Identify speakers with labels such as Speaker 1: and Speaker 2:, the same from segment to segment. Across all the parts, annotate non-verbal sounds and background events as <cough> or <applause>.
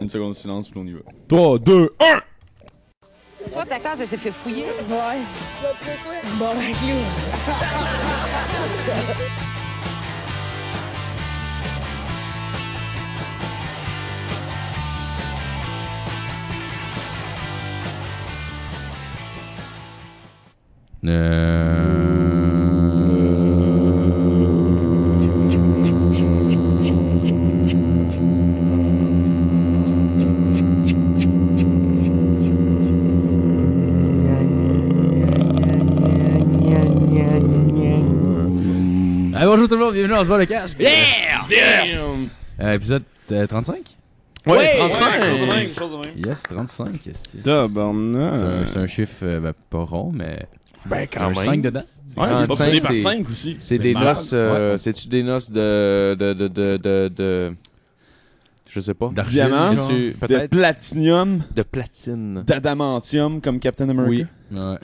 Speaker 1: Une seconde de silence, puis on y va.
Speaker 2: 3, 2, 1!
Speaker 3: Pas d'accord, ça s'est fait fouiller.
Speaker 4: Ouais. Bon, ben, you.
Speaker 5: Ah, bonjour tout le monde, bienvenue dans ce bar de casque.
Speaker 2: Yes!
Speaker 5: Euh, épisode euh, 35?
Speaker 2: Ouais, ouais,
Speaker 1: ouais,
Speaker 2: chose de même.
Speaker 5: Yes, 35. c'est- C'est un,
Speaker 1: Tabarnak.
Speaker 5: c'est un chiffre euh, ben, pas rond, mais.
Speaker 2: Ben,
Speaker 5: Il y a un 5 dedans.
Speaker 2: c'est
Speaker 1: Ouais, c'est
Speaker 2: pas
Speaker 1: pas
Speaker 6: cinq,
Speaker 2: poussé par
Speaker 6: c'est-
Speaker 2: 5 aussi.
Speaker 6: C'est des
Speaker 2: malade.
Speaker 6: noces. euh, C'est-tu des noces de. de. de. de. de. de- Je sais pas.
Speaker 5: D'argile,
Speaker 1: Diamant,
Speaker 5: genre.
Speaker 6: Tu-
Speaker 1: De
Speaker 6: Peut-être.
Speaker 1: platinium,
Speaker 6: De platine. <laughs>
Speaker 1: d'adamantium, comme Captain America.
Speaker 6: Oui.
Speaker 5: Ouais.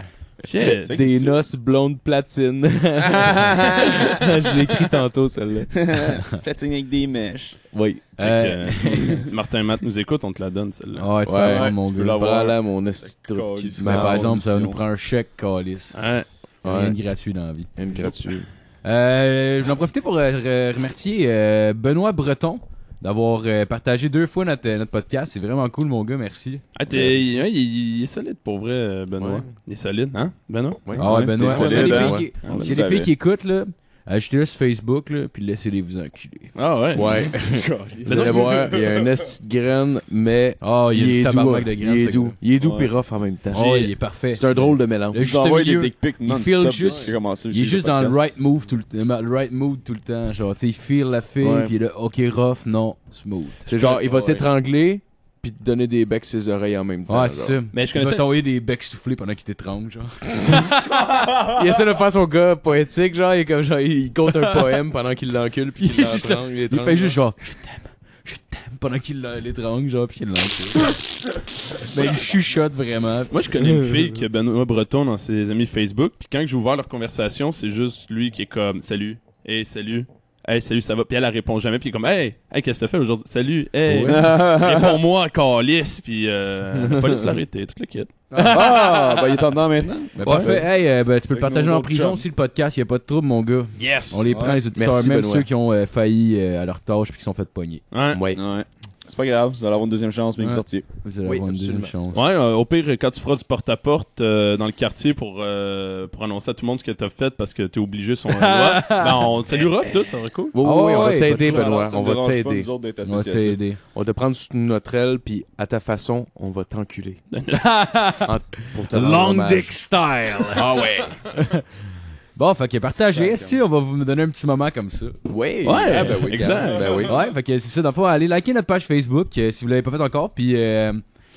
Speaker 1: Shit.
Speaker 2: C'est
Speaker 6: Des
Speaker 2: que-
Speaker 6: noces blondes <laughs> platine. Je l'ai écrit tantôt, celle-là.
Speaker 1: <laughs> Platine avec des mèches.
Speaker 6: Oui.
Speaker 5: Euh,
Speaker 1: si Martin Matt nous écoute, on te la donne, celle-là.
Speaker 5: ouais, tu
Speaker 6: Ouais,
Speaker 5: ouais, mon
Speaker 1: tu peux
Speaker 5: gars.
Speaker 1: l'avoir.
Speaker 6: Voilà là, mon esti de
Speaker 1: Colis.
Speaker 6: cul de
Speaker 5: Ben,
Speaker 6: merde.
Speaker 5: par exemple, ça
Speaker 1: condition.
Speaker 5: nous prend un chèque, Calis.
Speaker 1: Ouais.
Speaker 5: Rien
Speaker 6: Ouais.
Speaker 5: de gratuit dans la vie. <laughs>
Speaker 6: Une gratuite.
Speaker 5: Euh, je vais en profiter pour euh, re- remercier euh, Benoît Breton d'avoir euh, partagé deux fois notre, euh, notre podcast. C'est vraiment cool, mon gars, merci.
Speaker 1: Ah, t'es-
Speaker 6: Yes.
Speaker 1: ouais, il, il est solide pour vrai, euh, Benoît.
Speaker 6: Ouais.
Speaker 1: Il est solide, hein, Benoît?
Speaker 6: Ouais.
Speaker 5: Ah ouais, Benoît,
Speaker 1: t'es
Speaker 5: on a
Speaker 1: solide,
Speaker 5: des
Speaker 1: hein?
Speaker 5: filles qui-
Speaker 1: On le
Speaker 5: il y a des
Speaker 1: savait.
Speaker 5: filles qui écoutent, là. Achetez-le sur Facebook, là, puis laissez-les vous enculer.
Speaker 1: Ah ouais.
Speaker 6: Ouais. Vous allez voir, il y a un esti de graine, mais.
Speaker 5: Oh, il,
Speaker 6: Il
Speaker 5: est
Speaker 6: est doux.
Speaker 5: tabarnak
Speaker 6: hein.
Speaker 5: de graines,
Speaker 6: Il
Speaker 5: ce
Speaker 6: est doux.
Speaker 5: gars.
Speaker 6: Il est doux
Speaker 1: Ouais.
Speaker 6: pis rough en même temps.
Speaker 5: Oh, il est parfait.
Speaker 6: C'est un drôle de mélange.
Speaker 5: Le juste
Speaker 1: J'envoie
Speaker 5: milieu,
Speaker 1: des dick pics
Speaker 5: il
Speaker 1: non-stop.
Speaker 5: feel juste-
Speaker 1: J'ai commencé le
Speaker 5: il est
Speaker 1: sujet
Speaker 5: juste
Speaker 1: de
Speaker 5: dans le
Speaker 1: podcast.
Speaker 5: right move tout le temps, le right mood tout le temps, genre tu sais il feel la fille
Speaker 6: Ouais.
Speaker 5: puis il est là OK rough non smooth.
Speaker 6: C'est genre, il va
Speaker 1: Ouais.
Speaker 6: t'étrangler puis te donner des becs ses oreilles en même temps.
Speaker 5: Ouais,
Speaker 6: genre.
Speaker 5: c'est ça.
Speaker 1: Mais je
Speaker 5: Il va
Speaker 1: connaissais-
Speaker 5: t'envoyer des becs soufflés pendant qu'il t'étrangle genre.
Speaker 6: Il essaie de faire son gars poétique, genre, il, est comme, genre, il compte un poème pendant qu'il
Speaker 5: <laughs>
Speaker 6: l'encule, puis il
Speaker 5: Il est juste là.
Speaker 6: l'entrangle, il
Speaker 5: Il
Speaker 6: l'étrangle.
Speaker 5: fait juste genre je t'aime, je t'aime pendant qu'il l'a- l'étrangle genre puis il l'entoure. <laughs> Mais il chuchote vraiment.
Speaker 1: Moi, je connais une fille qui a Benoît Breton dans ses amis Facebook. Puis quand j'ai ouvert leur conversation, c'est juste lui qui est comme Salut, hey, salut, hey, salut, ça va. Puis elle, elle répond jamais. Puis il est comme Hey, hey qu'est-ce que t'as fait aujourd'hui Salut, hey,
Speaker 5: Ouais.
Speaker 1: <laughs> réponds-moi, Calis. Puis euh, la police l'a arrêté, toute la quête.
Speaker 6: Ah,
Speaker 1: ben,
Speaker 6: bah il est en dedans maintenant.
Speaker 5: Mais parfait. Hey, euh, ben, tu peux le
Speaker 1: Avec
Speaker 5: partager
Speaker 1: nos
Speaker 5: en
Speaker 1: autres
Speaker 5: prison
Speaker 1: chums.
Speaker 5: si le podcast, il a pas de trouble, mon gars.
Speaker 1: Yes
Speaker 5: On les prend, les auditeurs,
Speaker 6: Merci,
Speaker 5: même
Speaker 6: Benoît.
Speaker 5: ceux qui ont euh, failli euh, à leur tâche puis qui sont fait pogner.
Speaker 1: Ouais.
Speaker 6: Ouais.
Speaker 1: Ouais,
Speaker 6: C'est pas grave, vous allez avoir une deuxième chance,
Speaker 5: mais vous
Speaker 6: sortiez.
Speaker 5: Vous allez
Speaker 6: Oui,
Speaker 5: avoir une deuxième
Speaker 6: absolument.
Speaker 5: chance.
Speaker 1: Ouais, euh, au pire, quand tu feras du porte-à-porte euh, dans le quartier pour, euh, pour annoncer à tout le monde ce que t'as fait parce que t'es obligé sur la loi, ben on te saluera, pis tout, ça va être cool.
Speaker 6: Oui,
Speaker 5: Ah
Speaker 6: oui, oui, on
Speaker 5: ouais,
Speaker 6: va t'aider,
Speaker 5: pas de
Speaker 6: Benoît. On va t'aider.
Speaker 5: On va t'aider.
Speaker 6: On va te prendre sous notre aile, puis à ta façon, on
Speaker 5: <laughs>
Speaker 6: va t'enculer. En- pour te rendre hommage.
Speaker 2: style.
Speaker 1: Ah ouais.
Speaker 5: Bon, fait que partagez. Est-ce on va vous donner un petit moment comme ça?
Speaker 6: Ouais,
Speaker 1: Ouais,
Speaker 6: ah, ben oui,
Speaker 1: exact.
Speaker 6: gars, Ben oui.
Speaker 5: Ouais, fait que c'est ça. Dans le fond, allez liker notre page Facebook euh, si vous l'avez pas fait encore. Puis euh,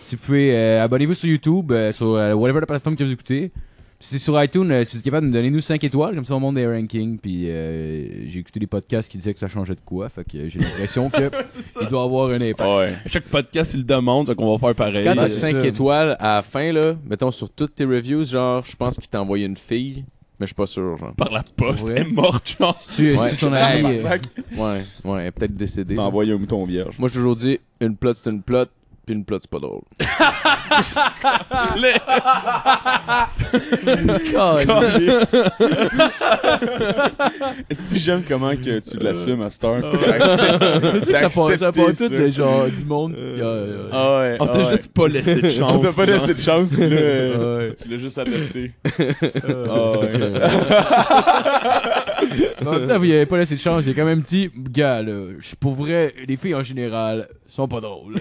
Speaker 5: si vous pouvez, euh, abonnez-vous sur YouTube, euh, sur euh, whatever la plateforme que vous écoutez. Puis si c'est sur iTunes, euh, si vous êtes capable de nous donner nous 5 étoiles, comme ça on monte des rankings. Puis euh, j'ai écouté des podcasts qui disaient que ça changeait de quoi. Fait que j'ai l'impression que il doit avoir un impact.
Speaker 1: Ouais. Chaque podcast, il le demande, donc on va faire pareil.
Speaker 6: Quand t'as
Speaker 5: c'est
Speaker 6: 5
Speaker 5: ça.
Speaker 6: étoiles à la fin, là, mettons sur toutes tes reviews, genre, je pense qu'il t'a envoyé une fille, mais je suis pas sûr, genre.
Speaker 1: par la poste,
Speaker 5: Ouais.
Speaker 1: elle est morte, genre.
Speaker 5: Si tu,
Speaker 6: Ouais.
Speaker 5: si ton ami, euh,
Speaker 6: Ouais, ouais, elle est peut-être décédée. là.
Speaker 2: T'envoies un mouton vierge.
Speaker 6: Moi, j'ai toujours dit, une plot, c'est une plot, puis une plot, c'est pas drôle.
Speaker 2: <laughs>
Speaker 5: <laughs>
Speaker 2: Est-ce que j'aime comment que tu l'assumes à cette heure?
Speaker 5: tu Ah, sais, ça part, ça part
Speaker 2: ça. Ah,
Speaker 5: tout de genre du monde. euh, euh,
Speaker 6: ouais.
Speaker 1: On t'a juste pas laissé de chance.
Speaker 2: On t'a pas
Speaker 1: non.
Speaker 2: laissé de chance, tu l'as-
Speaker 5: ouais.
Speaker 2: tu l'as juste adapté.
Speaker 5: Ah, En même temps, vous y avez pas laissé de chance. J'ai quand même dit, gars, là, je suis pour vrai, les filles en général sont pas drôles.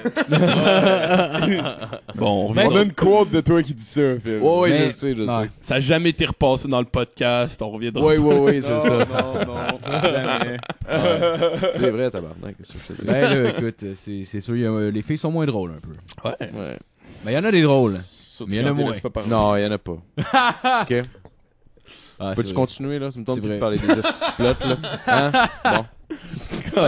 Speaker 1: Bon, on
Speaker 5: Mais-
Speaker 2: On
Speaker 1: revient.
Speaker 2: a une quote de toi qui dit ça, Phil.
Speaker 6: Ouais, ouais,
Speaker 5: Mais-
Speaker 6: je sais, je
Speaker 5: Ouais.
Speaker 6: sais.
Speaker 1: Ça a jamais été repassé dans le podcast. On reviendra.
Speaker 6: Ouais, ouais, ouais, c'est ça.
Speaker 2: Non, non, jamais.
Speaker 6: C'est vrai, tabarnak. qu'est-ce que je te dis?
Speaker 5: Ben là, écoute, c'est c'est sûr, y a, euh, les filles sont moins drôles un peu.
Speaker 6: Ouais.
Speaker 5: Mais il y en a des drôles. Mais il y en a
Speaker 2: quand t'es
Speaker 5: moins.
Speaker 2: laissé pas parler.
Speaker 6: Non, y'en a pas. ok.
Speaker 5: Ah,
Speaker 6: Peux-tu continuer, là? Ça me tente
Speaker 5: C'est
Speaker 6: plus de
Speaker 5: vrai.
Speaker 6: parler des hosties de plots, là. Hein? Bon.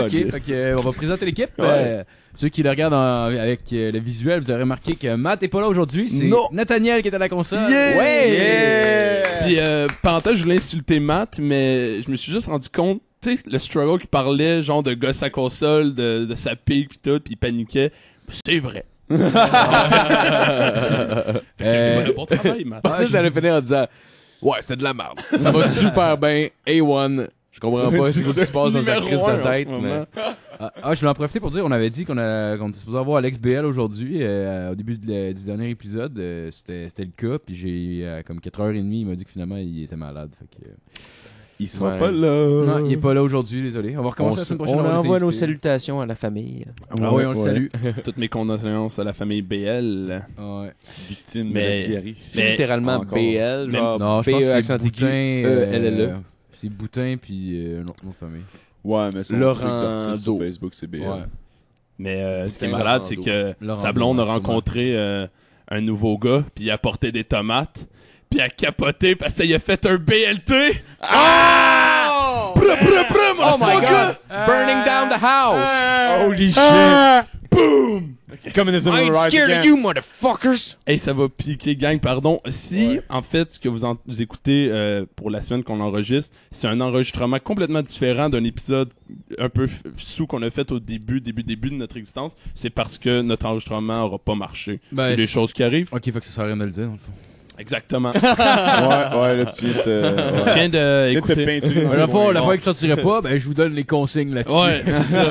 Speaker 5: Ok, fait que, euh, on va présenter l'équipe. Euh, ceux qui le regardent en- avec euh, le visuel, vous aurez remarqué que Matt est pas là aujourd'hui. C'est
Speaker 1: Non.
Speaker 5: Nathaniel qui est à la console.
Speaker 1: Yeah!
Speaker 5: Ouais!
Speaker 1: Yeah! Puis, euh, parenthèse, je voulais insulter Matt, mais je me suis juste rendu compte, tu sais, le struggle qu'il parlait, genre de gosse à console, de, de sa pique, pis tout, pis il paniquait. C'est vrai.
Speaker 5: Euh,
Speaker 1: bon travail, Matt.
Speaker 6: Parce que j'allais finir en disant Ouais, c'était de la merde. Ça va super bien. A1. Je comprends pas ce qui se passe dans sa
Speaker 1: Numéro
Speaker 6: crise
Speaker 1: un
Speaker 6: de
Speaker 1: en
Speaker 6: tête.
Speaker 1: ce moment.
Speaker 6: mais-
Speaker 5: ah, ah, je voulais en profiter pour dire on avait dit qu'on a- qu'on était supposé avoir Alex BL aujourd'hui. euh, au début de la- du dernier épisode, euh, c'était c'était le cas. Puis j'ai, euh, comme 4h30, il m'a dit que finalement, il était malade. Fait que, euh,
Speaker 2: Ils seront
Speaker 6: Ouais.
Speaker 2: pas là.
Speaker 5: Non, il est pas là aujourd'hui, désolé. On va recommencer
Speaker 6: Euh. On
Speaker 5: la semaine
Speaker 6: s-
Speaker 5: prochaine.
Speaker 6: on
Speaker 5: va les
Speaker 6: envoie nos
Speaker 5: inviter.
Speaker 6: salutations à la famille.
Speaker 5: Ah oui, on
Speaker 2: Ouais.
Speaker 5: le
Speaker 6: <laughs>
Speaker 5: salue. Ah
Speaker 1: Toutes mes condoléances à la famille BL.
Speaker 5: Ouais.
Speaker 2: Victime
Speaker 1: Mais-
Speaker 2: de la diarrhée.
Speaker 1: Mais-
Speaker 6: C'est littéralement
Speaker 2: encore.
Speaker 6: BL, genre
Speaker 5: Non, je pense
Speaker 6: BE
Speaker 5: que
Speaker 6: Ah, E accent
Speaker 5: c'est
Speaker 6: aigu,
Speaker 5: Boutin. euh,
Speaker 6: E-L-L-E.
Speaker 5: C'est Boutin, puis euh, non, non, famille.
Speaker 2: Ouais, mais son
Speaker 6: Laurent
Speaker 2: truc d'artiste sur
Speaker 6: Do.
Speaker 2: Facebook, c'est BL.
Speaker 5: Ouais.
Speaker 1: Mais euh, ce qui est
Speaker 6: Laurent
Speaker 1: malade, c'est que
Speaker 5: Laurent
Speaker 1: sa blonde a
Speaker 5: Dou, absolument.
Speaker 1: rencontré euh, un nouveau gars, puis il a apporté des tomates, puis il a capoté parce qu'il a fait un BLT. Ah! Brr, brr, brr, mon
Speaker 6: Oh my
Speaker 1: fuck!
Speaker 6: god! Burning down the house!
Speaker 2: Holy shit! Boom! Coming as
Speaker 6: I ain't scared of you, motherfuckers!
Speaker 1: Hey, ça va piquer, gang, pardon. Si, en fait, ce que vous, en- vous écoutez euh, pour la semaine qu'on enregistre, c'est un enregistrement complètement différent d'un épisode un peu f- sous qu'on a fait au début, début, début de notre existence, c'est parce que notre enregistrement aura pas marché.
Speaker 5: Ben,
Speaker 1: C'est des
Speaker 5: c'est-
Speaker 1: choses qui arrivent.
Speaker 5: Ok, faut que ça sert à rien de le dire, dans le fond. <laughs>
Speaker 1: Exactement.
Speaker 2: ouais, ouais, là, tu viens de euh, te-
Speaker 1: Je
Speaker 2: ouais. Tu viens
Speaker 1: viens de
Speaker 2: de te
Speaker 1: écouter.
Speaker 2: peinturer dans le
Speaker 5: la fois,
Speaker 2: coin.
Speaker 5: la fois qu'il sortirait pas, ben je vous donne les consignes là-dessus. <laughs>
Speaker 1: Ouais, c'est ça.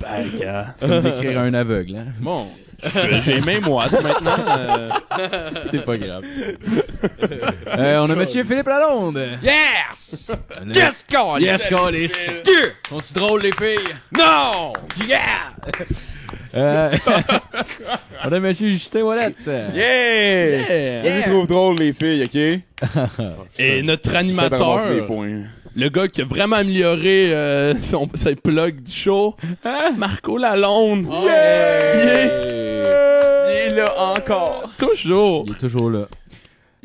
Speaker 1: ben, gars.
Speaker 5: C'est comme d'écrire à un aveugle, hein.
Speaker 1: Bon, je- j'ai même moi maintenant. euh,
Speaker 5: C'est pas grave. Euh, on a monsieur Philippe Lalonde.
Speaker 6: Yes!
Speaker 5: On a-
Speaker 6: Yes, God!
Speaker 5: Yes, Callis! Sont-tu drôles, les filles?
Speaker 6: No! Yeah!
Speaker 5: Euh, on a monsieur Justin Wallet.
Speaker 2: Yeah! Je les trouve drôles, les filles, ok?
Speaker 1: Et notre
Speaker 2: Ça va ramasser des
Speaker 1: animateur,
Speaker 2: points.
Speaker 1: le gars qui a vraiment amélioré euh, son, ses plugs du show,
Speaker 6: Hein?
Speaker 1: Marco Lalonde.
Speaker 6: Oh,
Speaker 1: Yeah! Il est-
Speaker 2: Il est là encore!
Speaker 1: Toujours.
Speaker 5: Il est toujours là.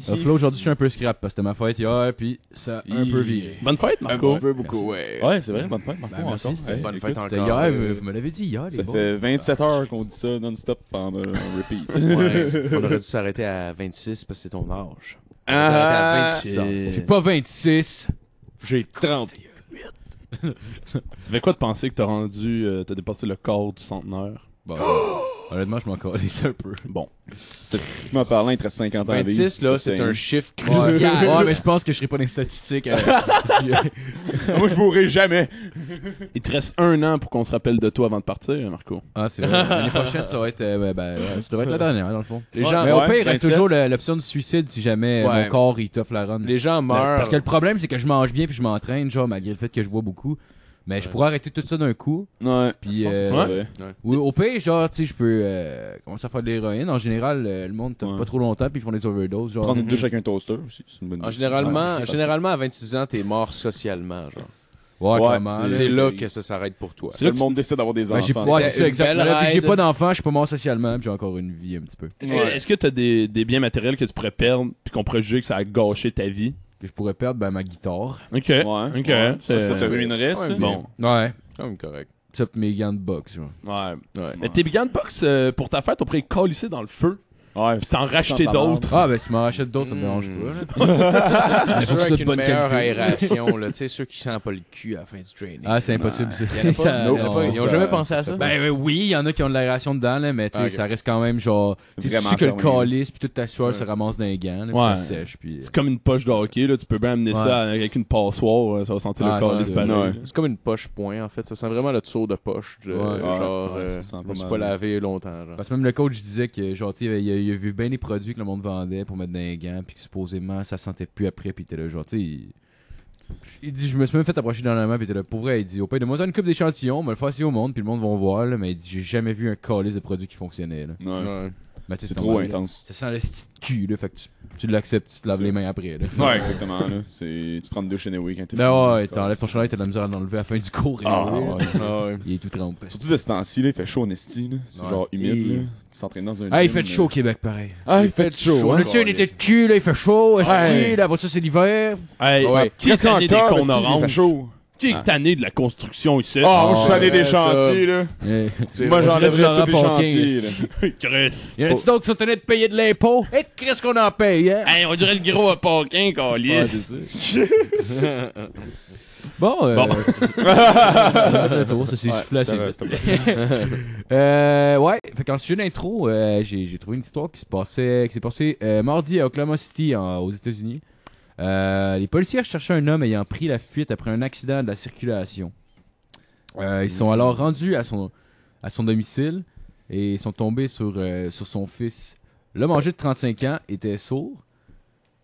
Speaker 5: Euh, Flo, aujourd'hui, je suis un peu scrap parce que c'était ma fête hier, puis ça a un
Speaker 2: Il-
Speaker 5: peu viré.
Speaker 1: Bonne fête,
Speaker 2: Un
Speaker 1: Marco.
Speaker 2: petit peu beaucoup, ouais. Ouais, c'est vrai, bonne fête, Marco.
Speaker 5: Ben, merci,
Speaker 2: encore.
Speaker 5: c'était
Speaker 2: Hey,
Speaker 6: Bonne
Speaker 2: écoute,
Speaker 6: fête encore.
Speaker 5: C'était hier, vous- vous me l'avez dit hier, les
Speaker 2: Ça
Speaker 5: gars.
Speaker 2: fait 27 heures qu'on dit ça non-stop en euh, en repeat.
Speaker 6: Ouais, on aurait dû s'arrêter à 26 parce que c'est ton âge.
Speaker 2: Ah,
Speaker 6: Ça va être à 26 ans.
Speaker 5: J'ai pas 26.
Speaker 6: J'ai 30.
Speaker 1: Tu fais quoi de penser que t'as rendu, euh, t'as dépassé le corps du <laughs> centenaire?
Speaker 5: Bon, Bah, euh, <gasps> honnêtement, je m'en calisse un peu.
Speaker 1: Bon.
Speaker 2: Statistiquement parlant, il te reste 50 ans à vivre.
Speaker 6: 26, là, c'est un chiffre
Speaker 5: <laughs>
Speaker 6: crucial.
Speaker 5: ouais, mais je pense que je serai pas dans les statistiques. euh,
Speaker 2: Moi, je mourrai jamais.
Speaker 1: Il te reste un an pour qu'on se rappelle de toi avant de partir, Marco.
Speaker 5: Ah, c'est vrai. L'année prochaine, ça va être. euh, ben, ben, ouais, ça devrait être la dernière, dans le fond.
Speaker 6: Les gens,
Speaker 5: Mais au
Speaker 2: Ouais,
Speaker 5: pire, il reste
Speaker 2: 27.
Speaker 5: toujours le- l'option de suicide si jamais euh,
Speaker 6: Ouais.
Speaker 5: mon corps il t'offre la run.
Speaker 6: <laughs>
Speaker 5: Ben,
Speaker 6: les gens meurent.
Speaker 5: Parce que le problème, c'est que je mange bien puis je m'entraîne, genre, malgré le fait que je bois beaucoup. Mais je pourrais arrêter tout ça d'un coup.
Speaker 2: Ouais.
Speaker 5: Puis,
Speaker 2: Ouais.
Speaker 5: euh, ou- au pire, genre, tu sais, je peux euh, commencer à faire de l'héroïne. En général, euh, le monde t'offre
Speaker 2: Ouais.
Speaker 5: pas trop longtemps puis ils font des overdoses. Genre,
Speaker 2: Prendre
Speaker 1: Mhm.
Speaker 2: une douche avec un toaster aussi, c'est une bonne
Speaker 6: En
Speaker 2: idée.
Speaker 6: Ah, généralement,
Speaker 2: Ouais,
Speaker 6: généralement, à 26 ans, t'es mort socialement. Genre.
Speaker 5: ouais,
Speaker 2: Ouais,
Speaker 5: clairement,
Speaker 2: Ah,
Speaker 5: là.
Speaker 6: c'est
Speaker 2: là,
Speaker 6: là
Speaker 2: c'est-
Speaker 6: que ça s'arrête pour toi.
Speaker 2: C'est là que le monde décide d'avoir des
Speaker 5: Ben, j'ai
Speaker 2: enfants.
Speaker 5: ouais, c'est
Speaker 6: C'était
Speaker 5: ça,
Speaker 6: une
Speaker 5: exactement.
Speaker 6: belle
Speaker 5: Là, puis j'ai
Speaker 6: ride.
Speaker 5: pas d'enfant, je suis pas mort socialement, puis j'ai encore une vie un petit peu.
Speaker 1: Est-ce
Speaker 2: Ouais.
Speaker 1: que- est-ce que t'as des, des biens matériels que tu pourrais perdre puis qu'on pourrait juger que ça a gâché ta vie?
Speaker 5: Que je pourrais perdre ben, ma guitare.
Speaker 1: Ok.
Speaker 2: Ouais.
Speaker 1: Ok.
Speaker 2: Ouais. Ça, ça te
Speaker 1: C'est-
Speaker 2: ruinerait,
Speaker 6: Ouais,
Speaker 2: ça.
Speaker 1: Bon.
Speaker 5: Ouais.
Speaker 6: quand même correct.
Speaker 5: Ça, puis mes gants de boxe. genre.
Speaker 1: Ouais.
Speaker 6: Ouais.
Speaker 1: Mais tes big box euh, pour ta fête, on pourrait les colisser dans le feu.
Speaker 2: Ouais,
Speaker 1: Puis t'en racheter d'autres.
Speaker 5: Ah, ben, si tu m'en rachètes d'autres, ça me dérange
Speaker 6: Mm.
Speaker 5: pas. là.
Speaker 6: Ceux
Speaker 5: ça
Speaker 6: avec
Speaker 5: de
Speaker 6: une
Speaker 5: bonne
Speaker 6: meilleure
Speaker 5: qualité.
Speaker 6: aération, là, tu sais, ceux qui sentent pas le cul à la fin du training.
Speaker 5: Ah,
Speaker 6: <laughs>
Speaker 5: c'est impossible. ça.
Speaker 6: Y'en a pas?
Speaker 5: Ça-
Speaker 2: Nope.
Speaker 5: non,
Speaker 6: Y'en a pas? Ils ont
Speaker 2: ça-
Speaker 6: jamais pensé à ça?
Speaker 5: Ben euh, oui, il y en a qui ont de l'aération dedans, là, mais tu sais,
Speaker 6: Ah, ok.
Speaker 5: ça reste quand même genre. Tu sais, tu
Speaker 2: Vraiment
Speaker 5: sais que le
Speaker 2: fermé.
Speaker 5: calice, puis toute ta sueur se ramasse dans les gants, là, puis
Speaker 1: Ouais.
Speaker 5: ça sèche. Puis... euh,
Speaker 1: C'est comme une poche de hockey, là. Tu peux bien amener
Speaker 5: Ouais.
Speaker 1: ça avec une passoire, euh, ça va sentir
Speaker 5: Ah,
Speaker 1: le corps
Speaker 5: c'est-
Speaker 2: Ouais.
Speaker 1: disparaître.
Speaker 6: c'est comme une poche point en fait. Ça sent vraiment le tour de poche. de-
Speaker 5: Ouais.
Speaker 6: genre,
Speaker 2: Ouais, ouais,
Speaker 6: euh,
Speaker 2: ça sent pas
Speaker 6: je me suis
Speaker 2: mal.
Speaker 6: pas lavé longtemps. genre.
Speaker 5: Parce que même le coach disait que, genre, tu sais, il, a- il a vu bien les produits que le monde vendait pour mettre dans les gants, puis que supposément ça sentait plus après, puis il était là, genre, tu sais. Il... il dit, je me suis même fait approcher dans la main, puis il était là, pour vrai, il dit, au pire de moi, ça une coupe d'échantillons, mais le faire essayer au monde, puis le monde va voir, là, mais il dit, j'ai jamais vu un calice de produits qui fonctionnait, là.
Speaker 2: Ouais.
Speaker 6: Ouais.
Speaker 5: Mais tu sais,
Speaker 2: C'est
Speaker 5: ça
Speaker 2: trop
Speaker 5: sent-
Speaker 2: intense.
Speaker 5: Ça sent le petit cul, là, fait que tu, tu l'acceptes, tu te laves
Speaker 2: C'est-
Speaker 5: les mains après,
Speaker 2: <laughs>
Speaker 5: là.
Speaker 2: Ouais, exactement. là. C'est- Tu prends deux chez Newey quand t'es.
Speaker 5: Ben ouais, t'enlèves ton chandail, t'as de la misère à l'enlever à la fin du cours.
Speaker 2: Ah,
Speaker 5: anyway,
Speaker 2: ouais.
Speaker 5: là.
Speaker 6: Ah <laughs> ouais.
Speaker 5: Il est tout trempé.
Speaker 2: Surtout de ce temps-ci, là, il fait chaud en esti, là. C'est
Speaker 5: Ouais.
Speaker 2: genre humide,
Speaker 5: Et-
Speaker 2: là. Tu t'entraînes dans un
Speaker 5: Ah, il
Speaker 2: gym, euh,
Speaker 5: fait chaud au
Speaker 2: là.
Speaker 5: Québec, pareil.
Speaker 2: Ah, il fait chaud,
Speaker 5: On
Speaker 2: hein.
Speaker 5: a-tu un été de cul, là, il fait chaud, est-ce
Speaker 2: Ouais.
Speaker 5: là, après ça, c'est l'hiver.
Speaker 1: Hey, ah,
Speaker 6: Ouais.
Speaker 1: qui est
Speaker 2: Presque en
Speaker 1: tanné des
Speaker 2: cœur,
Speaker 1: cons
Speaker 2: esti, Il fait
Speaker 1: oranges?
Speaker 2: chaud.
Speaker 1: Qui est tanné de la construction ici?
Speaker 2: Ah, moi, je
Speaker 5: Ah,
Speaker 2: suis allé
Speaker 6: ouais,
Speaker 2: des
Speaker 6: ça.
Speaker 2: chantiers, là. Moi,
Speaker 5: on dirait du
Speaker 2: j'enlèverais
Speaker 5: Laurent
Speaker 2: tous les
Speaker 5: Paquin,
Speaker 2: chantiers, là.
Speaker 5: esti.
Speaker 1: Chris.
Speaker 5: Il y en a-tu d'autres qui sont tenus de payer de l'impôt? Et qu'est-ce qu'on en paye, hein?
Speaker 1: Hey, on dirait le gros à Paquin,
Speaker 2: Ouais,
Speaker 1: calice.
Speaker 2: c'est ça.
Speaker 5: Bon, euh, <laughs>
Speaker 1: Bon.
Speaker 5: le tour, ça c'est
Speaker 2: Ouais,
Speaker 5: soufflé assez
Speaker 2: ça va,
Speaker 5: vite.
Speaker 2: s'il te plaît.
Speaker 5: <laughs> Euh, ouais, fait qu'en sujet d'intro, euh, j'ai j'ai trouvé une histoire qui se passait, qui s'est passée euh, mardi à Oklahoma City, en- aux États-Unis. Euh, les policiers recherchaient un homme ayant pris la fuite après un accident de la circulation. Euh, ils
Speaker 2: Mmh.
Speaker 5: sont alors rendus à son, à son domicile et ils sont tombés sur, euh, sur son fils. L'homme âgé de 35 ans était sourd,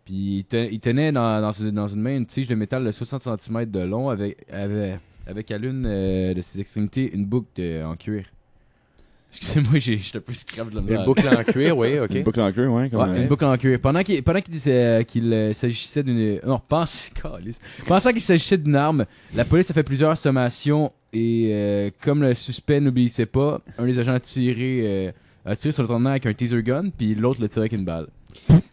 Speaker 5: puis il, te- il tenait dans, dans, une- dans une main une tige de métal de 60 cm de long avec, avec, avec à l'une euh, de ses extrémités une boucle de- en cuir. Excusez-moi, j'ai- j'étais un peu scrap de la
Speaker 6: Une boucle en cuir, oui, ok.
Speaker 2: Une boucle en queue, ouais, comme
Speaker 5: Ouais,
Speaker 2: euh,
Speaker 5: une boucle en cuir. Pendant qu'il pendant qu'il disait, euh, qu'il euh, s'agissait d'une non <laughs> pense calisse. pensant qu'il s'agissait d'une arme, la police a fait plusieurs sommations et euh, comme le suspect n'obéissait pas, un des agents a tiré euh, a tiré sur le tournant avec un taser gun puis l'autre l'a tiré avec une balle.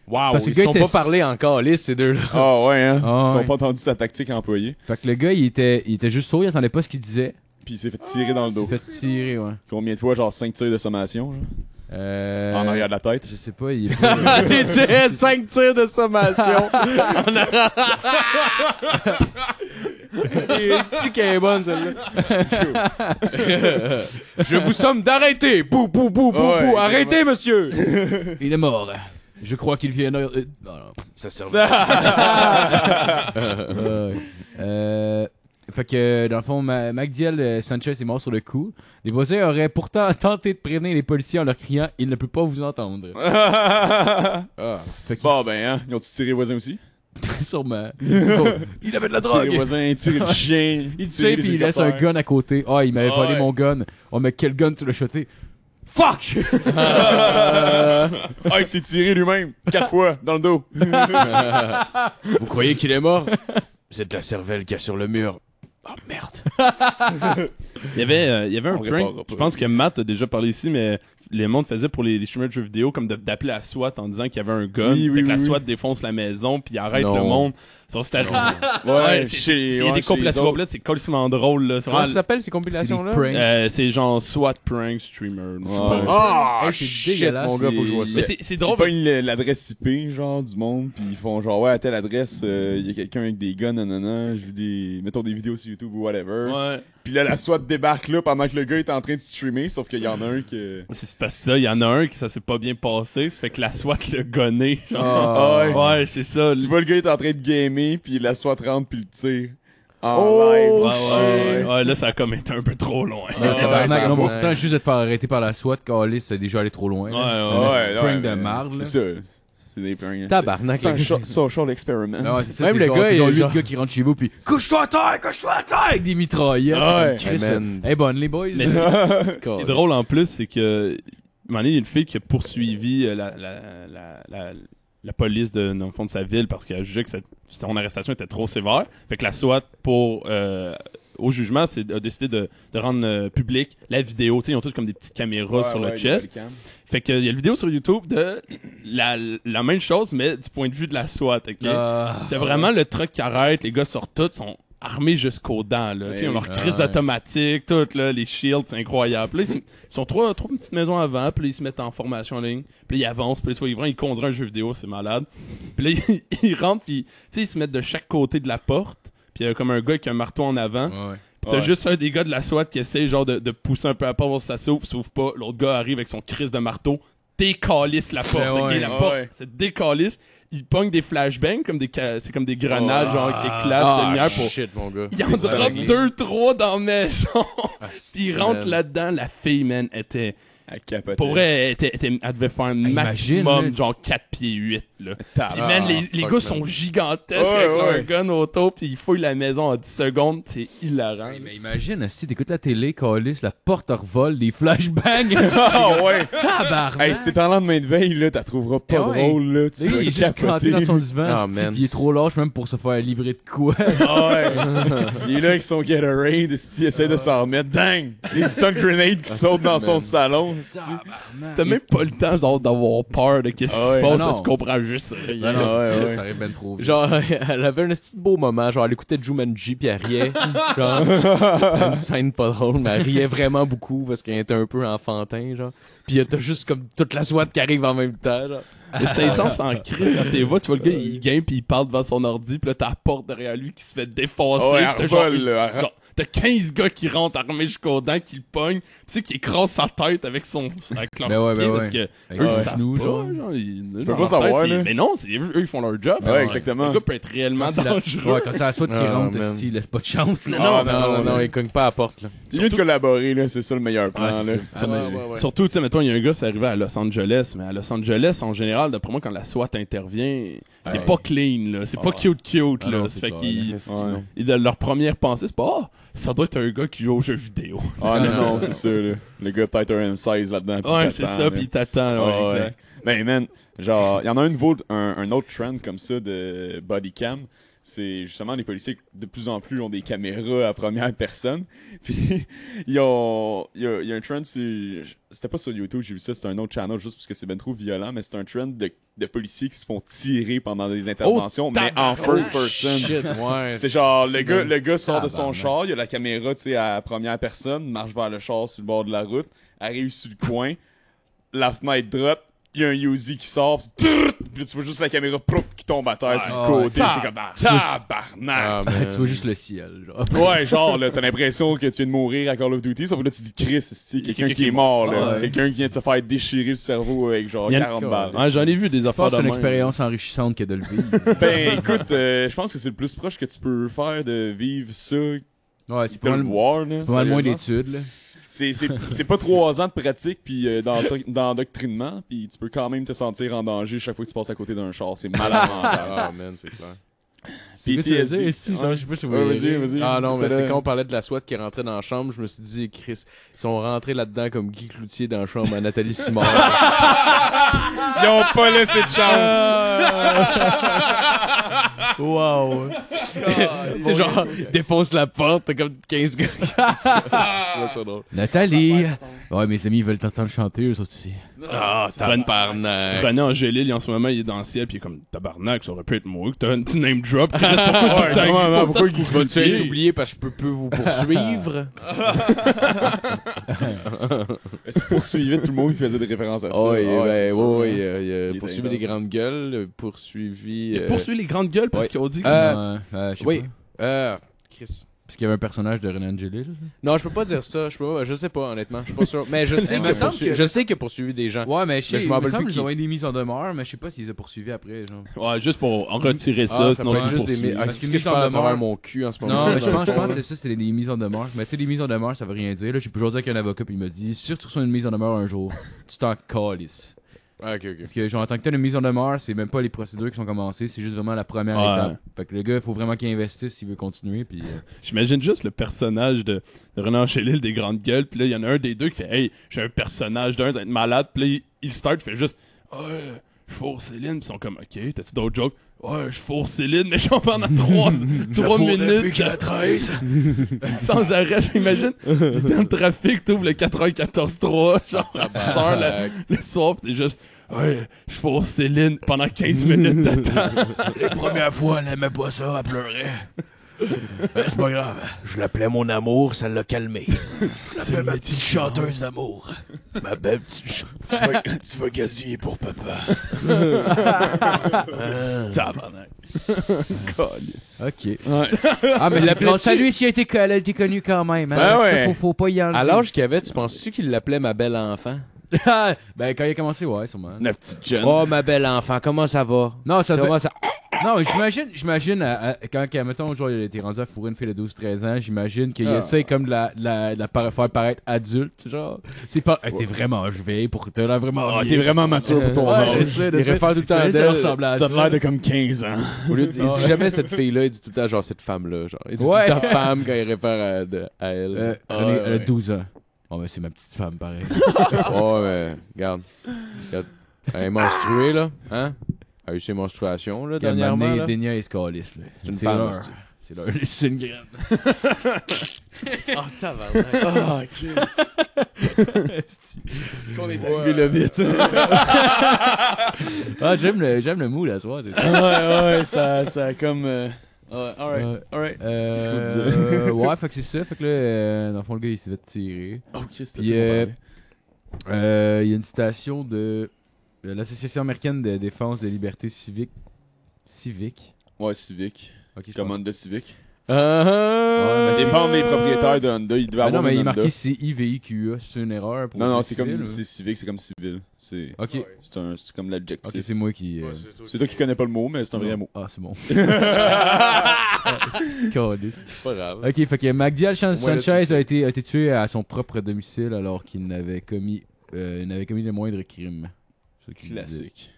Speaker 6: Wow,
Speaker 5: Parce que
Speaker 6: ils
Speaker 5: le gars
Speaker 6: sont
Speaker 5: était
Speaker 6: pas
Speaker 5: s-
Speaker 6: parlé encore, les ces deux-là.
Speaker 2: Ah ouais, hein.
Speaker 5: Ah
Speaker 2: Ils
Speaker 5: ouais.
Speaker 2: ont pas entendu sa tactique employée.
Speaker 5: Fait que le gars, il était il était juste sourd, il entendait pas ce qu'il disait.
Speaker 2: Puis il s'est fait tirer dans le
Speaker 5: Il
Speaker 2: dos.
Speaker 5: s'est fait tirer, ouais.
Speaker 2: Combien de fois, genre 5 tirs de sommation, genre,
Speaker 5: Euh,
Speaker 2: en arrière de la <laughs> tête.
Speaker 5: je sais pas, il est pas-
Speaker 6: Il tirait 5 tirs de sommation. En arrière. Et c'est qu'elle est bonne celle-là. Je vous somme d'arrêter. Bou bou bou bou
Speaker 2: Ouais,
Speaker 6: bou. Arrêtez monsieur.
Speaker 5: <laughs> il est mort. Je crois qu'il vient euh, non, non.
Speaker 6: Ça sert.
Speaker 5: Ouais. Ah. <laughs> Euh, fait que, dans le fond, Ma- MacDiel euh, Sanchez est mort sur le coup. Les voisins auraient pourtant tenté de prévenir les policiers en leur criant « Il ne peut pas vous entendre <laughs> Ah,
Speaker 2: C'est bon, ben, hein. Ils ont-tu tiré les voisins aussi? ».
Speaker 5: Sûrement.
Speaker 6: Il avait de la
Speaker 2: Tirer les
Speaker 6: drogue.
Speaker 2: voisins, tirer le chien.
Speaker 5: <laughs>
Speaker 2: tirer
Speaker 5: Il tire
Speaker 2: les
Speaker 5: puis il laisse un
Speaker 2: hélicoptères.
Speaker 5: gun à côté. « Ah, il m'avait
Speaker 2: Ah
Speaker 5: volé
Speaker 2: ouais.
Speaker 5: mon gun. Oh, mais quel gun tu l'as shoté? » Fuck!
Speaker 2: <laughs> Ah, il s'est tiré lui-même. Quatre fois, dans le dos.
Speaker 6: Vous croyez qu'il est mort C'est de la cervelle qu'il y a sur le mur. Oh merde.
Speaker 1: Il y avait, euh, il y avait un
Speaker 2: On
Speaker 1: prank,
Speaker 2: réparera pas.
Speaker 1: je pense que Matt a déjà parlé ici, mais les mondes faisaient pour les, les streamers de jeux vidéo comme de- d'appeler la SWAT en disant qu'il y avait un gun,
Speaker 2: Oui,
Speaker 1: fait
Speaker 2: oui,
Speaker 1: que la
Speaker 2: oui.
Speaker 1: SWAT défonce la maison, puis arrête
Speaker 6: Non.
Speaker 1: le monde. Ça, c'est arrivé. Ouais, c'est- c'est- Il y a des compilations complètes, c'est colissement drôle, là. C'est
Speaker 6: Comment ça
Speaker 1: vraiment-
Speaker 6: s'appelle ces compilations-là
Speaker 5: C'est des pranks.
Speaker 1: euh, c'est genre SWAT prank streamer. là.
Speaker 2: Ouais.
Speaker 1: Ouais.
Speaker 6: Ah,
Speaker 5: Hey, c'est
Speaker 6: shit,
Speaker 5: dégueulasse.
Speaker 6: mon gars, faut que je vois ça.
Speaker 1: Mais c'est c'est
Speaker 2: Ils
Speaker 1: drôle.
Speaker 2: pognent le- l'adresse IP, genre, du monde, puis ils font genre, ouais, à telle adresse, euh, il y a quelqu'un avec des guns, nanana, je veux des. Mettons des vidéos sur YouTube ou whatever.
Speaker 1: Ouais.
Speaker 2: Puis là, la SWAT débarque là pendant que le gars est en train de streamer, sauf qu'il y en a un qui.
Speaker 1: C'est parce que ça, il y en a un qui ça s'est pas bien passé, ça fait que la SWAT l'a gonné. genre.
Speaker 5: Ah.
Speaker 1: ouais, c'est ça.
Speaker 2: Tu vois, le gars est en train de gamer, puis la SWAT rentre, puis le tire. En
Speaker 6: Oh,
Speaker 2: live.
Speaker 1: Ouais, ouais, ouais,
Speaker 6: shit.
Speaker 1: ouais, là, ça a comme été un peu trop loin.
Speaker 5: Ah,
Speaker 6: ouais,
Speaker 5: tabarnak,
Speaker 6: ouais,
Speaker 5: non,
Speaker 6: ouais.
Speaker 5: mon temps juste de te faire arrêter par la SWAT, Calis, c'est déjà allé trop loin. là.
Speaker 1: Ouais,
Speaker 5: C'est un
Speaker 2: ouais,
Speaker 5: prank
Speaker 2: ouais,
Speaker 5: de
Speaker 2: mais
Speaker 5: marde, là.
Speaker 2: C'est ça. C'est des pranks. là.
Speaker 6: Tabarnak.
Speaker 2: C'est un sho- social experiment.
Speaker 5: Ah ouais, c'est ça,
Speaker 6: Même
Speaker 5: t'es
Speaker 6: le
Speaker 5: genre-
Speaker 6: gars,
Speaker 5: t'es
Speaker 6: il
Speaker 5: genre
Speaker 6: est
Speaker 5: huit
Speaker 6: genre-
Speaker 5: gars qui rentrent chez vous puis couche-toi à terre, couche-toi à terre avec des mitraillettes.
Speaker 2: Ah ouais.
Speaker 5: Chris,
Speaker 6: Amen.
Speaker 5: hey, bonne les boys. <laughs>
Speaker 1: Mais Ce qui est drôle hein. en plus, c'est que. à un moment donné, il y a une fille qui a poursuivi euh, la, la, la, la- la police de, dans le fond de sa ville parce qu'elle a jugé que cette- son arrestation était trop sévère. Fait que la SWAT, pour, euh, au jugement, c'est- a décidé de, de rendre euh, public la vidéo. Tu sais, ils ont tous comme des petites caméras sur le chest. Fait que, il y a une vidéo sur YouTube de la, la même chose, mais du point de vue de la SWAT. ok?
Speaker 5: Ah.
Speaker 1: T'as vraiment le truc qui arrête, les gars sortent tous, sont armés jusqu'aux dents, là.
Speaker 2: Ouais,
Speaker 1: T'sais, ils ont
Speaker 2: oui.
Speaker 1: leur crise
Speaker 5: Ah, ouais.
Speaker 1: d'automatique, tout, là, les shields, c'est incroyable. Là, ils, se- ils sont trois, trois petites maisons avant, puis là, ils se mettent en formation en ligne, puis là, ils avancent, puis là, ils se voient, ils vont- ils conduisent un jeu vidéo, c'est malade. Puis là, <laughs> ils, ils rentrent, puis, tu sais, ils se mettent de chaque côté de la porte, puis il y a comme un gars qui a un marteau en avant,
Speaker 5: Ouais, ouais.
Speaker 1: puis t'as
Speaker 2: Ouais.
Speaker 1: juste un des gars de la SWAT qui essaie, genre, de, de pousser un peu à la porte, voir si ça s'ouvre, s'ouvre pas, l'autre gars arrive avec son crise de marteau, décalisse la porte,
Speaker 5: Ben
Speaker 1: ok?
Speaker 5: ouais,
Speaker 1: la
Speaker 2: ouais.
Speaker 1: porte, c'est décalisse, il pogne des flashbangs comme des ca- c'est comme des grenades genre qui éclatent de lumière pour
Speaker 6: Ah, shit, mon gars.
Speaker 1: il en drop
Speaker 6: dingue.
Speaker 1: deux trois dans la maison
Speaker 6: Ah,
Speaker 1: puis il
Speaker 6: c'est
Speaker 1: rentre
Speaker 6: malade.
Speaker 1: là-dedans la fille man était
Speaker 2: À capoter.
Speaker 1: pour vrai elle, était, était- elle devait faire un
Speaker 5: imagine,
Speaker 1: maximum
Speaker 5: là.
Speaker 1: genre 4 pieds 8 là puis
Speaker 2: Tabarnak.
Speaker 1: man les, les
Speaker 6: fuck,
Speaker 1: gars
Speaker 6: man.
Speaker 1: sont gigantesques
Speaker 2: Ouais,
Speaker 1: avec leur
Speaker 2: ouais.
Speaker 1: gun auto puis ils fouillent la maison en 10 secondes c'est hilarant
Speaker 5: Hey, mais imagine, si t'écoutes la télé, Calis, la porte revole, des flashbangs.
Speaker 2: <laughs>
Speaker 5: <laughs>
Speaker 2: Ah ouais!
Speaker 5: Tabarnak.
Speaker 2: Hey, si t'es en lendemain de veille, là, t'as trouveras pas
Speaker 5: Eh ouais.
Speaker 2: drôle, là. Tu
Speaker 5: Le gars,
Speaker 2: vas
Speaker 5: il est juste
Speaker 2: capoter. <laughs>
Speaker 5: canté dans son divan,
Speaker 6: Ah,
Speaker 5: esti,
Speaker 6: man.
Speaker 5: puis il est trop lâche même pour se faire livrer de quoi.
Speaker 2: Ah ouais. Il est là avec son Gatorade, esti, il essaie de s'en remettre. Dang! Les stun grenades qui sautent dans son salon. esti.
Speaker 1: t'as même pas le temps genre, d'avoir peur de qu'est-ce qui
Speaker 2: Ah
Speaker 1: se
Speaker 2: ouais.
Speaker 1: passe
Speaker 5: Non.
Speaker 1: parce que tu comprends juste
Speaker 2: Ah
Speaker 1: rien
Speaker 2: non, ouais, ouais.
Speaker 5: <laughs> Ça arrive ben trop vite.
Speaker 6: Genre, <laughs> elle avait un petit beau moment. Genre, elle écoutait Jumanji puis elle <laughs> riait. Genre, une scène pas drôle, mais elle riait vraiment beaucoup parce qu'elle était un peu enfantin, genre. Puis euh, t'as juste comme toute la SWAT qui arrive en même temps. Genre.
Speaker 1: Mais c'est
Speaker 2: <laughs>
Speaker 1: intense en crise quand t'es vois, tu vois le gars, il game puis il parle devant son ordi, puis là t'as la porte derrière lui qui se fait défoncer.
Speaker 2: Ah Ouais,
Speaker 1: puis t'as
Speaker 2: elle
Speaker 1: genre,
Speaker 2: vole, là, elle-
Speaker 1: genre, t'as 15 gars qui rentrent armés jusqu'aux dents, qui le pognent, puis tu sais, qui écrasent sa tête avec son avec leur
Speaker 5: Ben ouais,
Speaker 1: ski,
Speaker 5: ben
Speaker 1: parce
Speaker 5: ouais.
Speaker 1: que eux,
Speaker 5: Avec
Speaker 1: ils
Speaker 5: le
Speaker 1: savent
Speaker 5: genou,
Speaker 1: pas,
Speaker 5: genre.
Speaker 1: genre, ils- dans
Speaker 2: pas
Speaker 1: leur tête,
Speaker 2: savoir,
Speaker 1: c'est-
Speaker 2: là.
Speaker 1: Mais non, c'est- eux, ils font leur job.
Speaker 2: Ah Ouais,
Speaker 1: genre.
Speaker 2: exactement.
Speaker 1: Le gars peut être réellement
Speaker 5: C'est la-
Speaker 1: dangereux.
Speaker 5: Ouais, quand c'est la SWAT qui
Speaker 6: Ah,
Speaker 5: rentre,
Speaker 6: man.
Speaker 5: si, laisse pas de chance. là.
Speaker 2: Ah,
Speaker 6: non, non, non, il cogne pas à la porte. Là.
Speaker 2: C'est mieux de collaborer, là, c'est ça le meilleur
Speaker 1: Ouais,
Speaker 2: plan.
Speaker 1: c'est
Speaker 2: là.
Speaker 1: ça.
Speaker 2: Ça,
Speaker 6: ouais, ouais.
Speaker 1: Surtout, tu sais, mettons, il y a un gars, c'est arrivé à Los Angeles, mais à Los Angeles, en général, d'après moi, quand la SWAT intervient, c'est
Speaker 5: Ouais.
Speaker 1: pas clean, là. C'est
Speaker 5: Ah.
Speaker 1: pas cute, cute,
Speaker 5: Ah
Speaker 1: là.
Speaker 5: non,
Speaker 1: Ça
Speaker 5: c'est
Speaker 1: fait
Speaker 5: pas,
Speaker 1: qu'ils-
Speaker 5: là.
Speaker 2: Ouais.
Speaker 1: ils- leur première pensée, c'est pas, ah, ça doit être un gars qui joue aux jeux vidéo.
Speaker 2: Ah non, non, c'est ça, là. Le gars peut-être un M16 là-dedans. puis
Speaker 1: Ah, Ouais,
Speaker 2: il
Speaker 1: c'est
Speaker 2: t'attend,
Speaker 1: ça,
Speaker 2: là.
Speaker 1: puis il t'attend, ouais,
Speaker 2: Ah, ouais.
Speaker 1: exact.
Speaker 2: Ben, man, genre, il y en a un nouveau, un, un autre trend comme ça de body cam. C'est justement les policiers qui, de plus en plus ont des caméras à première personne. <laughs> Puis ils ont. Il y a, il y a un trend sur. C'était pas sur YouTube, j'ai vu ça, c'était un autre channel juste parce que c'est ben trop violent, mais c'est un trend de, de policiers qui se font tirer pendant
Speaker 1: Oh,
Speaker 2: des interventions, mais en first person.
Speaker 6: Oh, <laughs> ouais.
Speaker 2: C'est genre, le
Speaker 6: c'est
Speaker 2: gars,
Speaker 6: bon.
Speaker 2: le gars sort de son
Speaker 5: Tabarnak.
Speaker 2: char, il y a la caméra, tu sais, à première personne, marche vers le char sur le bord de la route, arrive sur le coin, la fenêtre drop, il y a un Uzi qui sort, pis trrrt, puis là, tu vois juste la caméra proup, qui tombe à terre sur
Speaker 5: Ah
Speaker 2: le
Speaker 5: ouais.
Speaker 2: côté, c'est comme ah, tabarnak!
Speaker 6: Ah, man.
Speaker 5: <laughs> Tu vois juste le ciel, genre.
Speaker 2: Ouais, genre, là, t'as l'impression que tu viens de mourir à Call of Duty, sauf que là, tu dis Chris, c'est quelqu'un qui est mort, là.
Speaker 5: Ouais.
Speaker 2: Quelqu'un qui vient de se faire déchirer le cerveau avec genre
Speaker 1: Il y en a-
Speaker 2: 40 balles.
Speaker 1: Ouais, J'en ai vu des
Speaker 5: Je pense
Speaker 1: affaires
Speaker 5: que
Speaker 1: de
Speaker 5: c'est une
Speaker 1: même.
Speaker 5: expérience enrichissante que de le vivre.
Speaker 2: Ben, écoute, euh, je pense que c'est le plus proche que tu peux faire de vivre ça, de
Speaker 5: Ouais, c'est pas
Speaker 2: le
Speaker 5: mal,
Speaker 2: voir, là.
Speaker 5: pas mal moins
Speaker 2: sérieusement.
Speaker 5: d'études, là.
Speaker 2: C'est- C'est c'est pas trois ans de pratique puis euh, <laughs> d'endoc- d'endoctrinement, puis tu peux quand même te sentir en danger chaque fois que tu passes à côté d'un char. C'est malade mental.
Speaker 6: Ah, man, c'est clair.
Speaker 5: Qu'est-ce que tu veux dire,
Speaker 2: PTSD.
Speaker 5: si, genre, je sais pas, je te
Speaker 2: Ouais,
Speaker 5: voyais
Speaker 2: vas-y,
Speaker 5: rire.
Speaker 2: vas-y.
Speaker 6: Ah non, mais
Speaker 2: Ça,
Speaker 6: c'est
Speaker 2: là.
Speaker 6: quand on parlait de la SWAT qui rentrait dans la chambre, je me suis dit, Chris, ils sont rentrés là-dedans comme Guy Cloutier dans la chambre à Nathalie <laughs> Simard.
Speaker 2: Ils ont pas laissé de <laughs> chance.
Speaker 6: wow! tu sais, genre, défonce la porte, t'as comme 15 gars. qui- Je trouve ça drôle.
Speaker 5: Nathalie! Ouais, mes amis, ils veulent t'entendre chanter, eux autres aussi.
Speaker 6: Ah,
Speaker 1: <laughs>
Speaker 6: tabarnak!
Speaker 1: René Angélil, en ce moment, il est dans le ciel, puis il est comme tabarnak, ça aurait pu être moi, que t'as un petit name drop. Chris, Pourquoi tu
Speaker 2: vraiment,
Speaker 1: Pourquoi
Speaker 2: pourquoi
Speaker 1: tu
Speaker 2: qu'il
Speaker 1: vas
Speaker 6: Tu es oublié parce que je peux plus vous poursuivre.
Speaker 2: C'est poursuivait tout le monde qui faisait des références à ça.
Speaker 6: Oh,
Speaker 2: Ah,
Speaker 6: ouais, ouais,
Speaker 2: c'est ça.
Speaker 6: ouais, il a- il a
Speaker 2: Il est
Speaker 6: poursuivi
Speaker 2: intense.
Speaker 6: les grandes gueules, poursuivi. euh,
Speaker 1: Poursuit les grandes gueules parce
Speaker 6: Ouais.
Speaker 1: qu'ils ont dit que.
Speaker 6: Euh,
Speaker 5: Ouais, euh, je sais
Speaker 6: oui.
Speaker 5: pas.
Speaker 6: euh, Chris.
Speaker 5: Parce qu'il y avait un personnage de Renan Angelil.
Speaker 6: Non, je peux pas dire ça. Je, peux pas- je sais pas, honnêtement. Je suis pas sûr. Mais je sais
Speaker 5: Il
Speaker 6: que,
Speaker 5: me semble
Speaker 6: poursu-
Speaker 5: que-
Speaker 6: je sais que poursuivi des gens.
Speaker 5: Ouais, mais Ben, je sais,
Speaker 6: Mais je
Speaker 5: il me
Speaker 6: m'en rappelle
Speaker 5: semble
Speaker 6: plus
Speaker 5: qu'ils
Speaker 6: qui.
Speaker 5: ont été mis en demeure, mais je sais pas s'ils les ont poursuivis après, genre.
Speaker 1: Ouais, juste pour en retirer ça,
Speaker 6: Ah,
Speaker 1: sinon
Speaker 6: peut être
Speaker 1: je
Speaker 6: juste des.
Speaker 1: poursuis.
Speaker 6: mi- Ah,
Speaker 5: Parce
Speaker 6: c'est
Speaker 5: qu'il
Speaker 6: que
Speaker 5: me
Speaker 6: je parle à
Speaker 5: semble
Speaker 6: travers
Speaker 5: mort.
Speaker 6: mon cul en ce moment. Ah,
Speaker 5: Non, mais je pense, je pense que c'est ça, c'était des mises en demeure. Mais tu sais, les mises en demeure, ça veut rien dire. Là, j'ai pu jaser avec un avocat, puis il m'a dit, si tu reçois une mise en demeure un jour, tu t'en calisses.
Speaker 6: Ah, ok, ok.
Speaker 5: Parce que, genre, en tant que tel, une mise en demeure, c'est même pas les procédures qui sont commencées, c'est juste vraiment la première
Speaker 1: Ouais.
Speaker 5: étape. Fait que le gars, il faut vraiment qu'il investisse s'il veut continuer, puis. euh,
Speaker 1: J'imagine juste le personnage de, de Renan Chélil des grandes gueules, puis là, il y en a un des deux qui fait Hey, j'ai un personnage d'un, ça va être malade, puis là, il- il start, fait juste Ouais, je fourre Céline, puis ils sont comme Ok, t'as-tu d'autres jokes Ouais, je fourre Céline, mais j'en pendant
Speaker 5: <laughs>
Speaker 1: trois, trois minutes.
Speaker 7: <laughs>
Speaker 1: sans arrêt, j'imagine. Il était dans le trafic, t'ouvres le 94-3, <laughs> genre à
Speaker 5: Ah,
Speaker 1: 6
Speaker 6: Ah,
Speaker 1: heures
Speaker 5: bah.
Speaker 1: le, le soir, pis t'es juste. Ouais, je fourre Céline pendant 15 minutes
Speaker 5: <laughs>
Speaker 1: d'attente.
Speaker 7: La première fois, elle aimait pas ça, elle pleurait. Mais c'est pas grave. Je l'appelais mon amour, ça l'a <laughs> calmé. C'est ma petite chanteuse d'amour. Ma belle petite chanteuse. Tu vas, tu vas gazouiller pour papa.
Speaker 1: Tabarnak.
Speaker 5: Ok. <laughs> ah, mais la on salue si elle a été, elle a été connue quand même. hein.
Speaker 6: Ben
Speaker 5: Ça,
Speaker 6: ouais.
Speaker 5: faut, faut pas y enlever.
Speaker 6: À l'âge qu'il avait, tu penses-tu qu'il l'appelait ma belle enfant?
Speaker 5: Ah, ben, quand il a commencé, ouais, sûrement.
Speaker 2: La petite jeune.
Speaker 6: Oh, ma belle enfant, comment ça va?
Speaker 5: Non, ça
Speaker 6: Ça
Speaker 5: peut-
Speaker 6: va, ça.
Speaker 5: Non, j'imagine, j'imagine, euh, euh, quand, quand, mettons, genre, il a été rendu à fourrer une fille de 12-13 ans, j'imagine qu'il
Speaker 2: Ah.
Speaker 5: essaie comme de la, de la, de la para- faire paraître adulte, genre. C'est pas, hey, t'es vraiment vais pour, t'as l'air vraiment.
Speaker 2: Ah,
Speaker 5: vieille.
Speaker 2: t'es vraiment mature pour ton
Speaker 5: Ouais,
Speaker 2: âge.
Speaker 5: je sais,
Speaker 6: Il
Speaker 5: je sais.
Speaker 6: réfère tout le temps
Speaker 5: Ça
Speaker 6: à
Speaker 5: ressemble
Speaker 6: d'elle.
Speaker 5: à
Speaker 2: T'as
Speaker 5: ça.
Speaker 2: l'air de comme 15 ans.
Speaker 6: Au lieu de- Il dit jamais cette fille-là, il dit tout le temps genre cette femme-là. Genre. Il dit
Speaker 5: Ouais.
Speaker 6: tout le temps femme quand il réfère à, de- à elle.
Speaker 5: Euh,
Speaker 2: Ah,
Speaker 5: René,
Speaker 2: ouais,
Speaker 5: elle a
Speaker 2: ouais.
Speaker 5: 12 ans. Oh, ben, c'est ma petite femme, pareil.
Speaker 6: Ouais, mais regarde. Regarde. Elle est menstruée, là. Hein? Elle a eu ses menstruations, là,
Speaker 5: Qu'elle m'a
Speaker 6: dernièrement.
Speaker 5: amené
Speaker 6: là.
Speaker 5: des niais et scalis, là.
Speaker 6: C'est une
Speaker 5: C'est
Speaker 6: femme,
Speaker 5: leur.
Speaker 6: c'est-
Speaker 5: C'est leur. C'est une graine.
Speaker 2: Ah, Chris. C'est qu'on est arrivé là vite.
Speaker 5: Ah, j'aime le, j'aime le mou, la soirée. c'est ça.
Speaker 2: <laughs> ouais, ouais, ça, ça a comme. euh, Ouais,
Speaker 5: Ouais.
Speaker 2: alright, alright.
Speaker 5: Euh,
Speaker 2: Qu'est-ce qu'on disait?
Speaker 5: euh, ouais, fait que c'est ça. Fait que là, euh, dans le fond, le gars, il s'est fait tirer.
Speaker 2: Oh, Chris,
Speaker 5: Puis, euh, Euh, Il y a une citation de de l'Association américaine de défense des libertés civiques. Civiques
Speaker 2: Ouais, Civic.
Speaker 5: Ok, je
Speaker 2: Comme
Speaker 5: pense-
Speaker 2: Honda Civic.
Speaker 5: Ouais, mais-
Speaker 2: Ça dépend des Euh, propriétaires de Honda. Il devait
Speaker 5: Ah
Speaker 2: avoir
Speaker 5: non, mais
Speaker 2: une
Speaker 5: il est
Speaker 2: Honda.
Speaker 5: marqué CIVIQA. E, C'est une erreur pour
Speaker 2: Non, non,
Speaker 5: le
Speaker 2: c'est
Speaker 5: civil, euh.
Speaker 2: comme
Speaker 5: ou-
Speaker 2: c'est civique, c'est comme civil. C'est
Speaker 5: Ok,
Speaker 2: c'est un- E. c'est comme
Speaker 5: ok,
Speaker 2: l'adjectif.
Speaker 5: c'est moi qui. euh,
Speaker 2: c'est toi qui connais pas le mot, mais c'est un vrai mot.
Speaker 5: Ah, c'est
Speaker 2: <laughs>
Speaker 5: bon. <laughs> Ah, c'est caliste.
Speaker 8: C'est pas grave.
Speaker 5: ok, fait que MacDial Chan-
Speaker 8: Au moins, là, tu
Speaker 5: Sanchez
Speaker 8: sais.
Speaker 5: a été, a été tué à son propre domicile alors qu'il n'avait commis, euh, il n'avait commis le moindre crime. C'est ce qu'il disait.
Speaker 2: Classique.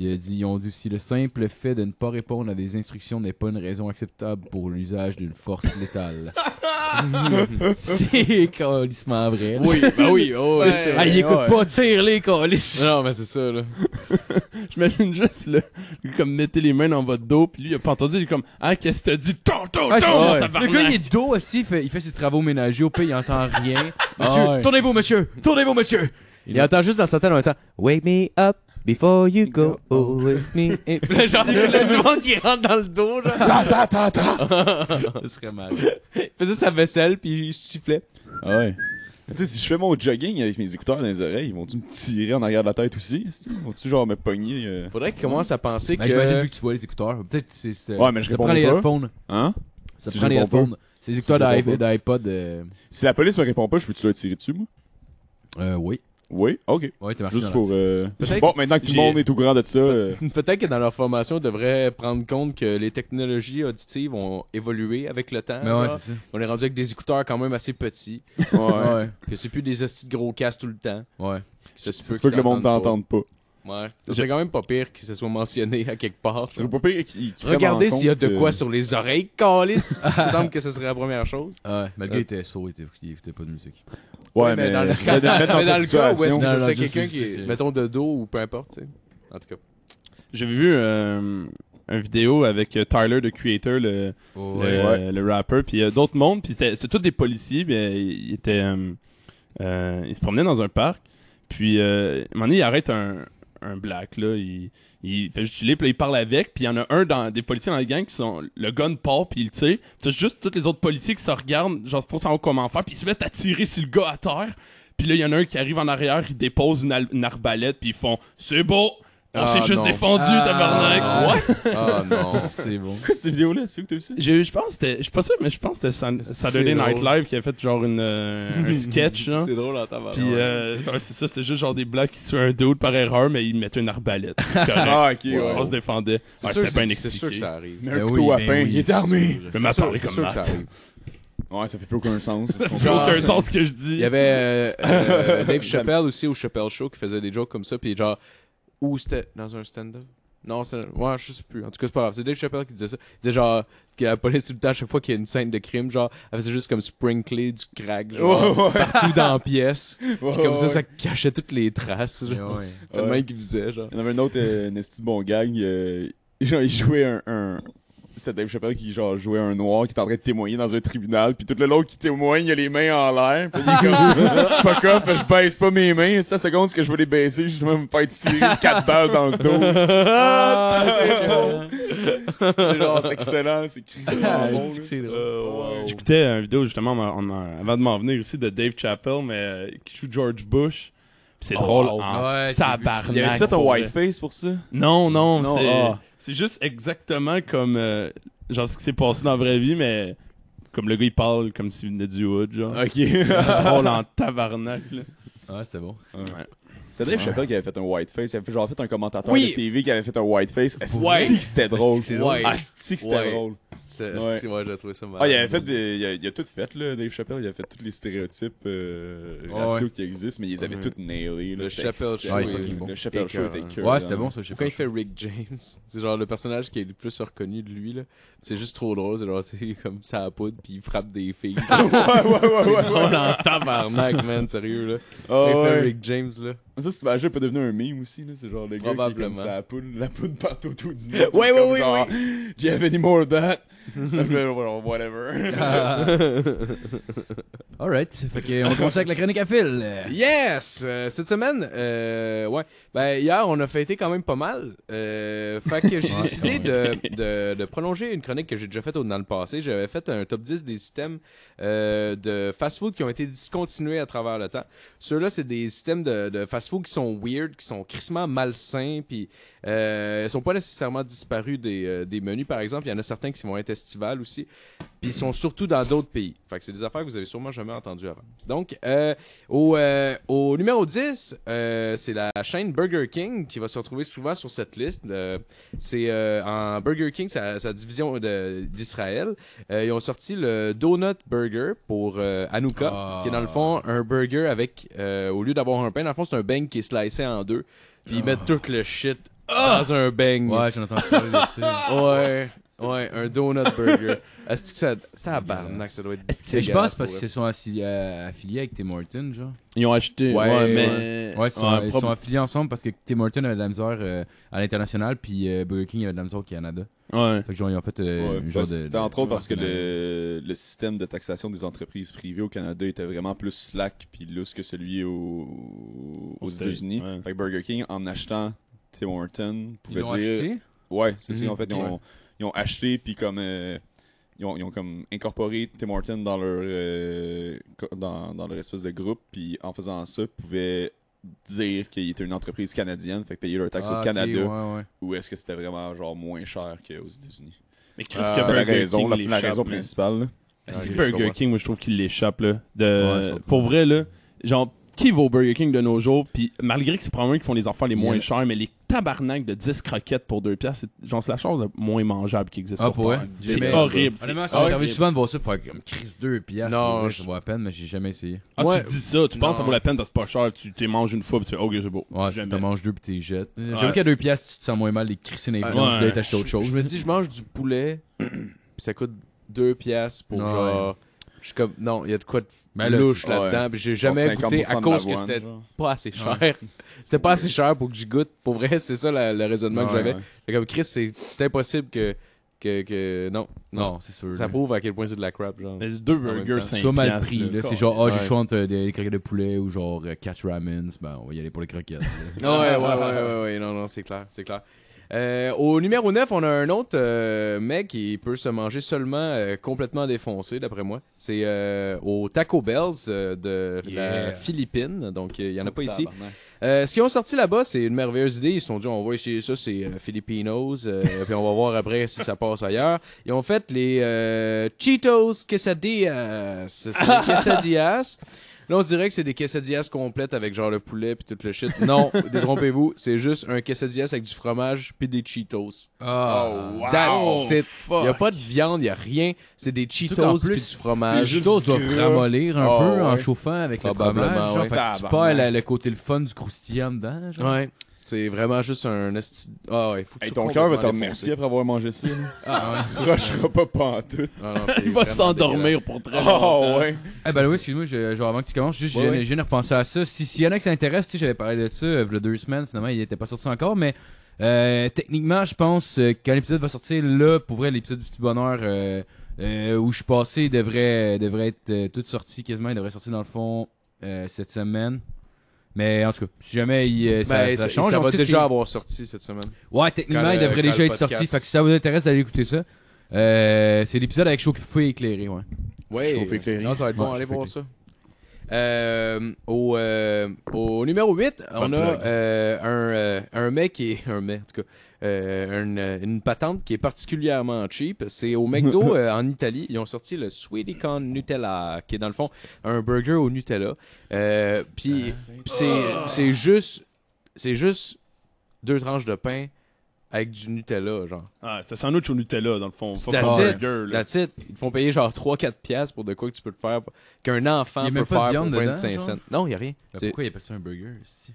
Speaker 5: Il a dit, ils ont dit aussi le simple fait de ne pas répondre à des instructions n'est pas une raison acceptable pour l'usage d'une force létale. <laughs> c'est calissement vrai. là.
Speaker 8: Oui,
Speaker 6: ben
Speaker 8: bah oui, oh, oui, c'est
Speaker 5: Ah,
Speaker 8: vrai.
Speaker 5: il écoute pas, tire les calices.
Speaker 8: Non, mais c'est ça, là.
Speaker 1: J'imagine juste le, le- comme mettez les mains dans votre dos, puis lui il a pas entendu, il est comme ah qu'est-ce que t'as dit, ton ton
Speaker 5: Ah, c'est
Speaker 2: Oh,
Speaker 1: ton,
Speaker 5: ça.
Speaker 1: tabarnak!
Speaker 5: le gars, il est dos aussi, il fait, il fait ses travaux ménagers, au pire, il entend rien.
Speaker 2: <laughs>
Speaker 8: Monsieur,
Speaker 5: tournez-vous, monsieur! Tournez-vous,
Speaker 1: <laughs>
Speaker 5: monsieur!
Speaker 6: Il entend juste dans sa tête en même temps Wake me up before you go away. Me... in- Puis là, genre, il y a du monde qui rentre dans le dos, genre.
Speaker 5: Ce Ah, serait mal.
Speaker 6: Il faisait sa vaisselle, puis il sifflait.
Speaker 2: Ah ouais. Mais Tu sais, si je fais mon jogging avec mes écouteurs dans les oreilles, ils vont-tu me tirer en arrière de la tête aussi? esti? Ils vont-tu genre me pogner? euh?
Speaker 6: Faudrait qu'il commence à penser
Speaker 5: Ben, j'imagine
Speaker 6: que.
Speaker 5: vu que tu vois les écouteurs. Peut-être que c'est. c'est-
Speaker 2: Ouais, mais je
Speaker 5: ça
Speaker 2: réponds
Speaker 5: prend les
Speaker 2: pas.
Speaker 5: headphones.
Speaker 2: Hein?
Speaker 5: Ça
Speaker 2: Si
Speaker 5: prend
Speaker 2: je
Speaker 5: les
Speaker 2: réponds pas.
Speaker 5: headphones. C'est les écouteurs
Speaker 2: Si je réponds
Speaker 5: d'i- d'iPod. euh,
Speaker 2: Si la police me répond pas, je peux-tu leur tirer dessus, moi?
Speaker 5: euh, oui.
Speaker 2: Oui, ok.
Speaker 5: Ouais, t'es marqué
Speaker 2: Juste
Speaker 5: dans
Speaker 2: pour. euh,
Speaker 6: Peut-être
Speaker 2: Bon, maintenant que tout le
Speaker 6: j'ai-
Speaker 2: monde est au courant de ça. euh,
Speaker 6: <laughs> Peut-être que dans leur formation, ils devraient prendre compte que les technologies auditives ont évolué avec le temps.
Speaker 5: la-
Speaker 2: Ben
Speaker 5: Mais ouais,
Speaker 6: genre.
Speaker 5: c'est ça.
Speaker 6: On est rendu avec des écouteurs quand même assez petits.
Speaker 2: <laughs> ouais.
Speaker 5: Ouais.
Speaker 6: <laughs> Que c'est plus des hosties de gros casses tout le temps.
Speaker 5: Ouais.
Speaker 6: Ça se
Speaker 2: C'est
Speaker 6: peut
Speaker 2: pas que le monde
Speaker 6: t'entende
Speaker 2: t'entende pas.
Speaker 6: pas. Ouais. C'est quand même pas pire que ce soit mentionné à quelque part.
Speaker 2: C'est pas pire qu'ils- qu'ils prennent
Speaker 6: Regardez
Speaker 2: en
Speaker 6: s'il y a
Speaker 2: compte,
Speaker 6: de quoi
Speaker 2: euh,
Speaker 6: sur les oreilles,
Speaker 2: <laughs>
Speaker 6: calice. Il me semble que ce serait la première chose.
Speaker 5: Ouais, mais le gars il était sourd, il était- il écoutait pas de musique.
Speaker 2: Ouais, mais
Speaker 6: dans le
Speaker 2: j'essaie de me mettre dans
Speaker 6: mais
Speaker 2: sa
Speaker 6: dans le cas où est-ce
Speaker 2: situation.
Speaker 6: que
Speaker 5: Non,
Speaker 6: ce
Speaker 5: non,
Speaker 6: serait
Speaker 5: je sais,
Speaker 6: quelqu'un
Speaker 5: je
Speaker 6: qui
Speaker 5: sais,
Speaker 6: est,
Speaker 5: je sais.
Speaker 6: mettons, de dos ou peu importe, tu sais. En tout cas.
Speaker 1: J'avais vu euh, une vidéo avec euh, Tyler the Creator, le, le, le rapper, puis euh, d'autres mondes, puis c'était c'était tous des policiers, puis euh, ils étaient, euh, euh, ils se promenaient dans un parc, puis euh, à un moment donné, il arrête un, un black, là, il, il fait juste chiller, puis là, il parle avec, puis il y en a un dans, des policiers dans la gang qui sont, le gun part, puis il tire, puis t'as juste tous les autres policiers qui se regardent, genre, c'est trop savoir comment faire, puis ils se mettent à tirer sur le gars à terre, puis là, il y en a un qui arrive en arrière, il dépose une, al- une arbalète, puis ils font « C'est beau! » On
Speaker 6: Ah,
Speaker 1: s'est juste
Speaker 6: non.
Speaker 1: défendu,
Speaker 5: Ah,
Speaker 1: tabarnak!
Speaker 5: ah,
Speaker 1: What?
Speaker 6: Ah non.
Speaker 5: C'est bon.
Speaker 6: <laughs>
Speaker 2: Quoi, cette vidéo-là? C'est où que t'as vu ça?
Speaker 1: J'ai- Je pense que c'était. Je suis pas sûr, mais je pense que c'était San- Saturday Night Live qui a fait genre
Speaker 6: <laughs>
Speaker 1: une, euh, un sketch, là.
Speaker 6: C'est drôle en tabarnak.
Speaker 1: Puis, euh, ouais, c'est ça, c'était juste genre des blagues qui tuaient un dude par erreur, mais ils mettaient une arbalète.
Speaker 6: <laughs>
Speaker 1: C'est correct.
Speaker 2: Ah, ok, ouais.
Speaker 1: On se défendait.
Speaker 6: C'est
Speaker 1: Ouais,
Speaker 6: sûr
Speaker 1: c'était
Speaker 6: que
Speaker 1: bien
Speaker 6: c'est- C'est
Speaker 1: expliqué.
Speaker 6: sûr que ça arrive.
Speaker 2: Mais
Speaker 5: Ben
Speaker 2: un
Speaker 5: oui,
Speaker 2: couteau à
Speaker 5: ben
Speaker 2: pain,
Speaker 5: oui.
Speaker 2: il est armé!
Speaker 1: Mais ma
Speaker 6: C'est
Speaker 1: parler
Speaker 6: sûr- c'est
Speaker 1: comme
Speaker 6: sûr que ça
Speaker 1: Matt.
Speaker 6: arrive.
Speaker 2: Ouais, ça fait plus aucun sens.
Speaker 6: <laughs>
Speaker 2: c'est ce qu'on
Speaker 1: J'ai
Speaker 6: Genre,
Speaker 1: aucun
Speaker 2: fait.
Speaker 1: sens ce que je dis.
Speaker 6: Il y avait
Speaker 2: <laughs>
Speaker 6: euh, euh, Dave Chappelle aussi au Chappelle Show qui faisait des jokes comme ça, puis genre, où c'était dans un stand-up Non, c'était. Ouais, je sais plus. En tout cas, c'est pas grave. C'est Dave Chappelle qui disait ça. Il disait genre, que la police tout le temps, à chaque fois qu'il y a une scène de crime, genre, elle faisait juste comme sprinkler du crack, genre,
Speaker 2: Ouais, ouais.
Speaker 6: partout dans la pièce. <laughs>
Speaker 2: Ouais,
Speaker 6: Puis comme ça,
Speaker 2: ouais.
Speaker 6: ça cachait toutes les traces.
Speaker 5: Mais
Speaker 6: Genre.
Speaker 5: ouais.
Speaker 6: Tellement
Speaker 2: Ouais.
Speaker 6: qu'il faisait, genre.
Speaker 2: Il y en avait un autre, euh, un esti de bon gang. euh, genre, il jouait un. un... C'est Dave Chappelle qui genre, jouait un noir qui est en train de témoigner dans un tribunal. Puis tout le long qui témoigne, il a les mains en l'air. Puis il est comme Fuck up, je baisse pas mes mains. C'est la seconde que je vais les baisser. Je vais me faire tirer 4 balles dans le dos. Ah, c'est bon. C'est genre, c'est excellent. C'est crissement bon. là.
Speaker 5: C'est drôle.
Speaker 2: Euh, ouais.
Speaker 1: J'écoutais une vidéo justement en- en- en- avant de m'en venir ici de Dave Chappelle, mais euh, qui joue George Bush. Puis
Speaker 6: Oh,
Speaker 1: C'est drôle.
Speaker 2: wow.
Speaker 1: en
Speaker 5: Ouais,
Speaker 1: tabarnak.
Speaker 2: Il y avait-tu fait un
Speaker 1: pour vrai.
Speaker 2: whiteface pour ça?
Speaker 1: Non, non,
Speaker 2: Non,
Speaker 1: c'est
Speaker 2: ah.
Speaker 1: c'est juste exactement comme euh, genre ce qui s'est passé dans la vraie vie, mais comme le gars il parle comme s'il venait du hood, genre.
Speaker 2: Ok.
Speaker 1: <laughs> C'est drôle en tabarnak, là.
Speaker 5: Ouais, c'est Ah, bon.
Speaker 2: C'est Dave Chappelle qui avait fait un whiteface. Il avait fait- genre fait un commentateur
Speaker 6: Oui.
Speaker 2: de TV qui avait fait un whiteface. Asti
Speaker 6: Ouais.
Speaker 2: que c'était drôle.
Speaker 6: Asti que c'est drôle.
Speaker 2: Asti que c'était
Speaker 6: Ouais.
Speaker 2: drôle.
Speaker 6: C'est,
Speaker 2: Ouais.
Speaker 6: c'est- ouais, j'ai trouvé ça mal.
Speaker 2: Ah, il avait fait des, il, a, il a tout fait, là, Dave Chappelle. Il a fait tous les stéréotypes euh,
Speaker 5: Ouais,
Speaker 2: raciaux
Speaker 5: ouais.
Speaker 2: qui existent, mais ils les avaient
Speaker 6: Ouais.
Speaker 2: tous nailés. là.
Speaker 6: Le
Speaker 2: C'était
Speaker 6: Chappelle
Speaker 2: excellent.
Speaker 5: Show, Ouais, il est bon.
Speaker 2: Le Chappelle Show était
Speaker 6: Écœurant.
Speaker 2: cool.
Speaker 5: Ouais, c'était bon ça, je sais
Speaker 6: Quand
Speaker 5: pas.
Speaker 6: il fait Rick James, <laughs> c'est genre le personnage qui est le plus reconnu de lui, là. C'est juste trop drôle, c'est genre, <laughs> c'est comme ça à poudre, puis il frappe des filles. ouais, ouais, ouais, ouais. On en tabarnak, man, sérieux, là.
Speaker 2: Ah,
Speaker 6: Quand il fait
Speaker 2: ouais.
Speaker 6: Rick James, là.
Speaker 2: Ça, c'est magique, peut devenir un meme aussi, là. C'est genre le gars qui est comme
Speaker 6: Probablement.
Speaker 2: ça, la poudre, la poudre partout autour du nez.
Speaker 6: Ouais,
Speaker 2: C'est
Speaker 6: ouais,
Speaker 2: comme
Speaker 6: ouais,
Speaker 2: genre,
Speaker 6: <gasps>
Speaker 2: Do you have any more of that? Whatever.
Speaker 6: <laughs>
Speaker 5: Alright, fait que on commence avec la chronique à fil.
Speaker 6: Yes! Euh, cette semaine, euh, ouais. Ben, hier, on a fêté quand même pas mal. Euh, fait que j'ai décidé de, de, de prolonger une chronique que j'ai déjà faite au- dans le passé. J'avais fait un top 10 des systèmes euh, de fast-food qui ont été discontinués à travers le temps. Ceux-là, c'est des systèmes de, de fast-food qui sont weird, qui sont crissement malsains, puis euh, ils sont pas nécessairement disparus des, euh, des menus, par exemple. Il y en a certains qui vont être estivales aussi, puis ils sont surtout dans d'autres pays. Fait que c'est des affaires que vous avez sûrement jamais entendues avant. Donc, euh, au, euh, au numéro 10, euh, c'est la chaîne Burger King qui va se retrouver souvent sur cette liste. Euh, c'est euh, en Burger King, sa, sa division de- d'Israël. Euh, ils ont sorti le Donut Burger pour euh, Hanouka,
Speaker 5: Ah.
Speaker 6: qui est dans le fond un burger avec, euh, au lieu d'avoir un pain, dans le fond c'est un beigne qui est slicé en deux. Puis ils mettent tout le shit dans un beigne.
Speaker 5: Ah. Ouais, j'en entends parler dessus.
Speaker 6: <laughs> Ouais, ouais, un donut burger. Est-ce que ça. Tabarnak, ça doit être.
Speaker 5: Mais je pense
Speaker 6: dégueulasse
Speaker 5: parce
Speaker 6: pour
Speaker 5: qu'ils se sont assi- euh, affiliés avec Tim Hortons, genre.
Speaker 1: Ils ont acheté.
Speaker 6: Ouais,
Speaker 1: Ouais,
Speaker 6: ouais.
Speaker 1: mais.
Speaker 5: Ouais, ils sont,
Speaker 1: Ouais,
Speaker 5: ils
Speaker 1: prob-
Speaker 5: sont affiliés ensemble parce que Tim Hortons avait de la misère euh, à l'international, puis euh, Burger King avait de la misère au Canada.
Speaker 1: Ouais.
Speaker 5: Fait que genre, ils ont fait euh,
Speaker 2: Ouais,
Speaker 5: un genre
Speaker 2: parce-
Speaker 5: de.
Speaker 2: C'était
Speaker 5: de-
Speaker 2: entre autres parce que
Speaker 5: de-
Speaker 2: le, le système de taxation des entreprises privées au Canada était vraiment plus slack puis lousse que celui au- aux
Speaker 1: Aux States,
Speaker 2: États-Unis.
Speaker 1: ouais.
Speaker 2: Fait que Burger King, en achetant Tim Horton,
Speaker 5: Ils
Speaker 2: pouvait
Speaker 5: l'ont
Speaker 2: dire.
Speaker 5: acheté.
Speaker 2: Ouais, c'est ça
Speaker 5: Mhm,
Speaker 2: en fait. Ils
Speaker 5: ok.
Speaker 2: ont, ils ont acheté puis comme. euh, ils ont, ils ont comme incorporé Tim Horton dans leur euh, co- dans, dans leur espèce de groupe puis en faisant ça ils pouvaient dire qu'il était une entreprise canadienne fait que payer leur taxe
Speaker 5: Ah,
Speaker 2: au
Speaker 5: ok,
Speaker 2: Canada
Speaker 5: ouais, ouais.
Speaker 2: ou est-ce que c'était vraiment genre moins cher qu'aux États-Unis
Speaker 1: Mais Chris,
Speaker 5: Euh,
Speaker 2: Euh, c'est
Speaker 1: que
Speaker 2: la
Speaker 1: Burger
Speaker 2: raison,
Speaker 1: King
Speaker 2: la, la
Speaker 1: l'échappe,
Speaker 2: raison
Speaker 1: là.
Speaker 2: principale. là.
Speaker 1: C'est
Speaker 6: Ok, je
Speaker 1: Burger
Speaker 6: comprends.
Speaker 1: King, moi je trouve qu'il l'échappe là.
Speaker 5: Ouais,
Speaker 1: De...
Speaker 5: certainement.
Speaker 1: Pour vrai là, genre qui va au Burger King de nos jours, puis malgré que c'est probablement qu'ils font les enfants les moins
Speaker 5: Yeah.
Speaker 1: chers, mais les tabarnak de 10 croquettes pour 2 piastres, c'est genre c'est la chose la moins mangeable qui existe.
Speaker 5: Ah,
Speaker 1: sur
Speaker 5: pour
Speaker 1: Terre.
Speaker 5: vrai? J'ai
Speaker 1: C'est
Speaker 5: jamais-
Speaker 1: horrible. c'est
Speaker 5: Honnêtement, ça
Speaker 1: horrible.
Speaker 5: m'est arrivé souvent de voir ça, faut être comme Chris 2 piastres.
Speaker 6: Ah Non,
Speaker 5: pour vrai,
Speaker 6: je-
Speaker 5: je vois à peine, mais j'ai jamais essayé.
Speaker 1: Ah,
Speaker 6: Ouais.
Speaker 1: tu dis ça, tu penses que ça
Speaker 6: Non.
Speaker 1: vaut la peine parce que c'est pas cher, tu t'es manges une fois, puis tu fais, ok, c'est beau.
Speaker 5: Ouais, si
Speaker 1: Jamais.
Speaker 5: t'en manges deux puis t'es jettes.
Speaker 1: Ouais.
Speaker 5: J'avoue qu'à deux piastres, tu te sens moins mal des crissines
Speaker 6: Ah,
Speaker 5: influences, tu
Speaker 1: ouais.
Speaker 5: dois t'acheter autre chose.
Speaker 6: Je me dis, je mange du poulet, puis ça coûte 2 piastres pour
Speaker 5: Ouais.
Speaker 6: genre. Je suis comme, non, il y a de quoi de
Speaker 5: Mais là,
Speaker 6: louche
Speaker 2: ouais.
Speaker 6: là-dedans, puis j'ai jamais
Speaker 2: Genre
Speaker 6: goûté
Speaker 2: 50%
Speaker 6: à
Speaker 2: de hein.
Speaker 6: cause que
Speaker 2: l'avoine,
Speaker 6: c'était
Speaker 2: genre.
Speaker 6: pas assez cher.
Speaker 5: <laughs>
Speaker 6: c'était pas assez cher pour que j'y goûte. Pour vrai, c'est ça la- le raisonnement que
Speaker 5: Ouais,
Speaker 6: j'avais.
Speaker 2: ouais.
Speaker 6: J'étais comme, Chris, c'est c'est impossible que, que, que. Non, non.
Speaker 5: Non, c'est sûr.
Speaker 6: Ça
Speaker 5: là.
Speaker 6: prouve à quel point c'est de la crap, genre.
Speaker 1: Mais c'est deux
Speaker 6: même
Speaker 1: burgers,
Speaker 6: temps.
Speaker 1: 5
Speaker 5: Soit mal pris, là. C'est genre, ah, j'ai
Speaker 6: Ouais.
Speaker 5: le choix entre des des croquettes de poulet ou genre euh, catch ramens. Ben, on va y aller pour les croquettes. là.
Speaker 6: Ouais, ouais, ouais, ouais, ouais, non, non, c'est clair, c'est clair. Euh, au numéro 9, on a un autre euh, mec qui peut se manger seulement euh, complètement défoncé, d'après moi. C'est euh, au Taco Bells euh, de la
Speaker 5: Yeah.
Speaker 6: Philippine, donc euh, il y en a pas ici. Euh, ce qu'ils ont sorti là-bas, c'est une merveilleuse idée. Ils se sont dit, on va essayer ça, c'est euh, Filipinos, euh, <laughs> puis on va voir après si ça passe ailleurs. Ils ont fait les euh, Cheetos Quesadillas. C'est des quesadillas. Là, on se dirait que c'est des quesadillas complètes avec genre le poulet puis tout le shit. Non, détrompez-vous, c'est juste un quesadillas avec du fromage puis des Cheetos.
Speaker 1: Oh,
Speaker 5: Ah,
Speaker 2: wow.
Speaker 6: That's it.
Speaker 1: fuck.
Speaker 6: Il a pas de viande, il y a rien. C'est des
Speaker 5: Tout en
Speaker 6: Cheetos
Speaker 5: plus,
Speaker 6: puis du fromage.
Speaker 5: Les Cheetos doivent
Speaker 2: gras.
Speaker 5: ramollir un
Speaker 2: Ah,
Speaker 5: peu en
Speaker 2: ouais.
Speaker 5: chauffant avec le
Speaker 6: Probablement,
Speaker 5: fromage. Genre,
Speaker 6: ouais.
Speaker 5: fait que tu
Speaker 2: Tabarnak.
Speaker 5: perds la- le côté le fun du croustillant dedans. genre.
Speaker 6: Ouais. C'est vraiment juste un esti- Ah, ouais, faut que
Speaker 2: Hey,
Speaker 6: tu
Speaker 2: ton
Speaker 6: sois
Speaker 2: cœur va te
Speaker 6: complètement
Speaker 2: remercier après avoir mangé ça. là.
Speaker 6: défoncé. Ah, ouais.
Speaker 2: Tu te rocheras pas pantoute.
Speaker 6: Ah, non, c'est
Speaker 1: Il va
Speaker 6: vraiment
Speaker 1: s'endormir pour très
Speaker 2: Oh
Speaker 1: longtemps.
Speaker 2: ouais.
Speaker 5: Eh ben oui, excuse-moi, je, genre avant que tu commences, juste
Speaker 6: Ouais,
Speaker 5: j'ai
Speaker 6: ouais.
Speaker 5: j'ai repensé à ça. Si s'il y en a qui s'intéressent, tu sais, j'avais parlé de ça euh, v'là deux semaines, finalement, il était pas sorti encore, mais euh, techniquement, je pense euh, que quand l'épisode va sortir là, pour vrai, l'épisode du petit bonheur euh, euh, où je suis passé devrait devrait être euh, tout sorti quasiment, il devrait sortir dans le fond euh, cette semaine. Mais en tout cas, si jamais il, euh, ça,
Speaker 6: Ben,
Speaker 5: ça change,
Speaker 6: ça
Speaker 5: en
Speaker 6: va
Speaker 5: tout cas,
Speaker 6: déjà
Speaker 5: c'est-
Speaker 6: avoir sorti cette semaine.
Speaker 5: Ouais, techniquement,
Speaker 6: Quand
Speaker 5: il
Speaker 6: le-
Speaker 5: devrait
Speaker 6: quand
Speaker 5: déjà
Speaker 6: le
Speaker 5: être sorti.
Speaker 6: podcast-
Speaker 5: Fait que si ça vous intéresse d'aller écouter ça, euh, c'est l'épisode avec Chaud-Feu éclairé, ouais.
Speaker 6: Ouais,
Speaker 2: Chauffe éclairé.
Speaker 6: non, ça va être bon,
Speaker 5: Ouais,
Speaker 6: allez
Speaker 5: chauffe
Speaker 6: voir ça. Euh, au, euh, au numéro 8, on a
Speaker 2: plug.
Speaker 6: euh, un, euh, un mec qui est. Un mec, en tout cas. euh, une, euh, une patente qui est particulièrement cheap. C'est au McDo euh, en Italie. Ils ont sorti le Sweetie Con Nutella, qui est dans le fond un burger au Nutella. Euh, Puis puis c'est c'est juste. C'est juste deux tranches de pain avec du Nutella, genre.
Speaker 1: Ah, c'est un sandwich au Nutella, dans le fond.
Speaker 6: C'est
Speaker 1: Pas
Speaker 6: la
Speaker 1: un
Speaker 6: zip.
Speaker 1: burger, là.
Speaker 6: That's it. Ils te font payer genre 3-4 piastres pour de quoi que tu peux te faire, qu'un
Speaker 5: Y
Speaker 6: enfant
Speaker 5: a
Speaker 6: peut
Speaker 5: même pas de
Speaker 6: faire
Speaker 5: viande
Speaker 6: pour
Speaker 5: dedans,
Speaker 6: 25
Speaker 5: genre?
Speaker 6: cents. Non, il a rien.
Speaker 5: Ben,
Speaker 6: C'est-
Speaker 5: Pourquoi il appelle ça un burger ici?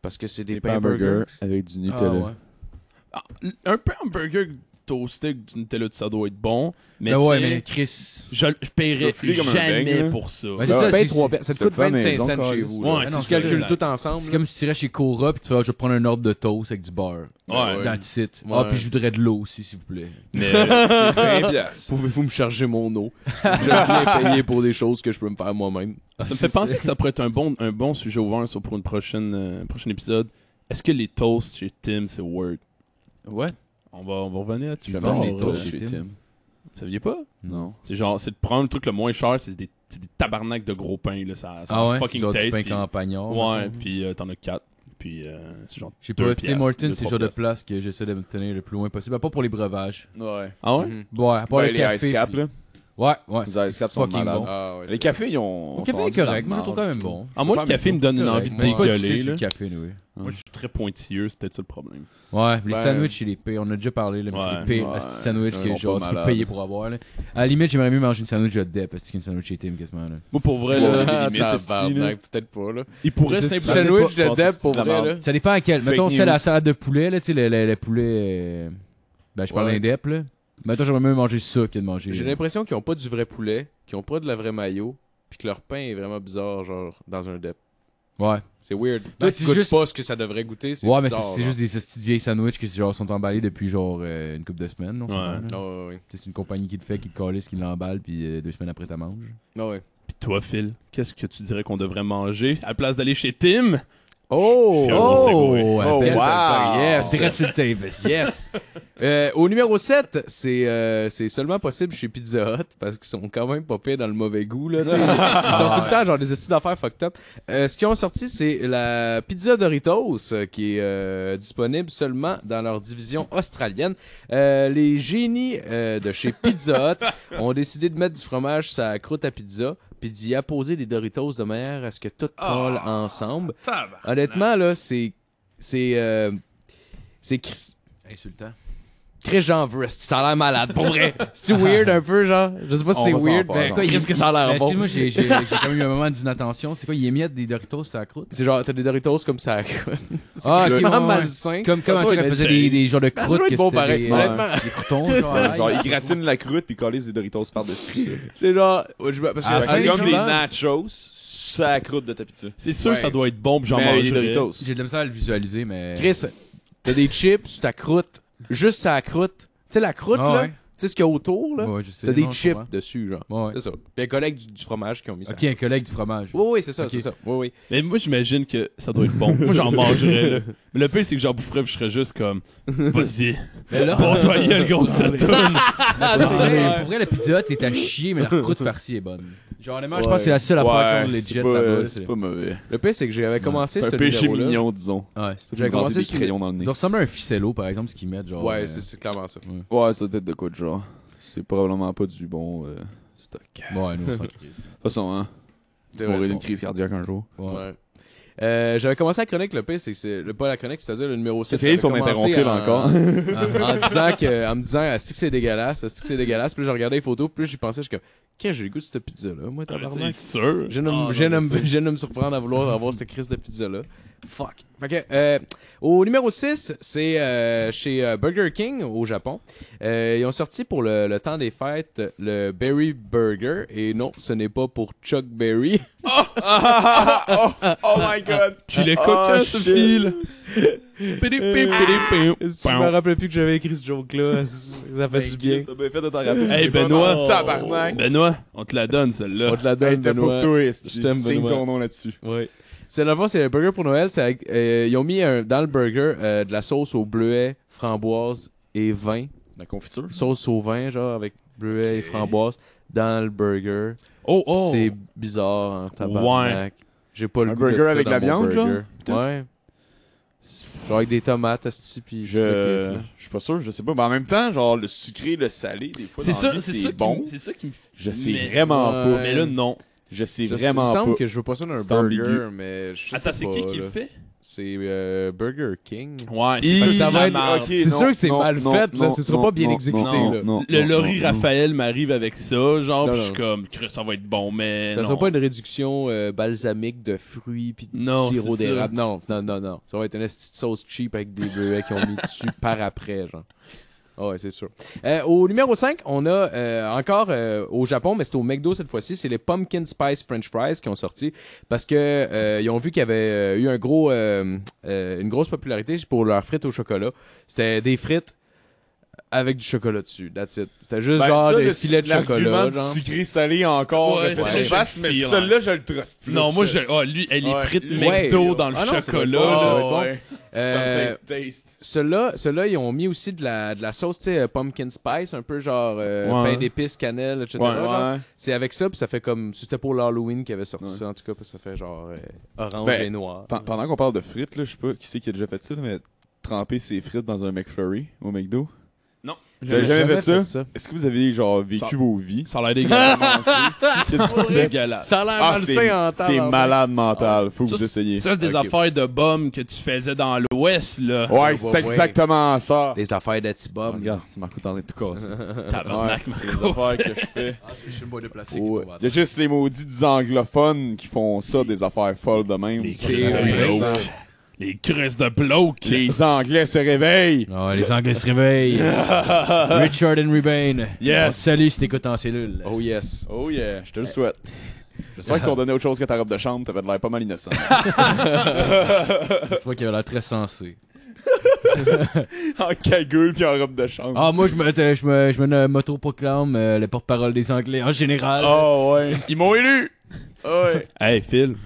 Speaker 6: Parce que c'est des pains burgers.
Speaker 2: avec du
Speaker 5: Ah, ouais.
Speaker 1: Un peu un burger toasté avec du Nutella, ça doit être bon. Mais,
Speaker 5: Ben ouais,
Speaker 1: tu sais,
Speaker 5: mais Chris.
Speaker 1: je, je paierais
Speaker 2: Gonflé comme un
Speaker 1: jamais
Speaker 2: beigne, là.
Speaker 1: pour ça.
Speaker 5: Vas-y,
Speaker 6: C'est ça,
Speaker 5: ouais,
Speaker 6: paye
Speaker 5: c'est-
Speaker 6: trois
Speaker 5: c'est-
Speaker 6: pe- Ça te
Speaker 2: c'est
Speaker 6: coûte
Speaker 2: pas
Speaker 6: 25
Speaker 2: maison,
Speaker 6: cents
Speaker 2: quoi.
Speaker 6: chez vous.
Speaker 1: Ouais,
Speaker 6: là.
Speaker 1: c'est
Speaker 6: Non,
Speaker 1: ça.
Speaker 6: tu calcules tout
Speaker 5: C'est
Speaker 6: ensemble. là.
Speaker 5: comme si tu irais chez Cora puis tu fais ah, je vais prendre un ordre de toast avec du beurre.
Speaker 1: Ouais.
Speaker 5: That's it. Ah,
Speaker 6: Ouais.
Speaker 5: puis je voudrais de l'eau aussi, s'il vous plaît.
Speaker 1: Mais, <laughs>
Speaker 6: Vingt piastres. euh, Pouvez-vous me charger mon eau? Je viens payer pour des choses que je peux me faire moi-même.
Speaker 1: Ah, ça me fait penser que ça pourrait être un bon, un bon sujet ouvert ça, pour une prochaine, euh, un prochain épisode. Est-ce que les toasts chez Tim, c'est Word?
Speaker 5: Ouais.
Speaker 1: On va, on va revenir là-dessus.
Speaker 5: Ils
Speaker 1: plus tard,
Speaker 5: vendent des
Speaker 1: euh,
Speaker 5: toasts chez Tim.
Speaker 1: Vous saviez pas?
Speaker 5: Non.
Speaker 1: C'est genre, c'est de prendre le truc le moins cher, c'est des, c'est des tabarnaks de gros pain, là. Ça, ça
Speaker 5: Ah ouais, c'est
Speaker 1: fucking
Speaker 5: genre du
Speaker 1: taste.
Speaker 5: pain
Speaker 1: puis-
Speaker 5: campagnon.
Speaker 1: ouais, puis euh, t'en as quatre. Puis, euh, c'est genre.
Speaker 5: Je sais
Speaker 1: deux
Speaker 5: pas, Tim
Speaker 1: piastres,
Speaker 5: Hortons,
Speaker 1: deux,
Speaker 5: c'est le
Speaker 1: trois
Speaker 5: genre de
Speaker 1: piastres.
Speaker 5: place que j'essaie de me tenir le plus loin possible. À part pour les breuvages.
Speaker 2: Ouais.
Speaker 6: Mhm.
Speaker 1: Ah ouais?
Speaker 5: Ouais, à part
Speaker 2: Ben,
Speaker 5: le
Speaker 2: les
Speaker 5: café.
Speaker 2: ice caps,
Speaker 5: puis-
Speaker 2: là.
Speaker 5: Ouais, ouais.
Speaker 2: Les ice
Speaker 5: c'est
Speaker 2: caps sont
Speaker 5: fucking
Speaker 2: malades.
Speaker 5: bon.
Speaker 6: Ah ouais,
Speaker 2: Les cafés, ils ont.
Speaker 5: Le café
Speaker 2: sont
Speaker 5: est correct,
Speaker 2: rendus
Speaker 5: moi je le
Speaker 2: dans
Speaker 5: trouve
Speaker 2: la
Speaker 5: quand même
Speaker 2: marge.
Speaker 5: bon.
Speaker 1: Ah, moi, le café me donne une envie de
Speaker 5: Moi, je suis pas
Speaker 1: dégueuler,
Speaker 5: excité sur
Speaker 1: là.
Speaker 5: le café, anyway.
Speaker 1: Moi, je suis très pointilleux, c'est peut-être ça le problème.
Speaker 5: Ouais, les
Speaker 6: Ben-
Speaker 5: sandwichs, c'est les pires. On a déjà parlé, là, mais
Speaker 1: Ouais.
Speaker 5: c'est les pires
Speaker 2: Ouais.
Speaker 5: asti de sandwich
Speaker 2: Ils
Speaker 5: que
Speaker 2: sont
Speaker 5: genre,
Speaker 2: pas
Speaker 5: tu peux
Speaker 2: malades.
Speaker 5: payer pour avoir. Là. À la limite, j'aimerais mieux manger une sandwich à dep parce qu'une sandwich chez Tim, quasiment. Là.
Speaker 1: Moi, pour vrai,
Speaker 2: Ouais,
Speaker 1: là,
Speaker 2: des limites,
Speaker 6: Tabarnak,
Speaker 2: hostie, là.
Speaker 6: peut-être pas, là.
Speaker 1: il pourrait
Speaker 6: C'est
Speaker 1: simplement.
Speaker 6: sandwich de
Speaker 2: pas-
Speaker 6: Deb,
Speaker 2: c'est
Speaker 6: pour
Speaker 2: de la
Speaker 6: vrai,
Speaker 2: merde.
Speaker 6: là.
Speaker 5: Ça dépend à quel.
Speaker 2: Fake
Speaker 5: Mettons, celle à
Speaker 2: news.
Speaker 5: la salade de poulet, là, tu sais, le, le- le poulet. euh, Ben, je parle
Speaker 6: Ouais.
Speaker 5: d'un dep, là. Mettons, j'aimerais mieux manger ça que de manger.
Speaker 6: J'ai l'impression qu'ils ont pas du vrai poulet, qu'ils ont pas de la vraie mayo, puis que leur pain est vraiment bizarre, genre, dans un dep.
Speaker 5: Ouais.
Speaker 6: C'est weird.
Speaker 5: Ben,
Speaker 6: Toi,
Speaker 5: c'est
Speaker 6: tu goûtes
Speaker 5: juste-
Speaker 6: pas ce que ça devrait goûter, c'est
Speaker 5: Ouais, mais c'est
Speaker 6: bizarre.
Speaker 5: c'est juste des hosties de vieilles sandwichs qui genre, sont emballés depuis genre euh, une couple de semaines. non,
Speaker 1: Ouais.
Speaker 5: c'est pas, là.
Speaker 6: genre. Ah ouais, ouais.
Speaker 5: C'est une compagnie qui le fait, qui le calisse, qui l'emballe, puis euh, deux semaines après, t'as manges.
Speaker 6: Ah ouais.
Speaker 1: Puis toi, Phil, qu'est-ce que tu dirais qu'on devrait manger à la place d'aller chez Tim?
Speaker 6: Oh!
Speaker 1: Puis on s'est gouré.
Speaker 5: Oh,
Speaker 6: belle,
Speaker 5: wow!
Speaker 6: belle, belle. Yes.
Speaker 5: Direct sur le
Speaker 6: <laughs>
Speaker 5: tape, esti.
Speaker 6: Yes! Euh, au numéro 7, c'est euh, c'est seulement possible chez Pizza Hut parce qu'ils sont quand même pas pires dans le mauvais goût. Là, tu sais. Ils sont tout le temps genre des études d'affaires fucked up. Euh, ce qu'ils ont sorti, c'est la pizza Doritos euh, qui est euh, disponible seulement dans leur division australienne. Euh, les génies euh, de chez Pizza Hut ont décidé de mettre du fromage sur la croûte à pizza puis d'y apposer des Doritos de manière à ce que tout colle ensemble. Honnêtement, là, c'est. C'est. euh, c'est cris-
Speaker 5: Insultant.
Speaker 6: Chris, j'en veux. esti, Ça a l'air malade,
Speaker 5: <laughs>
Speaker 6: pour vrai. C'est weird un peu, genre. Je sais pas si
Speaker 2: On
Speaker 6: c'est
Speaker 2: va s'en
Speaker 6: weird,
Speaker 2: faire,
Speaker 6: mais
Speaker 2: s'en
Speaker 5: faire.
Speaker 6: qu'est-ce que ça a
Speaker 5: Ben,
Speaker 6: l'air bon.
Speaker 5: Excuse-moi, j'ai j'ai- j'ai quand même eu un moment d'inattention. C'est quoi, il émiette des Doritos sur la croûte?
Speaker 6: C'est genre, t'as des Doritos comme ça. <laughs> c'est
Speaker 5: Ah,
Speaker 6: vraiment
Speaker 5: ok, ouais, ouais.
Speaker 6: malsain.
Speaker 5: Comme, comme
Speaker 6: Hein? doit
Speaker 5: quand
Speaker 6: être
Speaker 5: elle faisait
Speaker 1: terrible.
Speaker 5: des, des genres de
Speaker 6: Ça
Speaker 5: croûtes
Speaker 6: doit être
Speaker 5: que
Speaker 6: bon
Speaker 5: c'était
Speaker 6: pareil,
Speaker 5: des, euh,
Speaker 6: honnêtement.
Speaker 5: des croutons, genre.
Speaker 6: <laughs>
Speaker 2: Ouais, Genre,
Speaker 5: ouais.
Speaker 2: ils gratinent la croûte puis collent des Doritos par-dessus. ça.
Speaker 6: C'est genre, ouais, je me- parce que
Speaker 5: Ah,
Speaker 6: la
Speaker 5: ouais.
Speaker 2: C'est
Speaker 6: fin,
Speaker 2: comme des
Speaker 5: genre-
Speaker 2: nachos, ça la croûte de ta pizza.
Speaker 1: C'est sûr
Speaker 6: Ouais.
Speaker 1: ça doit être bon, puis j'en
Speaker 2: Mais avec
Speaker 1: mange
Speaker 2: des Doritos.
Speaker 5: J'ai de la misère à le visualiser, mais...
Speaker 6: Chris, t'as des chips sur ta croûte. Juste sur la croûte. Tu sais, la croûte,
Speaker 5: Ah
Speaker 6: là.
Speaker 5: ouais.
Speaker 6: Tu sais ce qu'il y a autour, là.
Speaker 5: Ouais, je sais,
Speaker 6: t'as des
Speaker 5: non, je
Speaker 6: chips
Speaker 5: comprends.
Speaker 6: dessus, genre.
Speaker 5: Ouais, ouais.
Speaker 6: C'est ça. Puis un collègue du, du fromage qui ont mis ça.
Speaker 5: Ok, un collègue du fromage.
Speaker 6: Oui, oui, c'est ça,
Speaker 5: Ok.
Speaker 6: c'est ça. Oui, oui.
Speaker 1: Mais moi, j'imagine que ça doit être bon. moi, j'en mangerais, <laughs> là. Mais le pire, c'est que j'en boufferais, puis je serais juste comme, vas-y, bon, toi, <laughs> gueule, grosse de toune.
Speaker 5: Ah,
Speaker 6: c'est
Speaker 5: pour,
Speaker 6: vrai,
Speaker 5: vrai,
Speaker 6: ouais.
Speaker 5: pour vrai, la pizza Hut est à chier,
Speaker 6: <laughs>
Speaker 5: mais la croûte farcie est bonne. Genre, honnêtement, je pense
Speaker 2: Ouais.
Speaker 5: que c'est la seule affaire qui
Speaker 2: Ouais,
Speaker 5: est
Speaker 2: c'est
Speaker 5: legit
Speaker 2: pas,
Speaker 5: là-bas.
Speaker 2: euh,
Speaker 5: c'est-
Speaker 2: c'est pas mauvais.
Speaker 6: Le pire, c'est que j'avais commencé
Speaker 2: C'est un
Speaker 6: ce
Speaker 2: péché
Speaker 6: numéro-là.
Speaker 2: mignon, disons.
Speaker 5: Ouais.
Speaker 6: J'avais commencé
Speaker 2: des
Speaker 6: ce
Speaker 2: crayons dans le
Speaker 5: Il
Speaker 2: nez.
Speaker 5: doit ressembler à un ficello, par exemple, ce qu'ils mettent, genre...
Speaker 6: Ouais,
Speaker 5: euh,
Speaker 6: c'est- c'est clairement ça.
Speaker 2: Ouais, ça doit être de quoi de genre. C'est probablement pas du bon euh, stock. De
Speaker 5: Ouais, nous, on
Speaker 6: <laughs>
Speaker 5: s'en crie.
Speaker 2: toute façon, hein,
Speaker 6: C'est
Speaker 2: on
Speaker 6: vrai,
Speaker 2: aurait
Speaker 6: ça.
Speaker 2: une crise cardiaque un jour.
Speaker 5: Ouais.
Speaker 6: Ouais. Euh, j'avais commencé la chronique, le pire, c'est que c'est le, pas la chronique, c'est-à-dire le numéro 6.
Speaker 2: Essayez son interromptible
Speaker 6: <laughs>
Speaker 2: encore.
Speaker 6: en disant que, en me disant, ah, c'est que c'est dégueulasse, c'est que c'est dégueulasse. Puis là, je regardais les photos, puis là, j'y pensais, je suis comme, qu'est-ce que j'ai le goût de cette pizza-là, moi,
Speaker 1: Ah, mais
Speaker 6: tabarnak.
Speaker 1: <laughs> C'est sûr.
Speaker 6: Je viens de me- je viens de me- je viens de me surprendre à vouloir avoir cette crise de pizza-là. Fuck. Fait que, euh, au numéro 6, c'est euh, chez euh, Burger King au Japon. Euh, ils ont sorti pour le, le temps des fêtes le Berry Burger. Et non, ce n'est pas pour Chuck Berry.
Speaker 2: Oh my <laughs> god!
Speaker 1: Puis les hein, coquins se filent.
Speaker 6: Si je me rappelle plus que j'avais écrit ce joke-là, ça fait du bien.
Speaker 2: T'as bien fait de t'en rappeler.
Speaker 1: Hey, Benoît.
Speaker 2: Tabarnak.
Speaker 1: Benoît, on te la donne, celle-là.
Speaker 6: On te la donne,
Speaker 2: Hey, t'es
Speaker 6: Benoît.
Speaker 2: pour toi, esti.
Speaker 6: Je t'aime,
Speaker 2: Signe
Speaker 6: Benoît.
Speaker 2: ton nom là-dessus.
Speaker 6: Ouais. C'est là c'est le burger pour Noël. c'est avec- euh, ils ont mis un- dans le burger euh, de la sauce au bleuet, framboise et vin.
Speaker 2: La confiture.
Speaker 6: Sauce au vin, genre avec bleuet et framboise dans le burger.
Speaker 1: Oh, oh.
Speaker 6: C'est bizarre en tabarnak. J'ai pas le
Speaker 2: Un
Speaker 6: goût de
Speaker 2: burger
Speaker 6: ça
Speaker 2: avec
Speaker 6: dans
Speaker 2: la
Speaker 6: mon
Speaker 2: viande,
Speaker 6: burger.
Speaker 2: genre? Putain.
Speaker 6: Ouais. Genre avec des tomates, asti, puis euh,
Speaker 2: Je je suis pas sûr, je sais pas. Mais en même temps, genre le sucré, le salé, des fois,
Speaker 1: C'est
Speaker 2: dans la
Speaker 1: ça,
Speaker 2: vie,
Speaker 1: c'est ça. qui-
Speaker 2: bon.
Speaker 1: C'est ça qui me
Speaker 2: Je sais
Speaker 1: Mais-
Speaker 2: vraiment
Speaker 6: Ouais.
Speaker 2: pas.
Speaker 1: Mais là, non.
Speaker 2: Je sais
Speaker 6: Je-
Speaker 2: vraiment
Speaker 6: il me semble
Speaker 2: pas.
Speaker 6: que je veux pas ça dans un
Speaker 2: C'est
Speaker 6: burger,
Speaker 2: ambigu.
Speaker 6: mais je sais
Speaker 1: Attends, c'est
Speaker 6: pas,
Speaker 1: qui qui
Speaker 6: là.
Speaker 1: le fait?
Speaker 6: C'est euh, Burger King.
Speaker 1: Ouais,
Speaker 6: Hi,
Speaker 1: c'est
Speaker 6: ça va être-
Speaker 1: marde.
Speaker 2: Ok,
Speaker 6: C'est
Speaker 2: non,
Speaker 6: sûr que c'est
Speaker 2: non,
Speaker 6: mal
Speaker 2: non,
Speaker 6: fait, là.
Speaker 2: non,
Speaker 6: Ce sera pas bien
Speaker 2: non,
Speaker 6: exécuté,
Speaker 2: non,
Speaker 6: là.
Speaker 2: non,
Speaker 1: Le
Speaker 2: non,
Speaker 1: Laurie
Speaker 2: non, non.
Speaker 1: Raphaël m'arrive avec ça, genre,
Speaker 6: Non,
Speaker 1: pis je suis
Speaker 6: non.
Speaker 1: comme, Chris, ça va être bon, mais.
Speaker 6: Ça
Speaker 1: non.
Speaker 6: sera pas une réduction euh, balsamique de fruits puis de
Speaker 1: Non,
Speaker 6: sirop
Speaker 1: c'est ça.
Speaker 6: d'érable.
Speaker 2: <laughs>
Speaker 6: Non, non, non, non. Ça va être une petite sauce cheap avec des bœufs qui ont mis dessus par après, genre. Ah ouais, c'est sûr. Euh, au numéro 5, on a euh, encore euh, au Japon, mais c'est au McDo cette fois-ci, c'est les Pumpkin Spice French Fries qui ont sorti parce que euh, ils ont vu qu'il y avait euh, eu un gros, euh, euh, une grosse popularité pour leurs frites au chocolat. C'était des frites avec du chocolat dessus. That's it. C'était juste
Speaker 2: Ben,
Speaker 6: genre
Speaker 2: ça,
Speaker 6: des
Speaker 2: le-
Speaker 6: filets de
Speaker 2: l'argument
Speaker 6: chocolat.
Speaker 2: du
Speaker 6: genre.
Speaker 2: sucré salé encore
Speaker 1: Ouais,
Speaker 2: fait
Speaker 1: ouais.
Speaker 2: son
Speaker 1: Ouais.
Speaker 2: face, mais
Speaker 1: Pire,
Speaker 2: celui-là, je le truste plus.
Speaker 1: Non, moi, je... ah, lui, elle est
Speaker 2: Ouais.
Speaker 1: frites
Speaker 6: euh, Ouais.
Speaker 1: McDo dans le
Speaker 6: Ah non, ça doit être
Speaker 1: chocolat.
Speaker 6: bon, ça
Speaker 1: là.
Speaker 6: doit être bon.
Speaker 2: ouais.
Speaker 6: Euh,
Speaker 2: Something taste.
Speaker 6: Ceux-là, ceux-là, ils ont mis aussi de la, de la sauce, tu sais, euh, pumpkin spice, un peu genre euh,
Speaker 1: Ouais.
Speaker 6: pain d'épices, cannelle, etc.
Speaker 2: Ouais,
Speaker 6: genre.
Speaker 2: ouais.
Speaker 6: C'est avec ça, puis ça fait comme. C'était pour l'Halloween qu'ils avaient sorti
Speaker 2: Ouais.
Speaker 6: ça, en tout cas, puis ça fait genre euh, orange
Speaker 2: Ben,
Speaker 6: et noir.
Speaker 2: Pen- Pendant qu'on parle de frites, là, je sais pas qui c'est qui a déjà fait ça, là, mais tremper ses frites dans un McFlurry au McDo. J'avais
Speaker 6: J'ai
Speaker 2: jamais fait ça.
Speaker 6: ça.
Speaker 2: Est-ce que vous avez genre vécu
Speaker 1: Ça-
Speaker 2: vos vies?
Speaker 1: Ça a l'air dégueulasse.
Speaker 2: <laughs> C'est du Ah,
Speaker 1: C'est dégueulasse.
Speaker 6: Ça a l'air malsain en temps.
Speaker 2: c'est malade mental, faut que
Speaker 1: Ça,
Speaker 2: vous essayiez.
Speaker 1: Ça, c'est des
Speaker 6: Ok.
Speaker 1: affaires de bombes que tu faisais dans l'Ouest, là.
Speaker 2: Ouais, c'est
Speaker 6: ouais.
Speaker 2: exactement ça.
Speaker 6: Des affaires d'Atibob.
Speaker 2: Oh, Regarde, c'est Marco t'en es tout cassé. Ouais,
Speaker 1: Tabarnak,
Speaker 2: c'est les <laughs>
Speaker 1: Marco. <laughs>
Speaker 2: affaires que je fais.
Speaker 6: Je suis une boîte de plastique.
Speaker 2: Oh, Il y a juste les maudits des anglophones qui font ça, des affaires folles de même.
Speaker 1: Les
Speaker 2: C'est
Speaker 1: crises
Speaker 6: vrai,
Speaker 1: de
Speaker 2: ça.
Speaker 1: bloke. Les crises de bloke.
Speaker 2: Les Anglais se réveillent!
Speaker 5: Oh, les Anglais
Speaker 6: <laughs>
Speaker 5: se réveillent. Richard Henry Bain.
Speaker 1: Yes.
Speaker 5: Salut si t'écoutes en cellule.
Speaker 6: Oh yes.
Speaker 2: Oh yeah, je te le souhaite. J'espère qu'ils t'ont donné autre chose que ta robe de chambre, t'avais de l'air pas mal innocent.
Speaker 5: Je vois qu'il a l'air très sensé.
Speaker 2: <laughs> en cagoule puis en robe de chambre.
Speaker 5: Ah, moi, je me, euh, je me, je me euh, m'auto-proclame euh, le porte-parole des Anglais en général.
Speaker 2: Oh ouais. Ils m'ont élu! Ouais.
Speaker 1: Hey, Phil.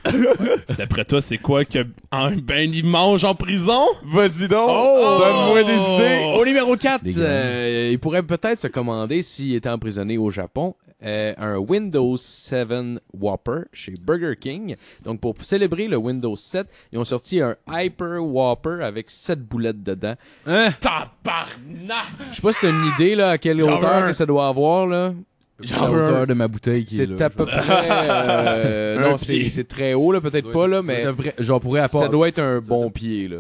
Speaker 1: D'après toi, c'est quoi que un ben il mange en prison?
Speaker 2: Vas-y donc!
Speaker 1: Oh,
Speaker 2: Donne-moi des idées!
Speaker 6: Oh, Au numéro 4,
Speaker 5: Des graines.
Speaker 6: il pourrait peut-être se commander, s'il était emprisonné au Japon, euh, un Windows 7 Whopper chez Burger King. Donc, pour célébrer le Windows 7, ils ont sorti un Hyper Whopper avec 7 boulettes dedans.
Speaker 5: Hein?
Speaker 1: Tabarnak!
Speaker 6: Je sais pas si t'as une idée, là, à quelle
Speaker 1: J'en veux
Speaker 6: hauteur
Speaker 1: un.
Speaker 6: que ça doit avoir, là.
Speaker 5: La hauteur de ma bouteille qui est
Speaker 6: C'est
Speaker 5: là,
Speaker 6: à
Speaker 5: genre.
Speaker 6: peu près... euh,
Speaker 1: <laughs> Un
Speaker 6: non, c'est
Speaker 1: pied.
Speaker 6: c'est très haut, là, peut-être pas, là,
Speaker 5: C'est
Speaker 6: mais
Speaker 5: à peu près- J'en pourrais à part.
Speaker 6: ça doit être un bon pied, là.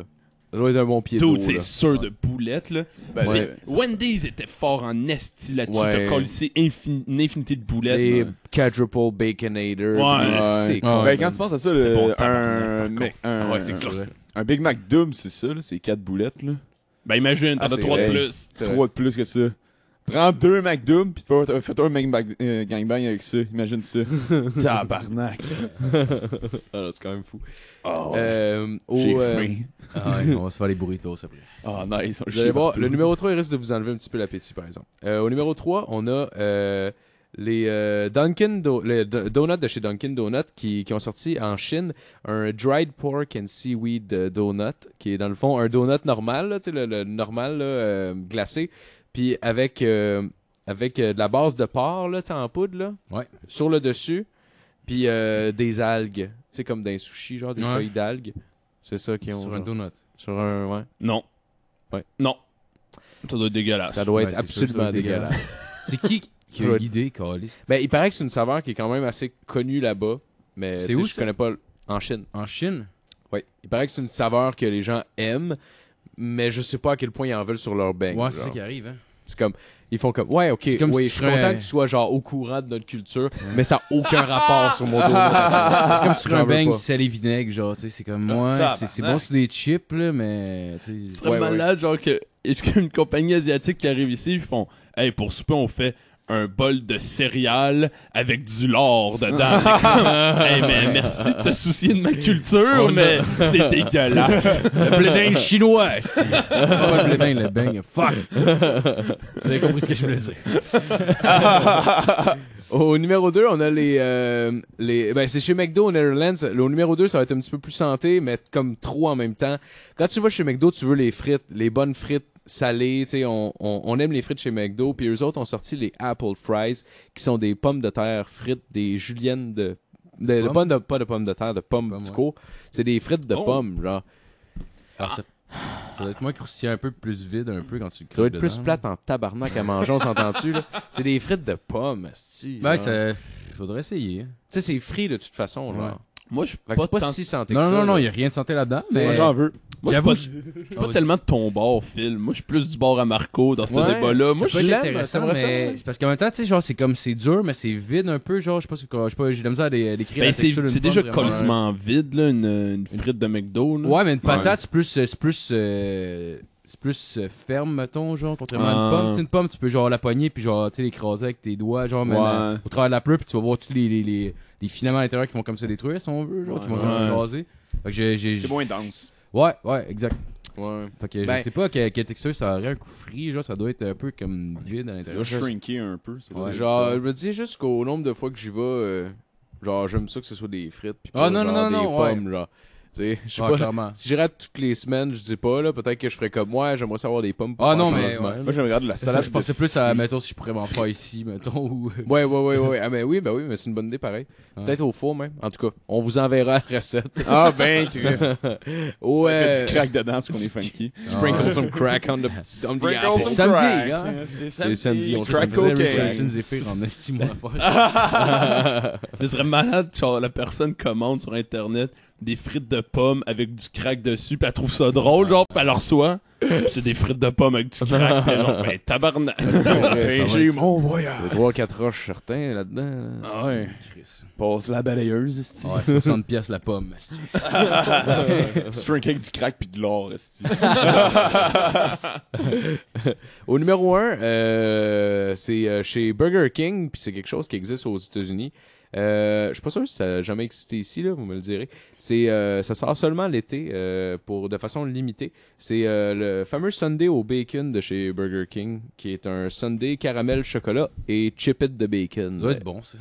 Speaker 6: Ça doit être un bon pied d'eau,
Speaker 1: Dude, c'est
Speaker 6: là.
Speaker 1: sûr de boulettes, là.
Speaker 2: Ben,
Speaker 6: Ouais.
Speaker 1: Les- Wendy's était fort en esti là-dessus.
Speaker 6: Ouais.
Speaker 1: T'as collé une infinité de boulettes.
Speaker 6: Les quadruple baconator.
Speaker 1: Ouais.
Speaker 6: puis, euh, c'est
Speaker 2: Ouais. Ben,
Speaker 6: con, là.
Speaker 2: quand tu penses à ça,
Speaker 1: C'est
Speaker 2: le-
Speaker 1: bon,
Speaker 2: un,
Speaker 1: tabarnak, par
Speaker 2: mec- un,
Speaker 1: Ah ouais, c'est clair.
Speaker 2: un Big Mac double, c'est ça, là, c'est 4 boulettes. Là.
Speaker 1: Ben imagine, t'en
Speaker 2: Ah,
Speaker 1: as
Speaker 2: c'est
Speaker 1: trois de
Speaker 2: vrai.
Speaker 1: plus.
Speaker 6: vrai.
Speaker 2: 3 de plus que ça. Prends 2 Mac double, pis fais- fais-toi un Big Mac euh, gangbang avec ça. Imagine <laughs> ça. Tabarnak.
Speaker 6: Ah, là, c'est quand même fou.
Speaker 2: Oh,
Speaker 6: Euh, au,
Speaker 2: j'ai
Speaker 6: euh,
Speaker 2: faim.
Speaker 5: Ah ouais, on va se faire les burritos après.
Speaker 2: Oh, nice.
Speaker 6: vous allez voir, le numéro 3 il risque de vous enlever un petit peu l'appétit, par exemple. Euh, au numéro 3, on a euh, les euh, Dunkin' Do- les Do- Donuts de chez Dunkin' Donuts qui, qui ont sorti en Chine un Dried Pork and Seaweed euh, Donut, qui est dans le fond un donut normal, là, tu sais, le, le normal là, euh, glacé, puis avec, euh, avec euh, de la base de porc là, tu sais, en poudre là,
Speaker 5: Ouais.
Speaker 6: sur le dessus, puis euh, des algues, tu sais, comme dans les sushis, genre des
Speaker 5: Ouais.
Speaker 6: feuilles d'algues. C'est ça qu'ils ont.
Speaker 5: Sur
Speaker 6: genre.
Speaker 5: un donut.
Speaker 6: Sur un, ouais.
Speaker 1: Non.
Speaker 6: Ouais.
Speaker 1: Non. Ça doit être dégueulasse.
Speaker 6: Ça doit être
Speaker 5: Ouais, c'est sûr, ça
Speaker 6: absolument
Speaker 5: doit être
Speaker 6: dégueulasse.
Speaker 5: C'est qui qui a
Speaker 6: Good.
Speaker 5: l'idée, Carlis?
Speaker 6: Ben, il paraît que c'est une saveur qui est quand même assez connue là-bas, mais
Speaker 5: C'est
Speaker 6: tu sais,
Speaker 5: où,
Speaker 6: je
Speaker 5: ça?
Speaker 6: connais pas l- en Chine.
Speaker 5: En Chine?
Speaker 6: Oui, il paraît que c'est une saveur que les gens aiment, mais je sais pas à quel point ils en veulent sur leur bain.
Speaker 5: Ouais, c'est ça qui arrive, hein.
Speaker 6: c'est comme ils font comme ouais, OK,
Speaker 5: C'est comme
Speaker 6: oui,
Speaker 5: si
Speaker 6: je
Speaker 5: tu
Speaker 6: suis
Speaker 5: ferais-
Speaker 6: content que tu sois genre au courant de notre culture, mais ça a aucun rapport sur mon
Speaker 5: <laughs>
Speaker 6: dos.
Speaker 5: C'est comme sur un
Speaker 6: J'en veux
Speaker 5: bang
Speaker 6: pas.
Speaker 5: sel et vinaigre, genre, tu sais, c'est comme moi,
Speaker 1: tabarnak.
Speaker 5: c'est c'est bon sur des chips, là, mais, tu
Speaker 1: Ce
Speaker 5: sais.
Speaker 1: serait malade, genre que. Est-ce qu'il y a une compagnie asiatique qui arrive ici, ils font Hey, pour souper, on fait un bol de céréales avec du lard dedans. <laughs> C'est comme, hey, mais merci de te soucier de ma culture,
Speaker 5: On a-
Speaker 1: mais c'est dégueulasse.
Speaker 5: Le blé chinois, c'est pas le blé le bang, fuck! Vous avez compris ce que je voulais dire.
Speaker 6: Au numéro 2, on a les. euh, les ben, c'est chez McDo aux Netherlands. Le au numéro 2, ça va être un petit peu plus santé, mais comme trop en même temps. Quand tu vas chez McDo, tu veux les frites, les bonnes frites salées. tu sais, on, on, on aime les frites chez McDo. Puis eux autres ont sorti les Apple Fries, qui sont des pommes de terre frites, des juliennes de. de- de
Speaker 5: Pommes?
Speaker 6: pommes de- pas de pommes de terre, de pommes,
Speaker 5: Pommes,
Speaker 6: du
Speaker 5: ouais.
Speaker 6: coup. C'est des frites de
Speaker 1: Oh.
Speaker 6: pommes, genre.
Speaker 5: Alors, ça, ça doit être moins croustillant, un peu plus vide, un peu quand tu le
Speaker 6: Ça doit
Speaker 5: croques
Speaker 6: être plus
Speaker 5: dedans,
Speaker 6: plate en tabarnak à manger, on s'entend-tu, là? C'est des frites de pommes, asti,
Speaker 5: là. Ouais,
Speaker 6: genre.
Speaker 5: ça. Faudrait essayer. hein.
Speaker 6: Tu sais, c'est frit de toute façon, genre.
Speaker 5: Ouais.
Speaker 1: Moi, je suis
Speaker 6: Fait
Speaker 1: pas,
Speaker 6: que c'est pas
Speaker 1: tant-
Speaker 6: si santé que
Speaker 5: Non,
Speaker 6: ça.
Speaker 5: non,
Speaker 6: là.
Speaker 5: non, il a rien de santé là-dedans, mais.
Speaker 2: Moi, j'en veux.
Speaker 1: moi, je suis
Speaker 5: J'avoue,
Speaker 1: pas, je suis pas tellement de ton bord, Phil. Moi, je suis plus du bord à Marco dans ce
Speaker 6: Ouais.
Speaker 1: débat-là. Euh, Moi,
Speaker 5: Moi,
Speaker 1: je
Speaker 5: je
Speaker 1: l'aime,
Speaker 5: intéressant,
Speaker 1: t'aimerais ça,
Speaker 5: mais
Speaker 1: ouais.
Speaker 5: c'est parce qu'en même temps, tu sais, genre, c'est comme c'est dur, mais c'est vide un peu, genre, je sais pas, si- je sais pas, j'ai de la misère à dé- décrire.
Speaker 1: Ben,
Speaker 5: la
Speaker 1: c'est
Speaker 5: texture d'une
Speaker 1: c'est
Speaker 5: pomme,
Speaker 1: déjà
Speaker 5: vraiment.
Speaker 1: colissement vide, là, une, une frite de McDo. là.
Speaker 5: Ouais, mais une patate, c'est plus, euh, c'est plus, euh, c'est plus euh, ferme, mettons, genre, contrairement à
Speaker 2: Ah.
Speaker 5: une pomme. Tu sais, une pomme, tu peux genre la pogner, puis genre, tu sais, l'écraser avec tes doigts, genre, même,
Speaker 2: Ouais.
Speaker 5: euh, au travers de la pleure, puis tu vas voir tous les, les, les, les filaments à l'intérieur qui vont comme se détruire, si on veut, genre, qui vont comme
Speaker 2: Ouais.
Speaker 5: s'écraser. Fait que j'ai. j'ai-
Speaker 2: C'est moins dense.
Speaker 5: Ouais, ouais, exact.
Speaker 6: Ouais.
Speaker 5: Fait que
Speaker 6: Ben-
Speaker 5: je sais pas quelle, quelle texture ça aurait un coup frit, genre, ça doit être un peu comme vide à
Speaker 2: Ça
Speaker 5: l'intérieur.
Speaker 2: va shrinker un peu. c'est
Speaker 5: Ouais.
Speaker 2: ça.
Speaker 6: Genre, je me dis juste qu'au nombre de fois que j'y vais, euh, genre, j'aime ça que ce soit des frites. Pis
Speaker 5: Ah,
Speaker 6: pas,
Speaker 5: non, non,
Speaker 6: genre,
Speaker 5: non,
Speaker 6: des
Speaker 5: non, ouais.
Speaker 6: pommes, genre. Tu sais, je sais
Speaker 5: Ah,
Speaker 6: pas.
Speaker 5: clairement.
Speaker 6: <laughs> Si j'irais toutes les semaines, je dis pas, là, peut-être que je ferais comme moi, j'aimerais savoir des pommes. pour
Speaker 5: Ah
Speaker 6: faire
Speaker 5: non,
Speaker 6: un
Speaker 5: mais.
Speaker 6: changement.
Speaker 5: Ouais,
Speaker 2: Moi, je regarde la
Speaker 5: ça, là,
Speaker 2: salade.
Speaker 5: je
Speaker 2: de
Speaker 5: pensais plus à, mettons, si je pourrais m'en faire ici, mettons, ou.
Speaker 6: <laughs>
Speaker 5: <laughs>
Speaker 6: Ouais, ouais, ouais, ouais. Ah, mais oui, ben oui, mais c'est une bonne idée, pareil. Peut-être au four, même. En tout cas, on vous enverra la recette.
Speaker 2: Ah ben, Chris.
Speaker 6: <laughs> ouais. Ah.
Speaker 2: Fait du crack dedans parce qu'on <laughs> est funky.
Speaker 6: Sprinkle some crack <laughs> on the, on the
Speaker 5: C'est
Speaker 6: apple. <laughs>
Speaker 2: some
Speaker 5: samedi,
Speaker 2: crack.
Speaker 5: hein?
Speaker 2: C'est
Speaker 6: C'est samedi, on
Speaker 2: Crack
Speaker 5: Ça me faisait
Speaker 2: cocaine.
Speaker 5: Richardson Zephyr en <laughs> estime à faire.
Speaker 1: Ce serait malade, genre, la personne commande sur Internet des frites de pommes avec du crack dessus, puis elle trouve ça drôle, genre, puis elle le reçoit. C'est des frites de pommes avec du crack. Mais non, mais tabarnak.
Speaker 5: Ah,
Speaker 6: Ouais, ça va être-
Speaker 2: mon voyage.
Speaker 6: Il y a 3-4 roches certains là-dedans. là.
Speaker 2: Ah ouais. Passe la balayeuse, esti. <laughs>
Speaker 5: Ouais, 60 pièces la pomme. esti.
Speaker 2: Sprinkle avec du crack puis de l'or, esti.
Speaker 6: Au numéro 1, c'est euh, chez Burger King, puis c'est quelque chose qui existe aux États-Unis. Euh, je suis pas sûr si ça a jamais existé ici, là, vous me le direz. C'est, euh, ça sort seulement l'été, euh, pour de façon limitée. C'est euh, le fameux Sunday au bacon de chez Burger King, qui est un Sunday caramel chocolat et chip it de bacon.
Speaker 5: Ça doit être bon, ça.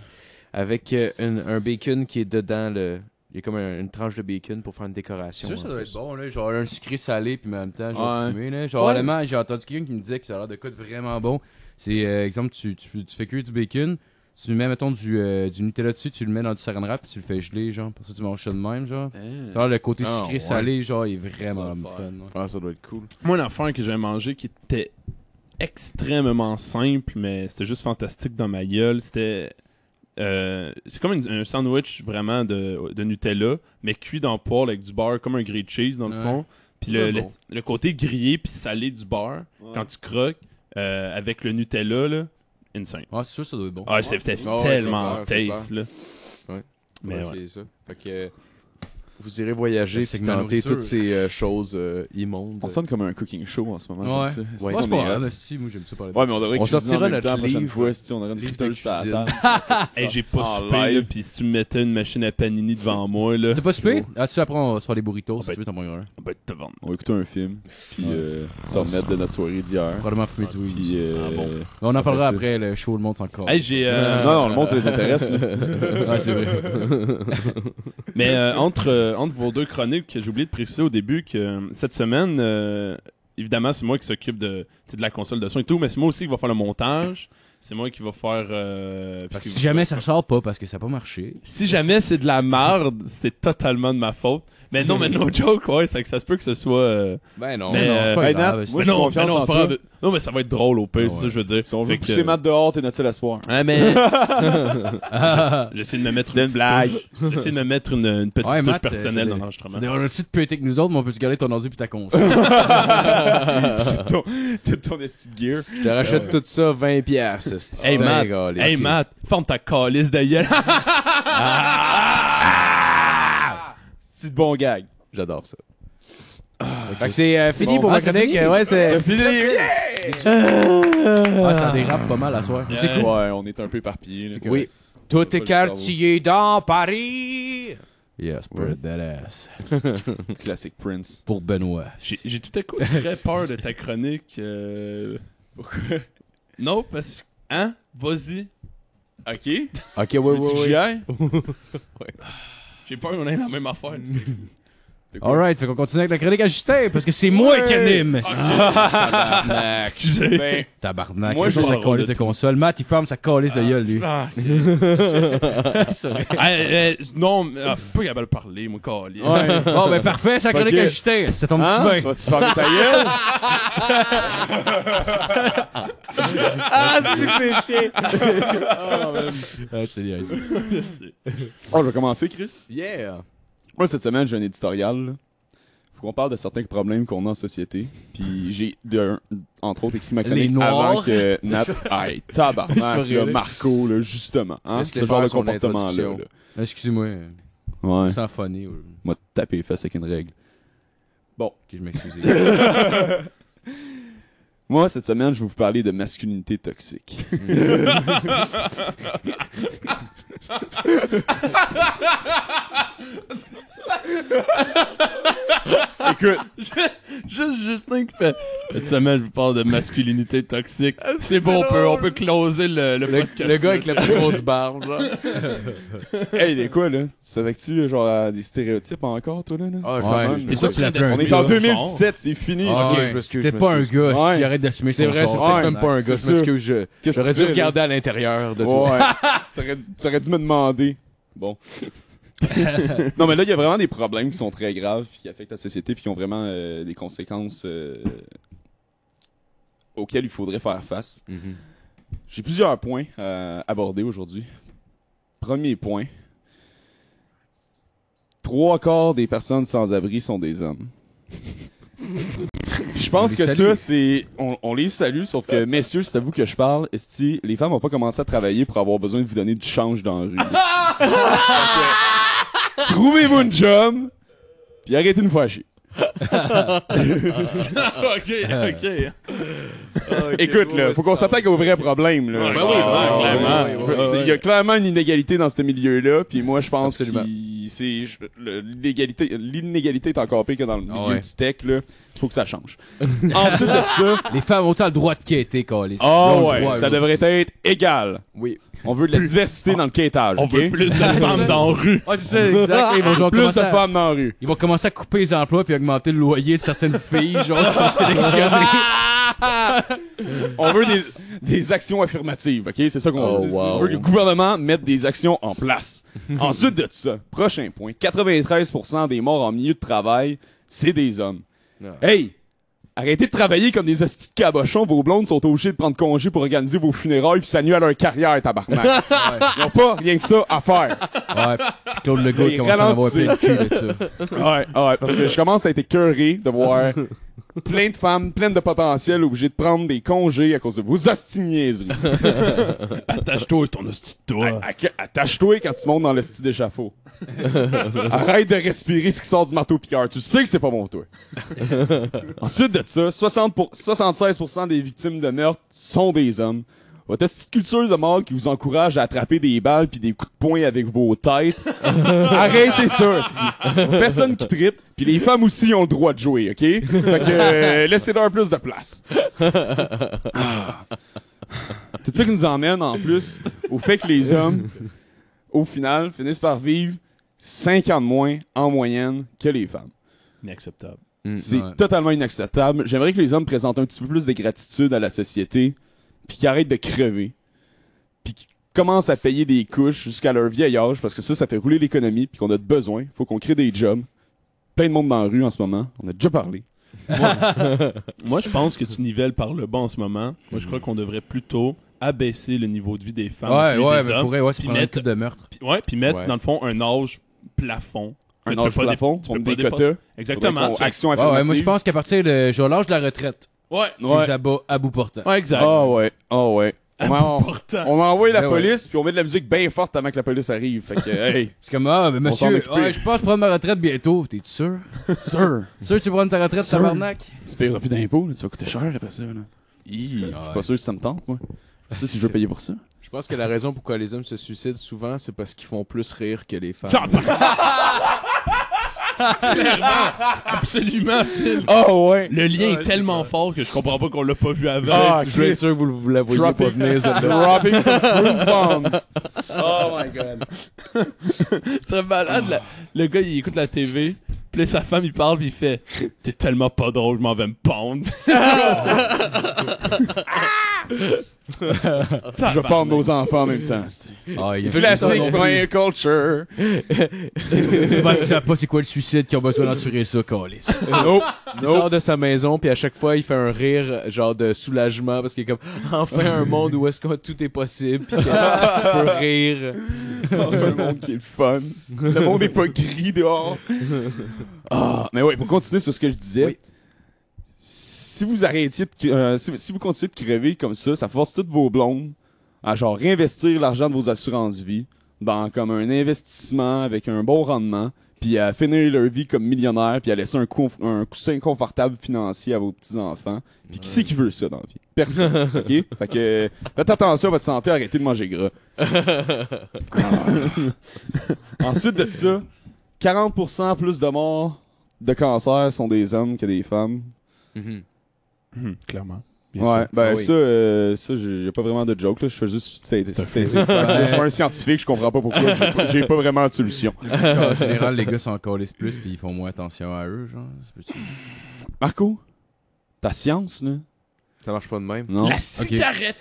Speaker 6: Avec euh, une- un bacon qui est dedans. Le... Il y a comme un- une tranche de bacon pour faire une décoration.
Speaker 5: C'est sûr ça
Speaker 6: en
Speaker 5: doit
Speaker 6: plus.
Speaker 5: être bon, là. Genre un sucré salé, puis en même temps, genre
Speaker 2: Ouais.
Speaker 5: fumé, là. Genre,
Speaker 6: Ouais.
Speaker 5: honnêtement, j'ai entendu quelqu'un qui me disait que ça a l'air de quoi de vraiment bon. C'est, euh, exemple, tu, tu, tu fais cuire du bacon, tu mets, mettons, du, euh, du Nutella dessus, tu le mets dans du saran wrap, puis tu le fais geler, genre. Pour ça, tu manges ça de même, genre. Ça a l'air le côté
Speaker 6: Ah,
Speaker 5: sucré
Speaker 6: ouais.
Speaker 5: salé, genre, il est vraiment fun. ouais.
Speaker 6: Ah, ça doit être cool.
Speaker 1: Moi, une affaire que j'ai mangé qui était extrêmement simple, mais c'était juste fantastique dans ma gueule, c'était. euh, c'est comme une- un sandwich vraiment de, de Nutella, mais cuit dans le poêle avec du beurre, comme un grilled cheese dans le
Speaker 5: Ouais.
Speaker 1: fond. Puis le,
Speaker 5: Ouais,
Speaker 1: le-
Speaker 5: bon.
Speaker 1: le côté grillé puis salé du beurre, quand tu croques, euh, avec le Nutella, là, insane.
Speaker 5: Ah, c'est sûr ça doit être bon.
Speaker 1: Ah, c'est c'était
Speaker 6: Ah ouais, c'est clair,
Speaker 1: tellement
Speaker 6: c'est
Speaker 1: taste, là.
Speaker 6: Ouais.
Speaker 1: Mais
Speaker 6: Ouais,
Speaker 1: ouais.
Speaker 6: c'est ça. Fait que euh, vous irez voyager
Speaker 5: C'est
Speaker 6: et
Speaker 5: que ta
Speaker 6: tenter
Speaker 5: nourriture.
Speaker 6: toutes ces euh, choses euh, immondes.
Speaker 2: On sonne comme un cooking show en ce moment.
Speaker 5: Ouais.
Speaker 2: je sais.
Speaker 5: Ouais,
Speaker 2: Est-ce
Speaker 5: c'est
Speaker 2: qu'on
Speaker 5: pas
Speaker 2: est
Speaker 5: grave,
Speaker 2: hot?
Speaker 5: esti, moi j'aime ça parler de-
Speaker 2: Ouais, mais on devrait
Speaker 6: On
Speaker 2: cuisiner en
Speaker 6: sortira
Speaker 2: même
Speaker 6: notre
Speaker 2: temps la prochaine
Speaker 6: livre.
Speaker 2: fois, esti, on aurait une
Speaker 6: Livre de
Speaker 2: friteuse sur la
Speaker 6: cuisine.
Speaker 2: table.
Speaker 1: Hey, j'ai pas
Speaker 6: Ah,
Speaker 2: En
Speaker 1: soupé, là,
Speaker 2: live.
Speaker 1: puis si tu me mettais une machine à panini devant moi, là, <laughs>
Speaker 5: T'as pas super? Ah, si après on va se faire des burritos,
Speaker 1: Ah,
Speaker 5: si
Speaker 1: ben-
Speaker 5: tu veux t'en prendre un.
Speaker 1: on va te vendre.
Speaker 2: On va écouter un film, puis
Speaker 5: Ouais.
Speaker 2: euh, s'en remettre de notre soirée d'hier.
Speaker 5: Probablement fumer tout.
Speaker 2: Puis, euh,
Speaker 1: Ah bon.
Speaker 5: On en parlera
Speaker 2: ça.
Speaker 5: après, le show, le monde encore.
Speaker 1: Hey, j'ai. euh,
Speaker 2: Non, non, le monde, ça les intéresse. là.
Speaker 5: Ah, c'est vrai.
Speaker 1: Mais euh, entre, euh, entre vos deux chroniques, j'ai oublié de préciser au début que euh, cette semaine, euh, évidemment, c'est moi qui s'occupe de, tu sais, de la console de son et tout, mais c'est moi aussi qui va faire le montage. C'est moi qui va faire. euh, puis
Speaker 5: Fait que
Speaker 1: qui
Speaker 5: si
Speaker 1: va-
Speaker 5: jamais ça sort pas parce que ça a pas marché.
Speaker 1: Si jamais c'est de la merde, c'est totalement de ma faute. Mais non, mais
Speaker 5: <laughs>
Speaker 1: no joke, ouais, c'est que ça se peut que ce soit. euh,
Speaker 6: Ben non.
Speaker 1: Mais,
Speaker 5: non,
Speaker 1: euh,
Speaker 5: c'est pas
Speaker 2: hey,
Speaker 5: grave.
Speaker 2: Nat,
Speaker 5: c'est-
Speaker 2: moi,
Speaker 1: mais
Speaker 2: j'ai
Speaker 1: non,
Speaker 2: confiance
Speaker 1: mais non,
Speaker 2: en
Speaker 1: pas
Speaker 2: toi.
Speaker 1: grave. Non, mais ça va être drôle au pire,
Speaker 5: Ah
Speaker 1: c'est ça
Speaker 5: ouais.
Speaker 1: que je veux dire.
Speaker 2: Si on veut
Speaker 1: Fait que- euh,
Speaker 2: pousser Matt dehors, t'es notre seul espoir.
Speaker 1: Ouais, mais
Speaker 5: Ah,
Speaker 1: j'essaie de me mettre une blague. <laughs> J'essaie de me mettre une, une petite
Speaker 5: Ouais,
Speaker 1: touche
Speaker 5: Matt, c'est
Speaker 1: personnelle
Speaker 5: des-
Speaker 1: dans l'enregistrement.
Speaker 5: <laughs> on a-tu de péter que nous autres, mais on peut se garder ton ordi puis ta console.
Speaker 2: Tout ton- Tout ton esti de gear.
Speaker 6: Je te rachète tout ça 20 pièces.
Speaker 1: Hey Matt, hey Matt, forme ta calice de gueule.
Speaker 2: Petit bon gag.
Speaker 6: J'adore ça. Fait que c'est euh, fini
Speaker 5: Bon,
Speaker 6: pour
Speaker 5: ah,
Speaker 6: ma
Speaker 5: c'est
Speaker 6: chronique.
Speaker 5: fini?
Speaker 6: euh, Ouais, c'est fini.
Speaker 5: ah, ça dérape pas mal à soir.
Speaker 1: Yeah.
Speaker 2: C'est cool. Ouais, on est un peu éparpillés. là.
Speaker 6: Oui. Tout est quartier dans Paris.
Speaker 5: Yeah, spread that ass.
Speaker 2: Classic Prince.
Speaker 5: Pour Benoît.
Speaker 1: J'ai j'ai tout à coup très peur de ta chronique. euh,
Speaker 2: Pourquoi?
Speaker 1: Non, parce que. Hein? Vas-y.
Speaker 2: Ok. Tu
Speaker 6: Ok,
Speaker 2: veux-tu
Speaker 6: ouais,
Speaker 2: que j'y
Speaker 6: ouais, ouais.
Speaker 2: aille?
Speaker 1: J'ai peur qu'on ait la même affaire.
Speaker 2: De quoi?
Speaker 5: Alright, fait qu'on continue avec la chronique à Justin parce que c'est moi qui anime.
Speaker 1: Excusez.
Speaker 2: Ben,
Speaker 5: Tabarnak,
Speaker 1: Moi,
Speaker 5: moi
Speaker 1: je
Speaker 5: je sa
Speaker 1: m'en rôle
Speaker 5: calice
Speaker 1: de
Speaker 5: de console. Matt, il ferme sa calice de gueule, lui.
Speaker 1: Ah, eh, eh, non, mais, ah, pas capable de parler, mon calice.
Speaker 5: Bon, ben parfait, sa chronique
Speaker 2: Ok.
Speaker 5: à Justin. C'est ton
Speaker 2: hein?
Speaker 5: petit bain.
Speaker 2: Vas-tu faire ta
Speaker 6: <laughs>
Speaker 2: gueule?
Speaker 5: Ah, je te dis,
Speaker 1: Je sais.
Speaker 2: Oh, je vais commencer, Chris.
Speaker 6: Yeah.
Speaker 2: Moi, cette semaine, j'ai un éditorial. là. Faut qu'on parle de certains problèmes qu'on a en société. Puis j'ai, de- entre autres, écrit ma
Speaker 5: Les
Speaker 2: chronique
Speaker 5: Noirs.
Speaker 2: avant
Speaker 6: <laughs>
Speaker 2: que Nat... Aïe, tabarnak,
Speaker 5: vrai,
Speaker 2: là,
Speaker 5: là.
Speaker 2: Marco, là, justement. Hein?
Speaker 6: Laisse-les
Speaker 2: Ce genre de
Speaker 6: faire son
Speaker 2: comportement-là.
Speaker 6: introduction.
Speaker 5: Excusez-moi,
Speaker 2: là. Ouais.
Speaker 5: sans funny.
Speaker 2: Moi, taper les fesses avec une règle.
Speaker 5: Ok, je m'excuse.
Speaker 2: <laughs> Moi, cette semaine, je vais vous parler de masculinité
Speaker 6: <laughs>
Speaker 2: toxique. Écoute,
Speaker 1: <laughs> Juste Justin qui fait. Cette semaine, je vous parle de masculinité toxique. C'est bon, on peut, on peut closer le, le, podcast.
Speaker 6: Le gars avec la plus grosse barbe, genre.
Speaker 2: hey, il est quoi, là? Tu savais-tu, genre, à des stéréotypes encore, toi, là? là?
Speaker 6: Ah,
Speaker 5: Ouais,
Speaker 2: Personne,
Speaker 5: je
Speaker 2: là.
Speaker 5: me suis-
Speaker 2: On est en 2017, c'est fini.
Speaker 5: Ah,
Speaker 6: Ok,
Speaker 5: ouais.
Speaker 6: je m'excuse,
Speaker 5: T'es
Speaker 6: je
Speaker 5: pas un
Speaker 6: m'excuse.
Speaker 5: gars,
Speaker 2: Ouais.
Speaker 5: si tu arrêtes d'assumer
Speaker 6: C'est
Speaker 5: son
Speaker 6: vrai, c'est
Speaker 5: genre.
Speaker 2: Ouais.
Speaker 6: peut-être même pas un gars, je
Speaker 2: C'est
Speaker 6: m'excuse. je-
Speaker 2: Qu'est-ce que
Speaker 6: J'aurais
Speaker 2: tu
Speaker 6: dû
Speaker 2: fais, là?
Speaker 6: regarder à l'intérieur de toi.
Speaker 2: Ouais.
Speaker 6: <laughs>
Speaker 2: T'aurais dû- T'aurais dû me demander. Bon. non, mais là, il y a vraiment des problèmes qui sont très graves, puis qui affectent la société, puis qui ont vraiment euh, des conséquences euh, auxquelles il faudrait faire face.
Speaker 6: Mhm.
Speaker 2: J'ai plusieurs points à aborder aujourd'hui. Premier point. Trois quarts des personnes sans abri sont des
Speaker 5: <laughs>
Speaker 2: hommes. Je pense
Speaker 5: On
Speaker 2: que
Speaker 5: les
Speaker 2: ça,
Speaker 5: salue.
Speaker 2: c'est. On, on les salue, sauf que, messieurs, c'est à vous que je parle. Esti, les femmes n'ont pas commencé à travailler pour avoir besoin de vous donner du change dans la rue.
Speaker 5: <laughs>
Speaker 2: esti. Fait que, Trouvez-vous une job, puis arrêtez de nous faire chier.
Speaker 1: <laughs> ok,
Speaker 2: Écoute, là, faut qu'on s'attaque aux vrais problèmes. Là.
Speaker 1: Ouais, ben oui,
Speaker 2: Ah,
Speaker 1: ben, clairement.
Speaker 2: ouais, ouais,
Speaker 1: Ouais, ouais,
Speaker 2: ouais. Il y a clairement une inégalité dans ce milieu-là, puis moi, je pense que
Speaker 6: Absolument.
Speaker 2: l'inégalité l'inégalité est encore pire que dans le milieu
Speaker 5: Ah ouais.
Speaker 2: du tech. Là. Faut que ça <laughs> change. Ensuite de ça,
Speaker 5: Les femmes ont autant le droit de quêter, Calis.
Speaker 2: ah ouais, ça devrait être égal.
Speaker 6: Oui.
Speaker 2: On veut de la diversité dans le quêtage,
Speaker 1: On
Speaker 2: ok? <laughs>
Speaker 1: veut plus de femmes dans la rue.
Speaker 5: Ouais, c'est ça, exact. <laughs> Ils vont, genre
Speaker 2: Plus de
Speaker 5: commencer à-
Speaker 2: femmes dans la rue.
Speaker 5: ils vont commencer à couper les emplois puis augmenter le loyer de certaines filles, genre, qui sont sélectionnées.
Speaker 2: On veut des, des actions affirmatives, ok? C'est ça qu'on
Speaker 6: Oh,
Speaker 2: veut.
Speaker 6: wow.
Speaker 2: On veut que le gouvernement mette des actions en place. <laughs> Ensuite de ça, prochain point, 93% des morts en milieu de travail, c'est des hommes.
Speaker 6: Ah.
Speaker 2: Hey! Arrêtez de travailler comme des hosties de cabochons. Vos blondes sont obligées de prendre congé pour organiser vos funérailles puis s'annuler à leur carrière,
Speaker 6: <laughs>
Speaker 2: tabarnak. Ils n'ont pas rien que ça à faire.
Speaker 5: <laughs> Ouais, puis Claude Legault,
Speaker 2: Et
Speaker 5: il commence à en avoir
Speaker 2: ralentir.
Speaker 5: plein de cul là-dessus.
Speaker 2: Ouais, ouais, parce que je commence à être écœuré de
Speaker 6: <laughs>
Speaker 2: voir plein de femmes, plein de potentiel obligées de prendre des congés à cause de vos hosties de niaiseries.
Speaker 1: Attache-toi avec ton hostie de toi.
Speaker 2: À- à- Attache-toi quand tu montes dans le style d'échafaud. Arrête de respirer ce qui sort du marteau piqueur. Tu sais que c'est pas bon, toi. Ensuite de ça, 60 pour- 76% des victimes de meurtre sont des hommes. Votre petite culture de mort qui vous encourage à attraper des balles puis des coups de poing avec vos têtes. Arrêtez ça, esti. Personne qui tripe. Puis les femmes aussi ont le droit de jouer, OK? Fait que euh, laissez-leur plus de place. Ah. Tout ça qui nous emmène, en plus, au fait que les hommes, au final, finissent par vivre 5 ans de moins en moyenne que les femmes.
Speaker 1: Inacceptable.
Speaker 2: C'est
Speaker 5: Mm. ouais.
Speaker 2: totalement inacceptable. J'aimerais que les hommes présentent un petit peu plus de gratitude à la société, puis qu'ils arrêtent de crever, puis qu'ils commencent à payer des couches jusqu'à leur vieil âge, parce que ça, ça fait rouler l'économie, puis qu'on a de besoin. Faut qu'on crée des jobs. Plein de monde dans la rue en ce moment. On a déjà parlé.
Speaker 1: Moi, je <laughs> pense que tu nivelles par le bas en ce moment. Moi, je crois qu'on devrait plutôt abaisser le niveau de vie des femmes.
Speaker 5: Ouais,
Speaker 1: celui
Speaker 5: ouais,
Speaker 1: des
Speaker 5: mais
Speaker 1: hommes.
Speaker 5: pour elle, ouais, c'est
Speaker 1: puis
Speaker 5: prendre un
Speaker 1: mettre-
Speaker 5: coup de meurtre.
Speaker 1: Puis- ouais, puis mettre,
Speaker 6: Ouais.
Speaker 1: dans le fond, un âge plafond. Que
Speaker 2: Un
Speaker 1: tu peux
Speaker 2: âge
Speaker 1: pas dé-
Speaker 2: plafond,
Speaker 1: tu
Speaker 2: on
Speaker 1: peux
Speaker 2: met
Speaker 1: pas
Speaker 2: des
Speaker 1: dépasser.
Speaker 2: quotas.
Speaker 1: Exactement.
Speaker 2: Faudrait qu'on-
Speaker 1: ça.
Speaker 2: Action
Speaker 5: Ouais, ouais, moi, je
Speaker 2: affirmative.
Speaker 5: pense qu'à partir de genre l'âge de la retraite,
Speaker 1: Ouais,
Speaker 5: tu les
Speaker 2: Ouais.
Speaker 5: abats à bout portant.
Speaker 1: ouais, exact.
Speaker 2: Ah ouais, ah
Speaker 1: <laughs>
Speaker 2: ouais. On, en-
Speaker 1: Important.
Speaker 2: on envoie la
Speaker 5: Ben ouais.
Speaker 2: police, puis on met de la musique bien forte avant que la police arrive. Fait que, <laughs> hey,
Speaker 5: C'est comme, ah, mais
Speaker 2: s'en
Speaker 5: monsieur,
Speaker 2: occuper.
Speaker 5: ouais, je pense prendre ma retraite bientôt. T'es sûr?
Speaker 2: sir,
Speaker 5: Sûr que tu vas prendre ta retraite,
Speaker 2: Sûr.
Speaker 5: tabarnak?
Speaker 2: tu paieras plus d'impôts, là, tu vas coûter cher après ça. Là. Hi, Je suis pas sûr que ça me tente, moi. Je sais si je veux payer pour ça.
Speaker 6: Je pense que la raison pourquoi les hommes se suicident souvent, c'est parce qu'ils font plus rire que les femmes.
Speaker 1: Absolument, Phil.
Speaker 2: Ah ouais!
Speaker 1: Le lien est tellement fort que je comprends pas qu'on l'a pas vu avant.
Speaker 2: Ah,
Speaker 6: Je suis sûr que vous, vous la voyez pas
Speaker 2: <laughs>
Speaker 6: venir, celle-là.
Speaker 2: Dropping some fruit bombs. Oh my god.
Speaker 1: C'est malade. là. Le gars, il écoute la TV. Puis là, sa femme, il parle, puis il fait T'es tellement pas drôle, je m'en vais me <laughs> pendre.
Speaker 2: <laughs> Je vais pendre nos enfants en même temps. c'est-
Speaker 5: Ah, il y a
Speaker 2: Classique Brian Culture.
Speaker 5: C'est parce qu'ils savent pas c'est quoi le suicide qu'ils ont besoin d'enturer ça, Calis.
Speaker 2: Nope.
Speaker 6: Il sort de sa maison, puis à chaque fois, il fait un rire, genre de soulagement, parce qu'il est comme, <laughs> enfin un monde où est-ce que tout est possible, <laughs> puis que je peux rire.
Speaker 2: <laughs> Enfin, le monde qui est le fun. Le monde est pas gris dehors. Ah, mais ouais, pour continuer sur ce que je disais.
Speaker 6: Oui.
Speaker 2: Si vous arrêtiez de, cre- euh, si, si vous continuez de crever comme ça, ça force toutes vos blondes à genre réinvestir l'argent de vos assurances vie dans comme un investissement avec un bon rendement, puis à finir leur vie comme millionnaire, puis à laisser un, conf- un coussin confortable financier à vos petits-enfants. Puis qui c'est qui veut ça dans la vie? Personne, <laughs> OK? Fait que euh, faites attention à votre santé, arrêtez de manger gras. Ah. <laughs> Ensuite de ça, 40% plus de morts de cancer sont des hommes que des femmes.
Speaker 1: Clairement.
Speaker 2: ouais, ben
Speaker 6: Ah oui.
Speaker 2: ça, euh, ça j'ai j'ai pas vraiment de joke, là. je fais juste... c'est- c'est- c'est- Je suis un scientifique, je comprends pas pourquoi, j'ai pas- j'ai pas vraiment de solution.
Speaker 5: <laughs> En général, les gars sont encore les plus puis ils font moins attention à eux, genre. c'est petit.
Speaker 2: Marco, ta science, là?
Speaker 6: Ça marche pas de même.
Speaker 2: Non.
Speaker 5: Ok.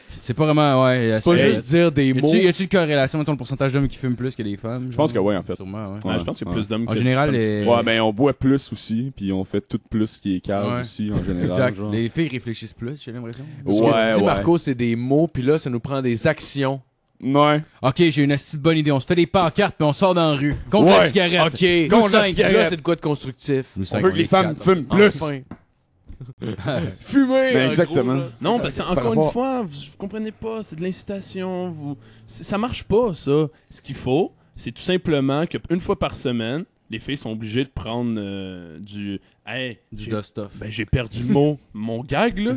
Speaker 5: C'est pas vraiment, ouais. euh,
Speaker 6: C'est pas juste dire des
Speaker 5: Y
Speaker 6: mots.
Speaker 5: a-tu- y a-tu une corrélation entre le pourcentage d'hommes qui fument plus que des femmes
Speaker 2: Je pense que oui, en fait.
Speaker 5: Sûrement, ouais.
Speaker 1: Ouais, je pense qu'il y a
Speaker 2: Ouais.
Speaker 1: plus d'hommes
Speaker 5: En
Speaker 1: que-
Speaker 5: général,
Speaker 1: comme-
Speaker 5: les.
Speaker 2: Ouais, ben on boit plus aussi, puis on fait tout plus qui est calme
Speaker 5: Ouais.
Speaker 2: aussi, en général.
Speaker 5: Exact.
Speaker 2: genre. Oh.
Speaker 5: Les filles réfléchissent plus, j'ai l'impression.
Speaker 6: Ce que tu
Speaker 2: Ouais,
Speaker 6: dis,
Speaker 2: ouais.
Speaker 6: Marco, c'est des mots, puis là, ça nous prend des actions.
Speaker 2: Ouais.
Speaker 5: Ok, j'ai une petite bonne idée. On se fait des pancartes puis on sort dans la rue. Contre la
Speaker 2: Ouais.
Speaker 5: cigarette.
Speaker 6: OK,
Speaker 5: Nous
Speaker 6: contre la
Speaker 5: cinq,
Speaker 6: cigarette.
Speaker 5: là,
Speaker 6: Là, c'est de quoi de constructif?
Speaker 5: Nous
Speaker 2: On
Speaker 5: cinq,
Speaker 2: veut que
Speaker 5: est
Speaker 2: les femmes
Speaker 5: quatre.
Speaker 2: fument plus.
Speaker 6: Enfin.
Speaker 2: Ben, exactement.
Speaker 1: Non, parce que encore
Speaker 2: rapport-
Speaker 1: une fois, vous, vous comprenez pas, c'est de l'incitation. Vous, c'est- ça marche pas, ça. Ce qu'il faut, c'est tout simplement que une fois par semaine, les filles sont obligées de prendre euh, du. Hey,
Speaker 5: Du
Speaker 1: j'ai-
Speaker 5: dust-off.
Speaker 1: ben, j'ai perdu mon, <laughs> mon gag, là.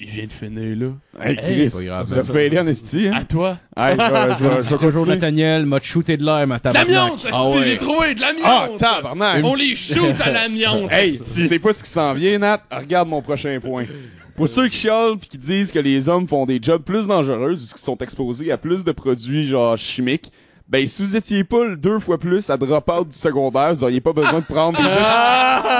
Speaker 1: Il vient de finir, là.
Speaker 2: Hey,
Speaker 5: Hey,
Speaker 2: Chris,
Speaker 5: c'est pas grave.
Speaker 2: t'as fait Elian Esti, hein?
Speaker 1: À toi.
Speaker 2: Hey, je vais- je vais- je vais
Speaker 5: Toujours
Speaker 2: continuer.
Speaker 5: Nathaniel m'a shooté de l'air, ma
Speaker 1: De
Speaker 5: tabarnak.
Speaker 1: l'amiante,
Speaker 2: Ah
Speaker 1: esti,
Speaker 2: ouais.
Speaker 1: j'ai trouvé de
Speaker 2: Ah,
Speaker 1: l'amiante.
Speaker 2: tabarnak!
Speaker 1: On les shoot à l'amiante.
Speaker 2: Hey,
Speaker 1: esti.
Speaker 2: tu sais pas ce qui s'en vient, Nat? Regarde mon prochain point. Pour ceux qui chialent pis qui disent que les hommes font des jobs plus dangereux ou qui sont exposés à plus de produits genre chimiques, ben si vous étiez pas deux fois plus à drop out du secondaire, vous auriez pas besoin de prendre des esti-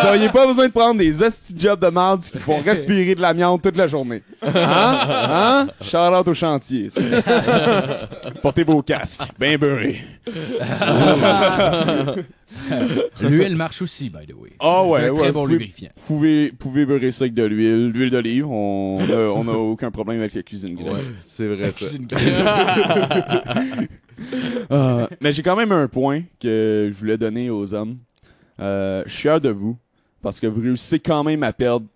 Speaker 2: Vous auriez pas besoin de prendre des hosties de jobs de merde qui font respirer de l'amiante toute la journée. Hein? Hein? Shout out au chantier. ça. Portez vos casques. Bien beurré.
Speaker 5: L'huile marche aussi, by the way.
Speaker 2: Ah ouais,
Speaker 5: C'est un
Speaker 2: ouais.
Speaker 5: très bon
Speaker 2: vous pouvez-
Speaker 5: lubrifiant.
Speaker 2: pouvez, pouvez beurrer ça avec de l'huile, l'huile d'olive. On n'a on
Speaker 6: <laughs>
Speaker 2: a aucun problème avec la cuisine grecque.
Speaker 6: C'est vrai, ça.
Speaker 2: Euh, mais j'ai quand même un point que je voulais donner aux hommes. Euh, je suis fier de vous parce que vous réussissez quand même à perdre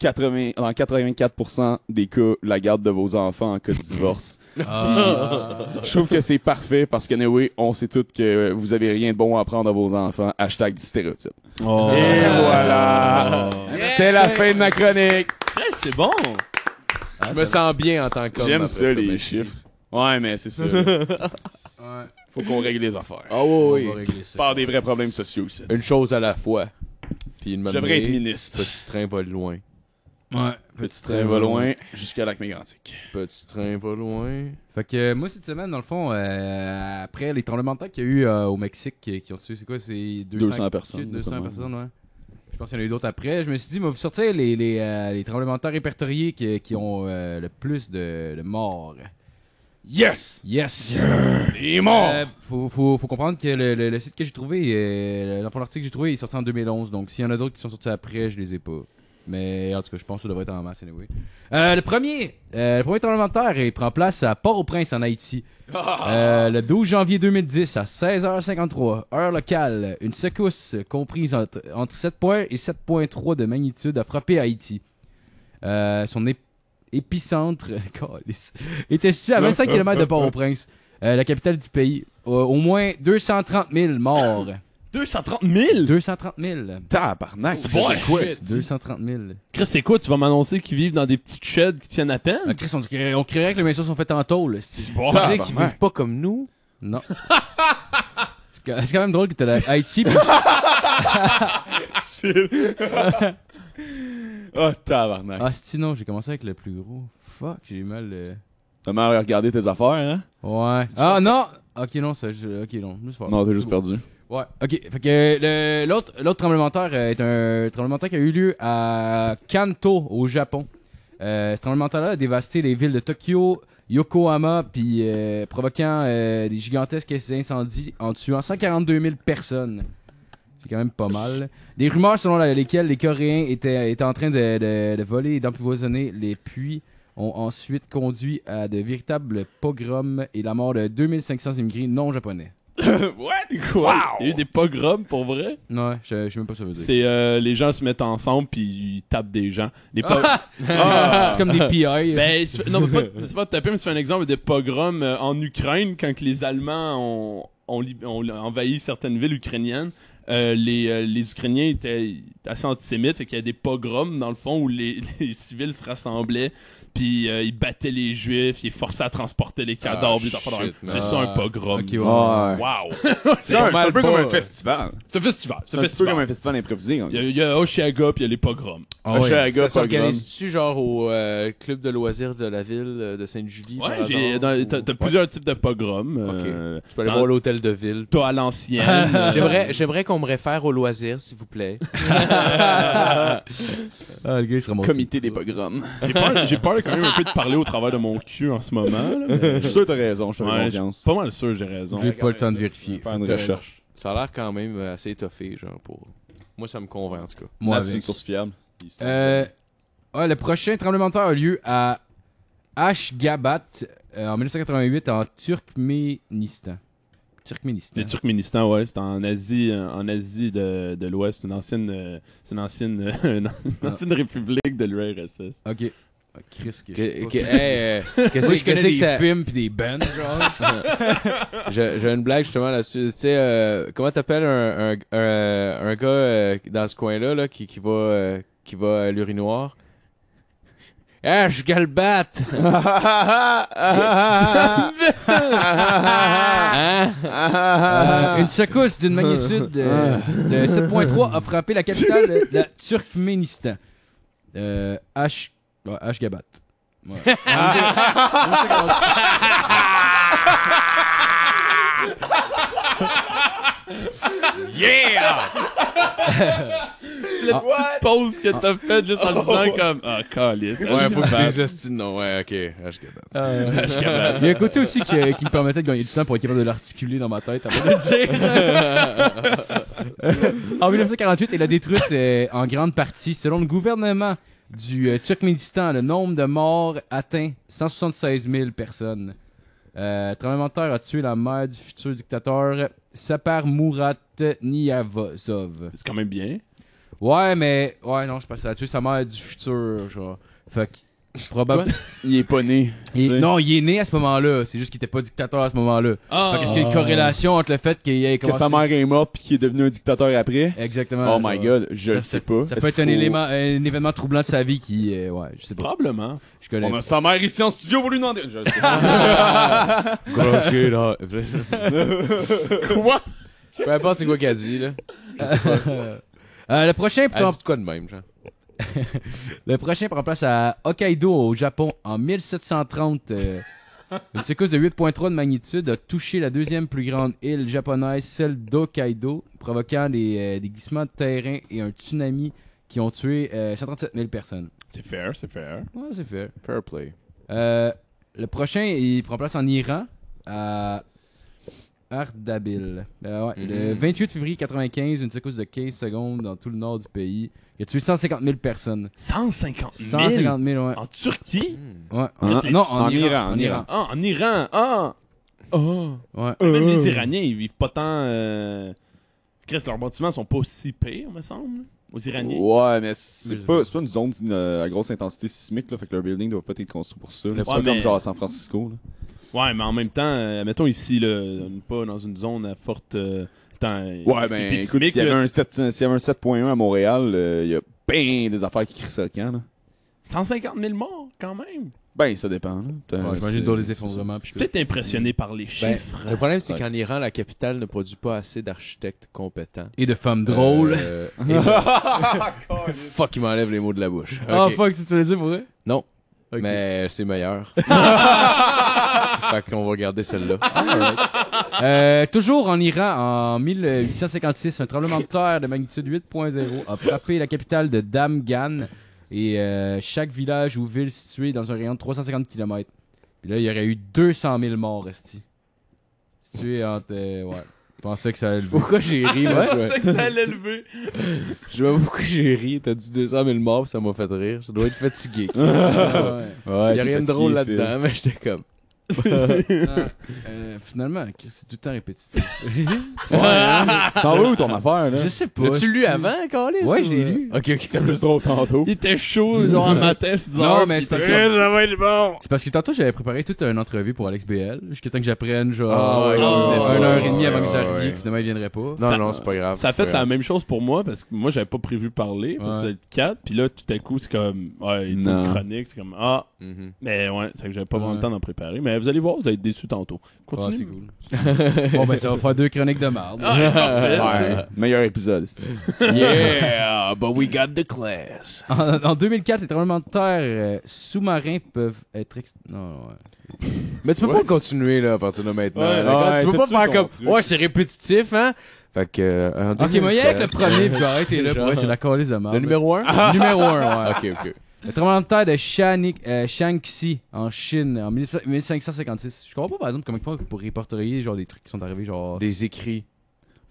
Speaker 2: 80, dans 84% des cas la garde de vos enfants en cas de
Speaker 6: <laughs>
Speaker 2: divorce.
Speaker 5: Ah.
Speaker 2: je trouve que c'est parfait parce que, anyway, on sait tous que vous avez rien de bon à apprendre à vos enfants. Hashtag du stéréotype.
Speaker 1: Oh.
Speaker 2: Et voilà! C'était la fin de ma chronique!
Speaker 1: Hey, c'est bon.
Speaker 6: Je me sens bien en tant qu'homme.
Speaker 2: J'aime
Speaker 6: après
Speaker 2: ça, les
Speaker 6: merci.
Speaker 2: chiffres. Ouais, mais
Speaker 5: <laughs>
Speaker 2: c'est ça. Faut qu'on règle les affaires.
Speaker 6: Ah oui,
Speaker 5: On va
Speaker 6: oui.
Speaker 5: régler ça.
Speaker 2: Par des vrais problèmes sociaux, ça.
Speaker 6: Une chose à la fois. Puis une
Speaker 2: J'aimerais être ministre.
Speaker 6: Petit train va loin.
Speaker 5: Ouais.
Speaker 2: Petit train va loin jusqu'à lac mégantic.
Speaker 6: Petit train va loin.
Speaker 5: Fait que euh, moi, cette semaine, dans le fond, euh, après les tremblements de terre qu'il y a eu euh, au Mexique qui, qui ont tué, c'est quoi C'est
Speaker 2: 200 personnes,
Speaker 5: 200
Speaker 2: notamment.
Speaker 5: personnes, ouais. Je pense qu'il y en a eu d'autres après. Je me suis dit, moi, vous sortir les, les, euh, les tremblements de terre répertoriés qui, qui ont euh, le plus de, de morts.
Speaker 2: Yes!
Speaker 5: Yes!
Speaker 2: Les morts!
Speaker 5: Euh, faut, faut, faut comprendre que le, le- le site que j'ai trouvé, euh, l'enfant l'article que j'ai trouvé, il est sorti en 2011. Donc, s'il y en a d'autres qui sont sortis après, je les ai pas. Mais en tout cas, je pense que ça devrait être en masse, anyway. Euh, le premier, euh, le premier tremblement de terre, il prend place à Port-au-Prince, en Haïti. Euh, le 12 janvier 2010, à 16h53, heure locale, une secousse comprise entre, entre 7.1 et 7.3 de magnitude a frappé Haïti. Euh, son ép- épicentre <laughs> câlisse, était situé à 25 km de Port-au-Prince. Euh, la capitale du pays. Euh, au moins 230 000 morts.
Speaker 1: 230 000.
Speaker 5: 230 000.
Speaker 2: Tabarnak!
Speaker 1: C'est
Speaker 6: Oh,
Speaker 1: bon, hein?
Speaker 2: C'est quoi,
Speaker 1: shit.
Speaker 2: c'est dit?
Speaker 5: 230 000.
Speaker 1: Chris, c'est quoi Tu vas m'annoncer qu'ils vivent dans des petites sheds qui tiennent à
Speaker 5: Ah,
Speaker 1: peine
Speaker 5: Chris, on, dirait- on croirait que les messieurs sont faits en tôle. c'est-
Speaker 2: Ça-
Speaker 6: Tu sais
Speaker 1: bon.
Speaker 2: Tabarnak.
Speaker 1: <laughs>
Speaker 6: qu'ils vivent pas comme nous.
Speaker 5: Non. <laughs> C'est quand- C'est quand même drôle que t'es la Haïti. puis-
Speaker 2: Oh, tabarnak!
Speaker 5: Ah, si, non, j'ai commencé avec le plus gros. Fuck, j'ai eu mal. euh.
Speaker 2: T'as mal regardé tes affaires, hein?
Speaker 5: Ouais. Ah, non! Ok, non, ça. je- Ok, non. Juste voir.
Speaker 2: Non, t'as juste perdu.
Speaker 5: Ouais, ok. Fait que le- l'autre l'autre tremblement de terre euh, est un tremblement de terre qui a eu lieu à Kanto, au Japon. Euh, ce tremblement de terre-là a dévasté les villes de Tokyo, Yokohama, puis euh, provoquant euh, des gigantesques incendies en tuant 142 000 personnes. C'est quand même pas mal. Des rumeurs selon la- lesquelles les Coréens étaient, étaient en train de, de- de voler et d'empoisonner les puits ont ensuite conduit à de véritables pogroms et la mort de 2500 immigrés non japonais.
Speaker 1: Quoi Il y a eu des pogroms pour vrai
Speaker 5: Ouais, je je sais même pas ce que ça veut dire.
Speaker 1: C'est euh, les gens se mettent ensemble puis ils tapent des gens. Les po-
Speaker 2: Ah.
Speaker 5: C'est comme des hein. PI.
Speaker 1: ben, c'est- non, mais
Speaker 2: <laughs>
Speaker 1: pas, c'est pas de taper, mais c'est un exemple de pogrom euh, en Ukraine quand que les Allemands ont, ont, lib- ont envahi certaines villes ukrainiennes. euh, les, euh, les Ukrainiens étaient assez antisémites, et qu'il y a des pogroms, dans le fond, où les, <laughs> les civils se rassemblaient, puis euh, ils battaient les Juifs, ils les forçaient à transporter les
Speaker 2: Ah,
Speaker 1: cadavres. des affaires de même.
Speaker 6: shit,
Speaker 1: c'est ça, un pogrom.
Speaker 5: Ok, ouais.
Speaker 1: Wow!
Speaker 2: <laughs> C'est un, c'est un peu
Speaker 6: pas,
Speaker 2: comme
Speaker 6: euh,
Speaker 2: un festival.
Speaker 1: c'est un festival.
Speaker 2: C'est
Speaker 1: C'est
Speaker 2: un
Speaker 1: un
Speaker 2: petit peu
Speaker 1: festival.
Speaker 2: comme un festival improvisé. hein.
Speaker 1: Il y a- Il y a Oshiaga, puis il y a les pogroms.
Speaker 5: Ah ouais.
Speaker 2: Oshaga,
Speaker 6: Ça
Speaker 2: pogrom.
Speaker 6: s'organise-tu genre au euh, club de loisirs de la ville euh, de Sainte-Julie?
Speaker 1: Ouais,
Speaker 6: par
Speaker 1: j'ai-
Speaker 6: hasard,
Speaker 1: dans-
Speaker 6: ou-
Speaker 1: t'as t'as
Speaker 6: Ouais.
Speaker 1: plusieurs types de pogroms. euh,
Speaker 6: Tu peux aller
Speaker 1: dans-
Speaker 6: voir l'hôtel de
Speaker 1: <laughs>
Speaker 6: ville.
Speaker 1: T'as à l'ancienne.
Speaker 2: <laughs>
Speaker 1: euh,
Speaker 6: J'aimerais, j'aimerais qu'on me réfère aux loisirs, s'il vous plaît.
Speaker 5: Ah, le gars, il se ramasse.
Speaker 2: Comité des pogroms.
Speaker 1: J'ai peur, j'ai peur quand même un peu de parler au travers de mon cul en ce moment. là, mais-
Speaker 2: <laughs> Je suis sûr que t'as raison, je te
Speaker 1: Ouais,
Speaker 2: fais
Speaker 1: je suis
Speaker 2: confiance.
Speaker 1: pas mal sûr que j'ai raison.
Speaker 5: J'ai pas le temps de vérifier.
Speaker 2: Faire une recherche.
Speaker 6: Ça a l'air quand même assez étoffé, genre, pour... Moi, ça me convainc, en tout cas.
Speaker 5: Moi,
Speaker 2: Là, c'est
Speaker 5: avec.
Speaker 2: une source fiable.
Speaker 5: Euh, ouais, le prochain tremblement de terre a lieu à Ashgabat euh, en 1988 en Turkménistan. Turkménistan.
Speaker 1: Le Turkménistan, ouais, c'est en Asie, euh, en Asie de, de l'Ouest, une ancienne, euh, c'est une ancienne, euh, <laughs> une
Speaker 5: Ah.
Speaker 1: ancienne république de l'URSS.
Speaker 5: Ok. Ah, Chris, que je sais
Speaker 6: Que-
Speaker 5: pas.
Speaker 6: que- hey, euh,
Speaker 1: <laughs>
Speaker 6: Qu'est-ce
Speaker 5: Moi,
Speaker 6: que
Speaker 5: je connais
Speaker 6: qu'est-ce que
Speaker 5: des
Speaker 6: ça...
Speaker 5: films pis des bands,
Speaker 6: <laughs>
Speaker 5: genre.
Speaker 6: J'ai j'ai une blague, justement, là-dessus. Tu sais, euh, comment t'appelles un, un, un, un gars euh, dans ce coin-là, là, qui, qui va, euh, qui va à l'urinoir? Ah, je Hein? galbate! Ah.
Speaker 5: Euh, une secousse d'une magnitude euh, de 7.3 a frappé la capitale de
Speaker 6: <laughs>
Speaker 5: la Turkménistan. Euh, H. ouais, Ashgabat. Ouais.
Speaker 6: Ah,
Speaker 1: La petite pause que t'as faite juste en disant comme ah calice.
Speaker 6: Ouais, faut que tu dises le style, non. Ouais, ok. Ah, je capable.
Speaker 5: Euh, Il y a un côté aussi qui, qui me permettait de gagner du temps pour être capable de l'articuler dans ma tête avant de le dire. en 1948, elle a détruite euh, en grande partie, selon le gouvernement du euh, Turkménistan, le nombre de morts atteint 176 000 personnes. Euh, le tremblement de terre a tué la mère du futur dictateur Sapar Murat Niyazov.
Speaker 1: C'est quand même bien.
Speaker 5: Ouais, mais ouais, non, je pense que ça a tué sa mère du futur, genre. Fait que probable-
Speaker 2: Il est pas né.
Speaker 5: il-
Speaker 2: tu sais.
Speaker 5: non, il est né à ce moment-là. C'est juste qu'il était pas dictateur à ce moment-là. Fait qu'est-ce qu'il y a une corrélation entre le fait qu'il ait
Speaker 2: Que
Speaker 5: commencé...
Speaker 2: sa mère est morte puis qu'il est devenu un dictateur après.
Speaker 5: Exactement.
Speaker 2: Oh my
Speaker 5: genre.
Speaker 2: god, je
Speaker 5: Ça,
Speaker 2: le sais pas.
Speaker 5: Ça
Speaker 2: Est-ce
Speaker 5: peut être un,
Speaker 2: qu'il faut-
Speaker 5: élément, un événement troublant de sa vie qui... euh, ouais, je sais pas.
Speaker 1: Probablement.
Speaker 5: Je connais.
Speaker 2: On a sa mère ici en studio pour lui demander. Je le <laughs> sais.
Speaker 6: Grossier, là. Quoi? Peu importe c'est quoi qu'elle dit, là.
Speaker 5: Euh, le, prochain
Speaker 2: ben,
Speaker 6: Elle
Speaker 5: prend,
Speaker 6: dit de quoi de même, genre?
Speaker 5: le prochain prend place à Hokkaido, au Japon, en
Speaker 2: <laughs>
Speaker 5: 1730. euh, une secousse de 8.3 de magnitude a touché la deuxième plus grande île japonaise, celle d'Hokkaido, provoquant des, euh, des glissements de terrain et un tsunami qui ont tué euh, 137 000 personnes.
Speaker 1: C'est fair, c'est fair.
Speaker 5: Ouais, c'est fait.
Speaker 6: Fair play.
Speaker 5: Euh, le prochain, il prend place en Iran, à Ardabil. Euh, ouais, Le 28 février 95, une secousse de 15 secondes dans tout le nord du pays. Il a tué 150 000 personnes.
Speaker 1: 150 000.
Speaker 5: 150 000, ouais.
Speaker 1: En Turquie?
Speaker 5: Ouais. Ah,
Speaker 2: Hein?
Speaker 5: Non, en,
Speaker 2: En
Speaker 5: Iran,
Speaker 2: Iran,
Speaker 5: En
Speaker 2: en
Speaker 5: Iran.
Speaker 1: Ah, en Iran. Ah.
Speaker 5: Ouais.
Speaker 1: Même les Iraniens, ils vivent pas tant. Euh... Chris, leurs bâtiments sont pas si pires, me semble. Aux Iraniens.
Speaker 5: Oh.
Speaker 2: Ouais, mais c'est
Speaker 5: Mais-
Speaker 2: pas, c'est pas une zone d'une- euh, à grosse intensité sismique, là, fait que leur building doit pas être construit pour ça. là. C'est pas
Speaker 1: mais-
Speaker 2: comme genre à San Francisco. Là.
Speaker 1: Ouais, mais en même temps, euh, mettons ici, là, on n'est pas dans une zone à forte. euh, temps-
Speaker 2: Ouais,
Speaker 1: activité
Speaker 2: ben écoute,
Speaker 1: sismique,
Speaker 2: s'il y avait
Speaker 1: là.
Speaker 2: un 7 s'il y avait un 7.1 à Montréal, euh, il y a ben des affaires qui crissent le camp. Là.
Speaker 1: 150 000 morts, quand même.
Speaker 2: Ben, ça dépend. Là. Putain,
Speaker 5: Ouais,
Speaker 2: c'est-
Speaker 5: J'imagine dans les effondrements. puis
Speaker 1: Je suis peut-être impressionné par
Speaker 5: Ben,
Speaker 1: les chiffres.
Speaker 6: Ben, Le problème, c'est
Speaker 2: Ouais.
Speaker 6: qu'en Iran, la capitale ne produit pas assez d'architectes compétents.
Speaker 5: tout. Et de femmes drôles.
Speaker 6: Euh,
Speaker 1: <laughs>
Speaker 6: et- fuck, il m'enlève les mots de la bouche.
Speaker 5: Ah
Speaker 6: Ok.
Speaker 5: fuck, si tu veux dire pour vrai?
Speaker 6: Non.
Speaker 5: Ok.
Speaker 6: Mais c'est <laughs> meilleur. fait qu'on va regarder celle-là.
Speaker 5: Euh, toujours en Iran, en 1856, un tremblement de terre de magnitude 8.0 a frappé la capitale de Damgan et euh, chaque village ou ville située dans un rayon de 350 km. Puis là, il y aurait eu 200 000 morts, Esti. Situé entre. euh, ouais. Je pensais que ça allait
Speaker 6: <laughs>
Speaker 5: lever.
Speaker 6: Pourquoi j'ai ri, moi? Je
Speaker 1: que ça allait lever.
Speaker 6: je sais pas pourquoi j'ai ri. T'as dit 200 000 morts, <laughs> puis ça m'a fait rire. Ça doit être fatigué.
Speaker 5: Ah, Ouais.
Speaker 2: Ouais,
Speaker 6: Il y
Speaker 2: t'es
Speaker 6: a rien de
Speaker 2: fatigué,
Speaker 6: drôle
Speaker 2: Phil.
Speaker 6: là-dedans, mais j'étais comme.
Speaker 5: Euh, finalement, Chris, c'est tout le temps répétitif.
Speaker 2: hein? Ça va où ton affaire, là?
Speaker 5: je sais pas.
Speaker 6: L'as-tu lu avant, Carlis?
Speaker 5: Ouais, je l'ai lu.
Speaker 6: Ok, ok.
Speaker 2: C'est plus drôle tantôt.
Speaker 1: Il
Speaker 5: <laughs>
Speaker 1: était chaud, genre, à matin, 10
Speaker 5: Non,
Speaker 1: heures.
Speaker 5: mais
Speaker 1: puis
Speaker 5: c'est parce
Speaker 1: il était-
Speaker 5: que-
Speaker 7: va être bon.
Speaker 5: C'est parce que tantôt, j'avais préparé toute une entrevue pour Alex BL, jusqu'à temps que j'apprenne, genre,
Speaker 6: Ah ouais,
Speaker 5: une
Speaker 1: ouais, ouais,
Speaker 5: heure et demie
Speaker 6: ouais,
Speaker 5: avant que
Speaker 6: ouais,
Speaker 5: ça arrive,
Speaker 6: ouais.
Speaker 5: finalement, il viendrait pas.
Speaker 6: Non,
Speaker 1: Ça-
Speaker 6: non, c'est pas grave.
Speaker 1: Ça a
Speaker 6: c'est pas
Speaker 1: fait la
Speaker 6: grave.
Speaker 1: même chose pour moi parce que moi j'avais pas prévu parler parce que
Speaker 5: Ouais.
Speaker 1: c'est 4 puis là tout à coup c'est comme ouais il faut
Speaker 2: Non.
Speaker 1: une chronique c'est comme ah
Speaker 6: Mhm.
Speaker 1: mais ouais c'est que j'avais pas vraiment le
Speaker 5: Ouais.
Speaker 1: temps d'en préparer mais vous allez voir vous allez être déçus tantôt
Speaker 5: Ah, c'est
Speaker 1: continue
Speaker 5: cool. bon, ben, ça va faire deux chroniques de marde.
Speaker 1: Ah, c'est
Speaker 5: <laughs>
Speaker 1: parfait, c'est-
Speaker 2: Euh, Ouais, meilleur épisode. c'est-
Speaker 7: Yeah, but we got the class.
Speaker 5: En, en 2004, les tremblements de terre euh, sous-marins peuvent être... ex- Non, ouais.
Speaker 6: Mais tu peux
Speaker 2: What?
Speaker 6: pas continuer là à partir de maintenant.
Speaker 2: Ouais,
Speaker 6: d'accord?
Speaker 2: ouais,
Speaker 6: tu peux
Speaker 2: t'as
Speaker 6: pas
Speaker 2: tué
Speaker 6: faire
Speaker 2: ton
Speaker 6: comme
Speaker 2: truc.
Speaker 6: Ouais, c'est répétitif, hein? Fait que. euh, en
Speaker 5: Ok, moi, il y a
Speaker 6: 2004,
Speaker 5: avec le premier, puis je vais arrêter là. Pour vrai, c'est la calice de marde.
Speaker 6: Le numéro 1?
Speaker 5: Numéro 1, ouais.
Speaker 6: Ok, Ah. ok.
Speaker 5: Le tremblement de terre de Shanik- euh, Shaanxi en Chine en 19- 1556. Je comprends pas par exemple comment ils font pour répertorier genre des trucs qui sont arrivés genre.
Speaker 6: Des écrits.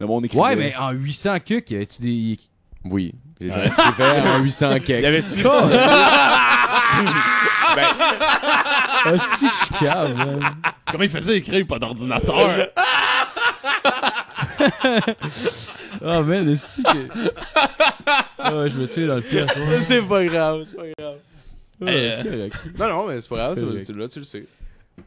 Speaker 2: Le monde écrit.
Speaker 5: Ouais, mais en 800 cucs, y avait-tu des.
Speaker 6: Oui. Les gens qui fait <laughs> en 800
Speaker 1: il y
Speaker 6: cakes.
Speaker 1: <laughs> avait-tu Ben,
Speaker 5: <laughs> Ah, si, je suis cave, man.
Speaker 1: comment il faisait écrire pas d'ordinateur
Speaker 5: Oh man, si que. <laughs> Ah, je me tire dans le pied à toi.
Speaker 6: C'est pas grave, c'est pas grave.
Speaker 1: Hey, euh,
Speaker 6: Non, non, mais c'est pas grave,
Speaker 5: Correct.
Speaker 6: c'est- tu l'as, tu le sais.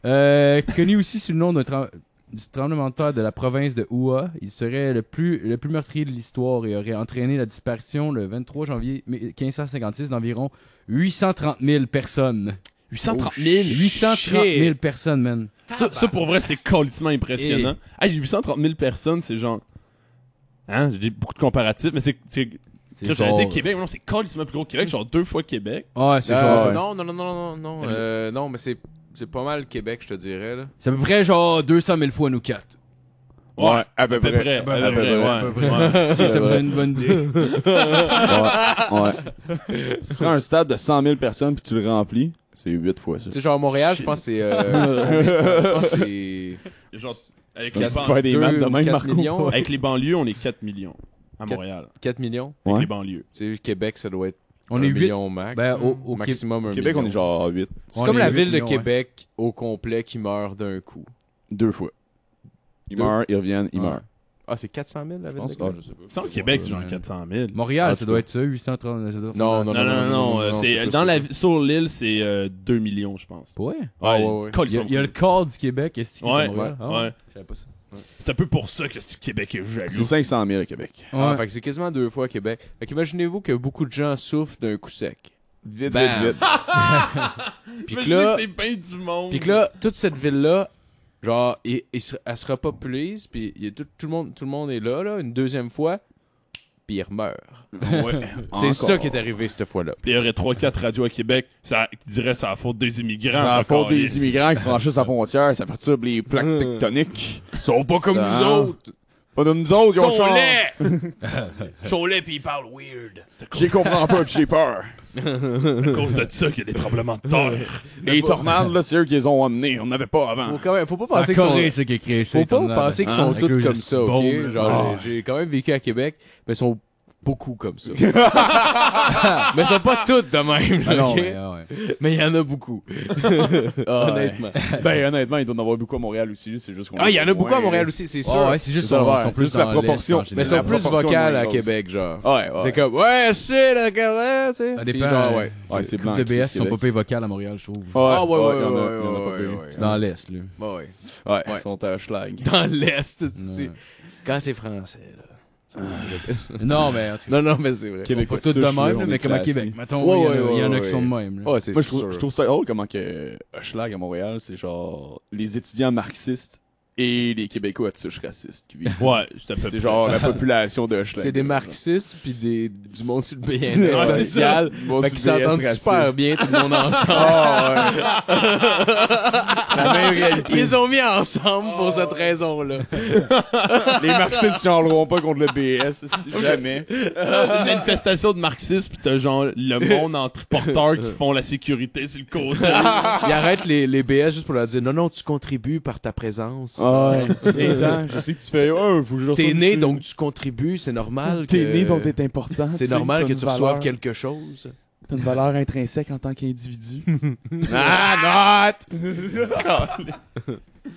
Speaker 5: Euh, connu aussi sous le nom d'un trem- du tremblement de terre de la province de Hua, il serait le plus, le plus meurtrier de l'histoire et aurait entraîné la disparition le 23 janvier 1556 d'environ 830 000 personnes.
Speaker 1: 830
Speaker 6: Oh,
Speaker 1: 000
Speaker 5: 830 000 personnes, man.
Speaker 1: ça, ça, pour vrai c'est colissement impressionnant ah j'ai 830 000 personnes c'est genre hein j'ai beaucoup de comparatifs mais c'est c'est que j'allais dire Québec mais non c'est colissement plus gros que Québec genre deux fois Québec
Speaker 5: Ouais, c'est genre.
Speaker 6: Euh, Non, non, non, non, non, non. Euh, non, mais c'est. C'est pas mal Québec, je te dirais. Là.
Speaker 5: C'est à peu près genre 200 000 fois nous
Speaker 6: <laughs>
Speaker 5: quatre.
Speaker 2: Ouais, à peu
Speaker 1: à peu près
Speaker 2: près.
Speaker 1: à peu près ouais, ouais.
Speaker 5: Si ça vous donne une bonne
Speaker 6: <laughs>
Speaker 5: idée.
Speaker 2: Ouais. Si tu prends un stade de 100 000 personnes puis tu le remplis, c'est 8 fois ça.
Speaker 6: Tu sais, genre Montréal, je pense que c'est. <laughs> Euh, je pense que c'est.
Speaker 1: genre avec
Speaker 2: Si
Speaker 1: les,
Speaker 2: tu
Speaker 1: ban-
Speaker 2: fais des
Speaker 6: deux
Speaker 2: maths de
Speaker 6: ou
Speaker 2: même,
Speaker 6: quatre
Speaker 2: Marco.
Speaker 6: millions.
Speaker 1: avec les banlieues on est 4 millions à
Speaker 6: Quatre-
Speaker 1: Montréal
Speaker 6: 4 millions.
Speaker 1: avec
Speaker 2: Ouais.
Speaker 1: les banlieues
Speaker 6: Tu sais, Québec, ça doit être.
Speaker 5: On
Speaker 6: un
Speaker 5: est 8.
Speaker 6: million max.
Speaker 5: Ben,
Speaker 6: hein.
Speaker 5: au- au
Speaker 6: maximum un
Speaker 2: Au Québec, on
Speaker 6: million.
Speaker 2: est genre 8.
Speaker 6: C'est
Speaker 5: on
Speaker 6: comme
Speaker 5: est
Speaker 6: la
Speaker 5: huit
Speaker 6: ville de
Speaker 5: millions, ouais.
Speaker 6: Québec au complet qui meurt d'un coup.
Speaker 2: Deux fois. Ils
Speaker 6: Deux.
Speaker 2: meurent, ils reviennent, ils
Speaker 5: Ouais.
Speaker 2: meurent.
Speaker 6: Ah, c'est 400 000 la ville de
Speaker 2: pense
Speaker 6: Québec?
Speaker 2: pas.
Speaker 1: ça au Québec c'est
Speaker 5: Ouais.
Speaker 1: genre 400 000
Speaker 5: Montréal,
Speaker 2: Ah,
Speaker 5: ça
Speaker 2: tu
Speaker 5: doit
Speaker 2: peux.
Speaker 5: être ça, 830 000.
Speaker 6: Non, non,
Speaker 1: Non, non, non, non, euh,
Speaker 6: non,
Speaker 1: c'est-
Speaker 6: c'est plus
Speaker 1: dans
Speaker 6: que
Speaker 1: la,
Speaker 6: ça.
Speaker 1: vi- sur l'île, c'est euh, 2 millions, je pense.
Speaker 5: Ouais.
Speaker 6: Ah, ouais, ouais.
Speaker 5: Il y a, il y a le corps du Québec, est-ce qu'il est
Speaker 1: Ouais,
Speaker 5: à Montréal? Ah
Speaker 1: ouais.
Speaker 5: Je savais pas ça.
Speaker 1: C'est un peu pour ça que ce Québec est
Speaker 2: C'est
Speaker 1: jaloux.
Speaker 2: 500 000 au Québec.
Speaker 5: Ouais.
Speaker 6: Ah, fait que c'est quasiment deux fois Québec. Fait qu'imaginez-vous que beaucoup de gens souffrent d'un coup sec.
Speaker 2: Vite,
Speaker 6: Bam.
Speaker 2: vite, vite.
Speaker 6: <laughs> Puis que
Speaker 1: Imaginez
Speaker 6: là,
Speaker 1: que c'est bien du monde.
Speaker 6: puis que là toute cette ville-là, genre, il- il se- elle se repopulise, puis il y a tout, tout le monde, tout le monde est là, là, une deuxième fois, puis il meurt. C'est
Speaker 2: Encore.
Speaker 6: ça qui est arrivé cette fois-là.
Speaker 1: Puis il y aurait 3-4 radios à Québec ça, qui diraient c'est la faute des immigrants.
Speaker 2: C'est
Speaker 1: ça,
Speaker 2: la faute
Speaker 1: câlisse.
Speaker 2: des immigrants qui franchissent la frontière, ça perturbe les
Speaker 6: Hmm.
Speaker 2: plaques tectoniques.
Speaker 7: Ils sont pas comme
Speaker 2: Ça,
Speaker 7: nous
Speaker 2: hein.
Speaker 7: autres.
Speaker 2: Pas de nous autres,
Speaker 7: Ils
Speaker 2: ils ont
Speaker 7: sont
Speaker 2: changé.
Speaker 7: laids. Ils sont laids pis ils parlent weird.
Speaker 2: J'y comprends pas, puis j'ai peur.
Speaker 1: À cause de ça qu'il y a des tremblements de terre.
Speaker 2: Les tornades, là, c'est eux qui les ont emmenés. On n'avait pas avant.
Speaker 6: Faut quand même, faut pas
Speaker 5: C'est
Speaker 6: penser
Speaker 5: la
Speaker 6: que sont-
Speaker 5: Corée, c'est qui a créé ça.
Speaker 6: Faut pas
Speaker 5: étonnamment.
Speaker 6: penser qu'ils sont
Speaker 5: Avec
Speaker 6: tous
Speaker 5: le
Speaker 6: comme
Speaker 5: juste
Speaker 6: ça, ok?
Speaker 5: bombe, là.
Speaker 6: Genre,
Speaker 2: Ah.
Speaker 6: j'ai j'ai quand même vécu à Québec, mais ils sont beaucoup comme ça. mais ils sont pas toutes de même,
Speaker 5: Ah non,
Speaker 6: ok?
Speaker 5: mais, ah ouais.
Speaker 6: Mais il y en a beaucoup. Honnêtement.
Speaker 2: <laughs> Ben, honnêtement, il doit en avoir beaucoup à Montréal aussi. C'est juste qu'on
Speaker 6: Ah, il y en a beaucoup à Montréal
Speaker 2: aussi.
Speaker 6: aussi, c'est sûr.
Speaker 5: Ah ouais, c'est juste
Speaker 2: C'est
Speaker 5: sont-
Speaker 2: ça, ouais,
Speaker 5: sont
Speaker 2: c'est
Speaker 5: plus
Speaker 2: juste la
Speaker 5: dans l'Est,
Speaker 2: proportion.
Speaker 5: en général.
Speaker 6: mais ils sont
Speaker 2: la
Speaker 6: plus
Speaker 2: proportion
Speaker 6: vocales
Speaker 2: est
Speaker 6: à
Speaker 2: grosse.
Speaker 6: Québec, genre.
Speaker 2: Ouais, Ah, ouais.
Speaker 6: C'est comme, ouais, c'est la galère, tu sais.
Speaker 5: Ça
Speaker 6: Puis
Speaker 5: dépend. euh,
Speaker 6: genre, ouais.
Speaker 2: Ouais, c'est blanc.
Speaker 5: Les BS
Speaker 2: Chris,
Speaker 5: sont pas
Speaker 2: Québec.
Speaker 5: payés vocales à Montréal, je trouve.
Speaker 6: Ah, ouais, ouais,
Speaker 2: il y en a- il y en a pas
Speaker 6: ouais,
Speaker 2: payé.
Speaker 6: ouais,
Speaker 5: C'est dans l'Est, là.
Speaker 6: ouais, ouais.
Speaker 2: Ouais,
Speaker 6: Ouais.
Speaker 2: ils sont à Schlag.
Speaker 6: Dans l'Est, tu sais.
Speaker 5: Ouais.
Speaker 6: Quand c'est français, là.
Speaker 5: Non, mais en tout cas,
Speaker 6: <laughs> Non, non, mais c'est vrai.
Speaker 5: pas toutes de même, là, mais comme à Québec. Mettons,
Speaker 6: Ouais,
Speaker 5: il y en a-
Speaker 6: ouais,
Speaker 5: il y, en a
Speaker 6: ouais,
Speaker 5: qui
Speaker 6: ouais.
Speaker 5: sont de même. là.
Speaker 6: Ouais, c'est
Speaker 2: Moi, je
Speaker 6: sûr.
Speaker 2: trouve, je trouve ça drôle comment que euh, Schlag à Montréal, c'est genre les étudiants marxistes et les Québécois à souche raciste qui
Speaker 6: <laughs>
Speaker 2: vivent.
Speaker 1: Ouais, je te
Speaker 2: C'est
Speaker 1: fais
Speaker 2: genre la population de Schlag.
Speaker 6: C'est des marxistes puis des, du monde sur le
Speaker 2: Ouais,
Speaker 1: c'est
Speaker 6: social. Fait qu'ils s'entendent super bien tout le
Speaker 5: <laughs>
Speaker 6: monde ensemble.
Speaker 2: La même réalité.
Speaker 6: Ah, Ils les ont mis ensemble pour cette raison-là.
Speaker 2: Les marxistes chialeront pas contre le BS,
Speaker 6: <laughs>
Speaker 2: si jamais.
Speaker 1: une manifestation de marxistes, puis t'as genre le monde entre porteurs qui font la sécurité sur le
Speaker 6: <laughs>
Speaker 1: côté.
Speaker 6: Ils arrêtent les, les BS juste pour leur dire non, non, tu contribues par ta présence.
Speaker 2: Ouais. Attends, je sais que tu fais un, faut que je
Speaker 6: T'es
Speaker 2: retourne
Speaker 6: né,
Speaker 2: chez-
Speaker 6: donc tu contribues, c'est normal.
Speaker 2: T'es
Speaker 6: que-
Speaker 2: né, donc t'es important.
Speaker 6: C'est normal que tu reçoives quelque chose.
Speaker 9: T'as une valeur intrinsèque en tant
Speaker 6: <laughs>
Speaker 9: qu'individu.
Speaker 1: Ah, not!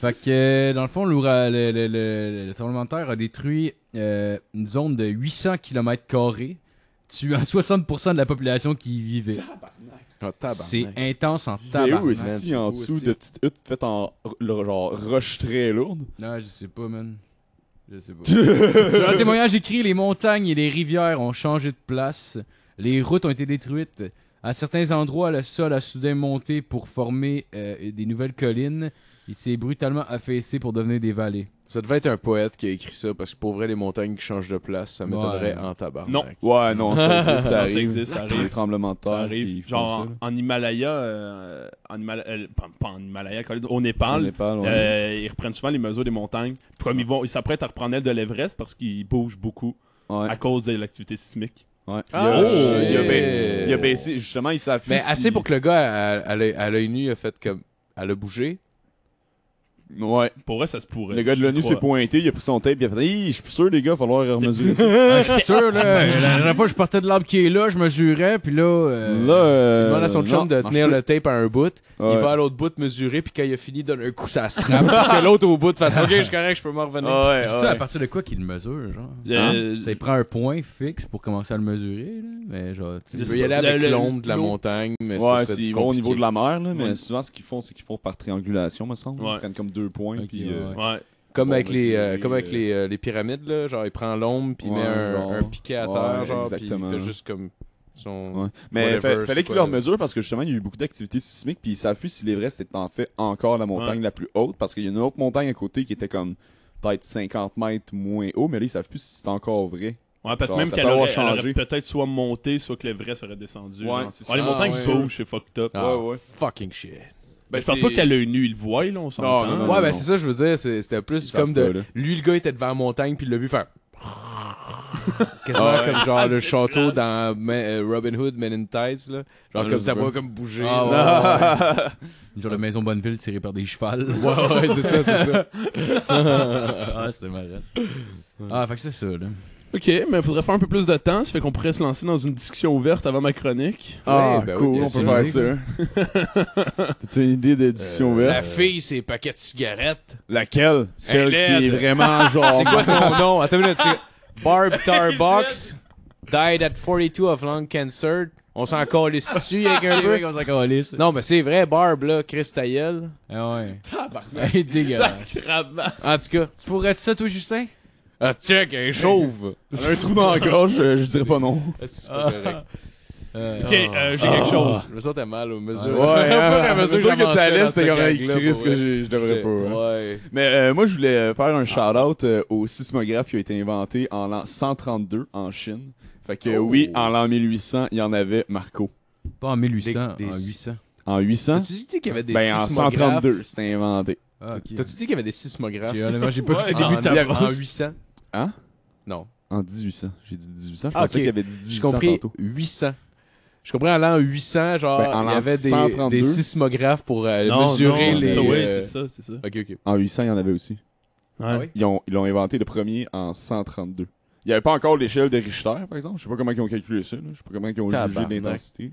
Speaker 5: Fait que, euh, dans le fond, l'oura- le, le, le- le tremblement de terre a détruit euh, une zone de 800 km, tuant 60% de la population qui y vivait.
Speaker 6: Ah, tabarnak.
Speaker 5: C'est intense en
Speaker 2: Mais
Speaker 5: tabac.
Speaker 2: où est-ce
Speaker 6: c'est
Speaker 2: Eh en
Speaker 6: beau,
Speaker 2: dessous
Speaker 6: esti.
Speaker 2: de petites huttes faites en r- le- genre roche très lourde?
Speaker 5: Non, je sais pas, man. Je
Speaker 2: <laughs>
Speaker 5: sais pas. Sur un témoignage écrit, les montagnes et les rivières ont changé de place. Les routes ont été détruites. À certains endroits, le sol a soudain monté pour former euh, des nouvelles collines. Il s'est brutalement affaissé pour devenir
Speaker 2: <laughs>
Speaker 5: des vallées.
Speaker 6: Ça devait être un poète qui a écrit ça parce que pour vrai, les montagnes qui changent de place, ça m'étonnerait
Speaker 5: Ouais.
Speaker 6: en tabac.
Speaker 1: Non.
Speaker 2: Ouais, <laughs> non, ça existe, ça
Speaker 1: Non, ça existe, ça
Speaker 2: arrive.
Speaker 1: arrive.
Speaker 2: Les tremblements de terre.
Speaker 1: Ça
Speaker 2: puis ils
Speaker 1: arrive.
Speaker 2: font
Speaker 1: Genre
Speaker 2: ça, là.
Speaker 1: en, en Himalaya, euh, en Himala- euh, pas, pas en Himalaya, au
Speaker 2: Au
Speaker 1: Népal,
Speaker 2: Népal, ouais.
Speaker 1: euh, ils reprennent souvent les mesures des montagnes. Puis Comme ils vont, ils s'apprêtent à reprendre l'aile de l'Everest parce qu'ils bougent beaucoup
Speaker 2: Ouais.
Speaker 1: à cause de l'activité sismique.
Speaker 2: Ouais.
Speaker 6: Ah,
Speaker 2: il, a,
Speaker 6: shit.
Speaker 2: oh! il, a ba- il a baissé, justement, il s'affiche.
Speaker 6: Mais assez pour que le gars, à, à l'œil- à l'œil nu, a fait comme. Elle a bougé.
Speaker 2: Ouais.
Speaker 1: Pour eux, ça se pourrait.
Speaker 2: Le gars de l'ONU
Speaker 1: Je
Speaker 2: s'est
Speaker 1: crois.
Speaker 2: pointé, il a pris son tape, il a fait Hey, Je suis sûr, les gars, il va falloir remesurer ça.
Speaker 5: Ah, je suis sûr, là. La dernière fois, je partais de l'arbre qui est là, je mesurais, puis là. euh,
Speaker 2: Là,
Speaker 6: Il
Speaker 2: euh,
Speaker 6: demande à son
Speaker 2: non,
Speaker 6: chum de
Speaker 2: marche
Speaker 6: tenir
Speaker 2: plus.
Speaker 6: le tape à un bout.
Speaker 2: Ouais.
Speaker 6: Il va à l'autre bout mesurer, puis quand il a fini, donne un coup ça strap. puis que l'autre au bout
Speaker 2: <laughs>
Speaker 6: de façon, ok, je suis correct, je peux m'en revenir.
Speaker 2: Ah ouais,
Speaker 5: C'est
Speaker 2: ah
Speaker 5: ça, à
Speaker 2: ouais.
Speaker 5: partir de quoi qu'il mesure, genre
Speaker 2: Hein?
Speaker 1: Euh,
Speaker 5: Ça il prend un point fixe pour commencer à le mesurer, là. Mais genre, tu sais,
Speaker 6: Il peut y aller
Speaker 1: Le-
Speaker 6: avec
Speaker 1: le-
Speaker 6: l'ombre de la
Speaker 1: l'eau.
Speaker 6: montagne, mais
Speaker 2: Ouais,
Speaker 6: ça, c'est
Speaker 2: s'ils vont au niveau de la mer, là, mais
Speaker 1: Ouais.
Speaker 2: souvent ce qu'ils font, c'est qu'ils font par triangulation, me semble.
Speaker 1: Ouais.
Speaker 2: Ils prennent comme deux points,
Speaker 5: Ok,
Speaker 2: puis euh,
Speaker 5: ouais.
Speaker 1: Ouais.
Speaker 6: Comme
Speaker 2: Bon,
Speaker 6: avec,
Speaker 2: ben,
Speaker 6: les,
Speaker 2: c'est
Speaker 6: euh,
Speaker 2: les,
Speaker 6: comme avec
Speaker 2: euh,
Speaker 6: les, euh, les pyramides, là, genre il prend l'ombre puis il
Speaker 2: Ouais,
Speaker 6: met un,
Speaker 2: genre.
Speaker 6: un piquet à
Speaker 2: Ouais,
Speaker 6: terre, genre, puis il
Speaker 2: exactement.
Speaker 6: fait juste comme son.
Speaker 2: Ouais. Mais
Speaker 6: Whatever,
Speaker 2: fa-
Speaker 6: c'est
Speaker 2: fallait qu'ils
Speaker 6: quoi,
Speaker 2: leur
Speaker 6: là.
Speaker 2: mesurent parce que justement, il y a eu beaucoup d'activités sismiques, puis ils savent plus si l'Everest était en fait encore la montagne la plus haute, parce qu'il y a une autre montagne à côté qui était comme peut-être 50 mètres moins haut, mais là, ils savent plus si c'est encore vrai.
Speaker 1: Ouais, parce que
Speaker 2: Genre,
Speaker 1: même
Speaker 2: ça
Speaker 1: qu'elle
Speaker 2: peut avoir
Speaker 1: aurait, elle aurait
Speaker 2: changé.
Speaker 1: peut-être soit monté, soit que l'Everest aurait descendu.
Speaker 2: Ouais,
Speaker 1: genre.
Speaker 2: c'est
Speaker 1: les
Speaker 2: ça.
Speaker 1: montagnes
Speaker 6: Ah, ouais.
Speaker 1: bougent, c'est fucked up.
Speaker 6: Ah,
Speaker 2: Ouais, ouais.
Speaker 6: Fucking shit.
Speaker 1: Mais je pense pas qu'elle a une nu, il le voit, là, on s'entend.
Speaker 2: non, non,
Speaker 6: ouais,
Speaker 2: non.
Speaker 6: ben c'est ça, je veux dire, c'est- c'était plus
Speaker 2: savent
Speaker 6: comme de.
Speaker 2: pas, là.
Speaker 6: lui, le gars était devant la montagne, puis il l'a vu faire. <laughs> Ah Quasiment comme
Speaker 5: Ah,
Speaker 6: genre le château dans Ma- euh, Robin Hood, Men in Tights, là. Genre comme t'as pas comme bougé.
Speaker 5: Ah,
Speaker 6: là.
Speaker 5: <laughs> Une genre de maison Bonneville tirée par des chevals.
Speaker 6: ouais, ouais, c'est ça, c'est
Speaker 5: <laughs>
Speaker 6: ça.
Speaker 5: ah, c'était marrant. ça. Ah, fait que c'est ça, là.
Speaker 1: Ok, mais il faudrait faire un peu plus de temps, ça fait qu'on pourrait se lancer dans une discussion ouverte avant ma chronique.
Speaker 2: Ah,
Speaker 6: ben oui,
Speaker 2: cool,
Speaker 6: bien
Speaker 2: on
Speaker 6: sûr, Euh,
Speaker 2: peut
Speaker 6: oui.
Speaker 2: faire ça. <laughs> T'as-tu une idée de discussion
Speaker 7: La
Speaker 2: ouverte
Speaker 7: fille, ses paquets de cigarettes.
Speaker 2: Laquelle Celle
Speaker 7: Elle
Speaker 2: qui est
Speaker 5: <laughs>
Speaker 7: est
Speaker 2: vraiment genre.
Speaker 6: C'est <laughs> quoi son nom? Attends une minute. c'est- Barb Tarbox died at 42 of lung cancer. On s'en calisse
Speaker 5: <laughs>
Speaker 6: dessus, avec un peu.
Speaker 5: qu'on s'en calisse.
Speaker 6: Non, mais c'est vrai, Barb, là, Chris ta gueule.
Speaker 5: Ah ouais. Tabarnak. dégueulasse.
Speaker 6: En tout cas,
Speaker 5: Tu pourrais être ça, toi, Justin?
Speaker 6: ah, check, elle est chauve.
Speaker 2: Elle a un trou dans la gorge, je, je dirais pas <laughs> non.
Speaker 6: Est-ce que c'est pas correct?
Speaker 1: Ok, euh, j'ai quelque chose.
Speaker 6: Ah. Je me sentais mal <laughs>
Speaker 2: <laughs>
Speaker 6: aux mesures.
Speaker 2: hein,
Speaker 6: à
Speaker 2: à
Speaker 6: mesure
Speaker 2: mesure
Speaker 6: que
Speaker 2: que
Speaker 6: j'avançais
Speaker 2: t'allais,
Speaker 6: dans
Speaker 2: c'est
Speaker 6: cette
Speaker 2: comme
Speaker 6: règle-là,
Speaker 2: écrit
Speaker 6: pour
Speaker 2: ce que
Speaker 6: vrai.
Speaker 2: je, je devrais pas. hein.
Speaker 6: Ouais.
Speaker 2: Mais euh, moi, je voulais faire un shout-out euh, au sismographe qui a été inventé en l'an 132 en Chine. Fait
Speaker 6: Oh.
Speaker 2: que oui, en l'an 1800, il y en avait Marco.
Speaker 5: Pas en 1800,
Speaker 6: Des-
Speaker 5: en
Speaker 6: des-
Speaker 5: 800.
Speaker 2: En 800
Speaker 6: T'as-tu dit qu'il y avait des
Speaker 2: Ben en
Speaker 6: sismographes?
Speaker 2: 132, c'était inventé.
Speaker 5: Ah, ok.
Speaker 6: T'as-tu dit qu'il y avait des sismographes? Ah,
Speaker 5: J'ai- honnêtement, j'ai pas vu
Speaker 6: En-
Speaker 5: le début de ta
Speaker 6: en
Speaker 5: phrase.
Speaker 6: 800?
Speaker 2: Hein?
Speaker 6: Non.
Speaker 2: En 1800. J'ai dit 1800. Je
Speaker 6: Ah,
Speaker 2: pensais
Speaker 6: ok.
Speaker 2: qu'il y avait dit 1800
Speaker 6: J'ai compris
Speaker 2: tantôt.
Speaker 6: 800. Je comprends, en l'an 800, genre,
Speaker 2: Ben, en
Speaker 6: il
Speaker 2: l'an
Speaker 6: y avait des,
Speaker 2: 132.
Speaker 6: des sismographes pour euh,
Speaker 1: Non,
Speaker 6: mesurer
Speaker 1: non,
Speaker 6: les...
Speaker 1: c'est ça, oui,
Speaker 6: euh,
Speaker 1: c'est ça, c'est ça. Ouais.
Speaker 6: Ok, ok.
Speaker 2: En 800, il y en avait aussi.
Speaker 6: oui?
Speaker 2: Ils ont- ils l'ont inventé le premier en 132. Il n'y avait pas encore l'échelle de Richter, par exemple. Je sais pas comment ils ont calculé ça. là. Je sais pas comment ils ont
Speaker 6: Tabarnak.
Speaker 2: jugé l'intensité.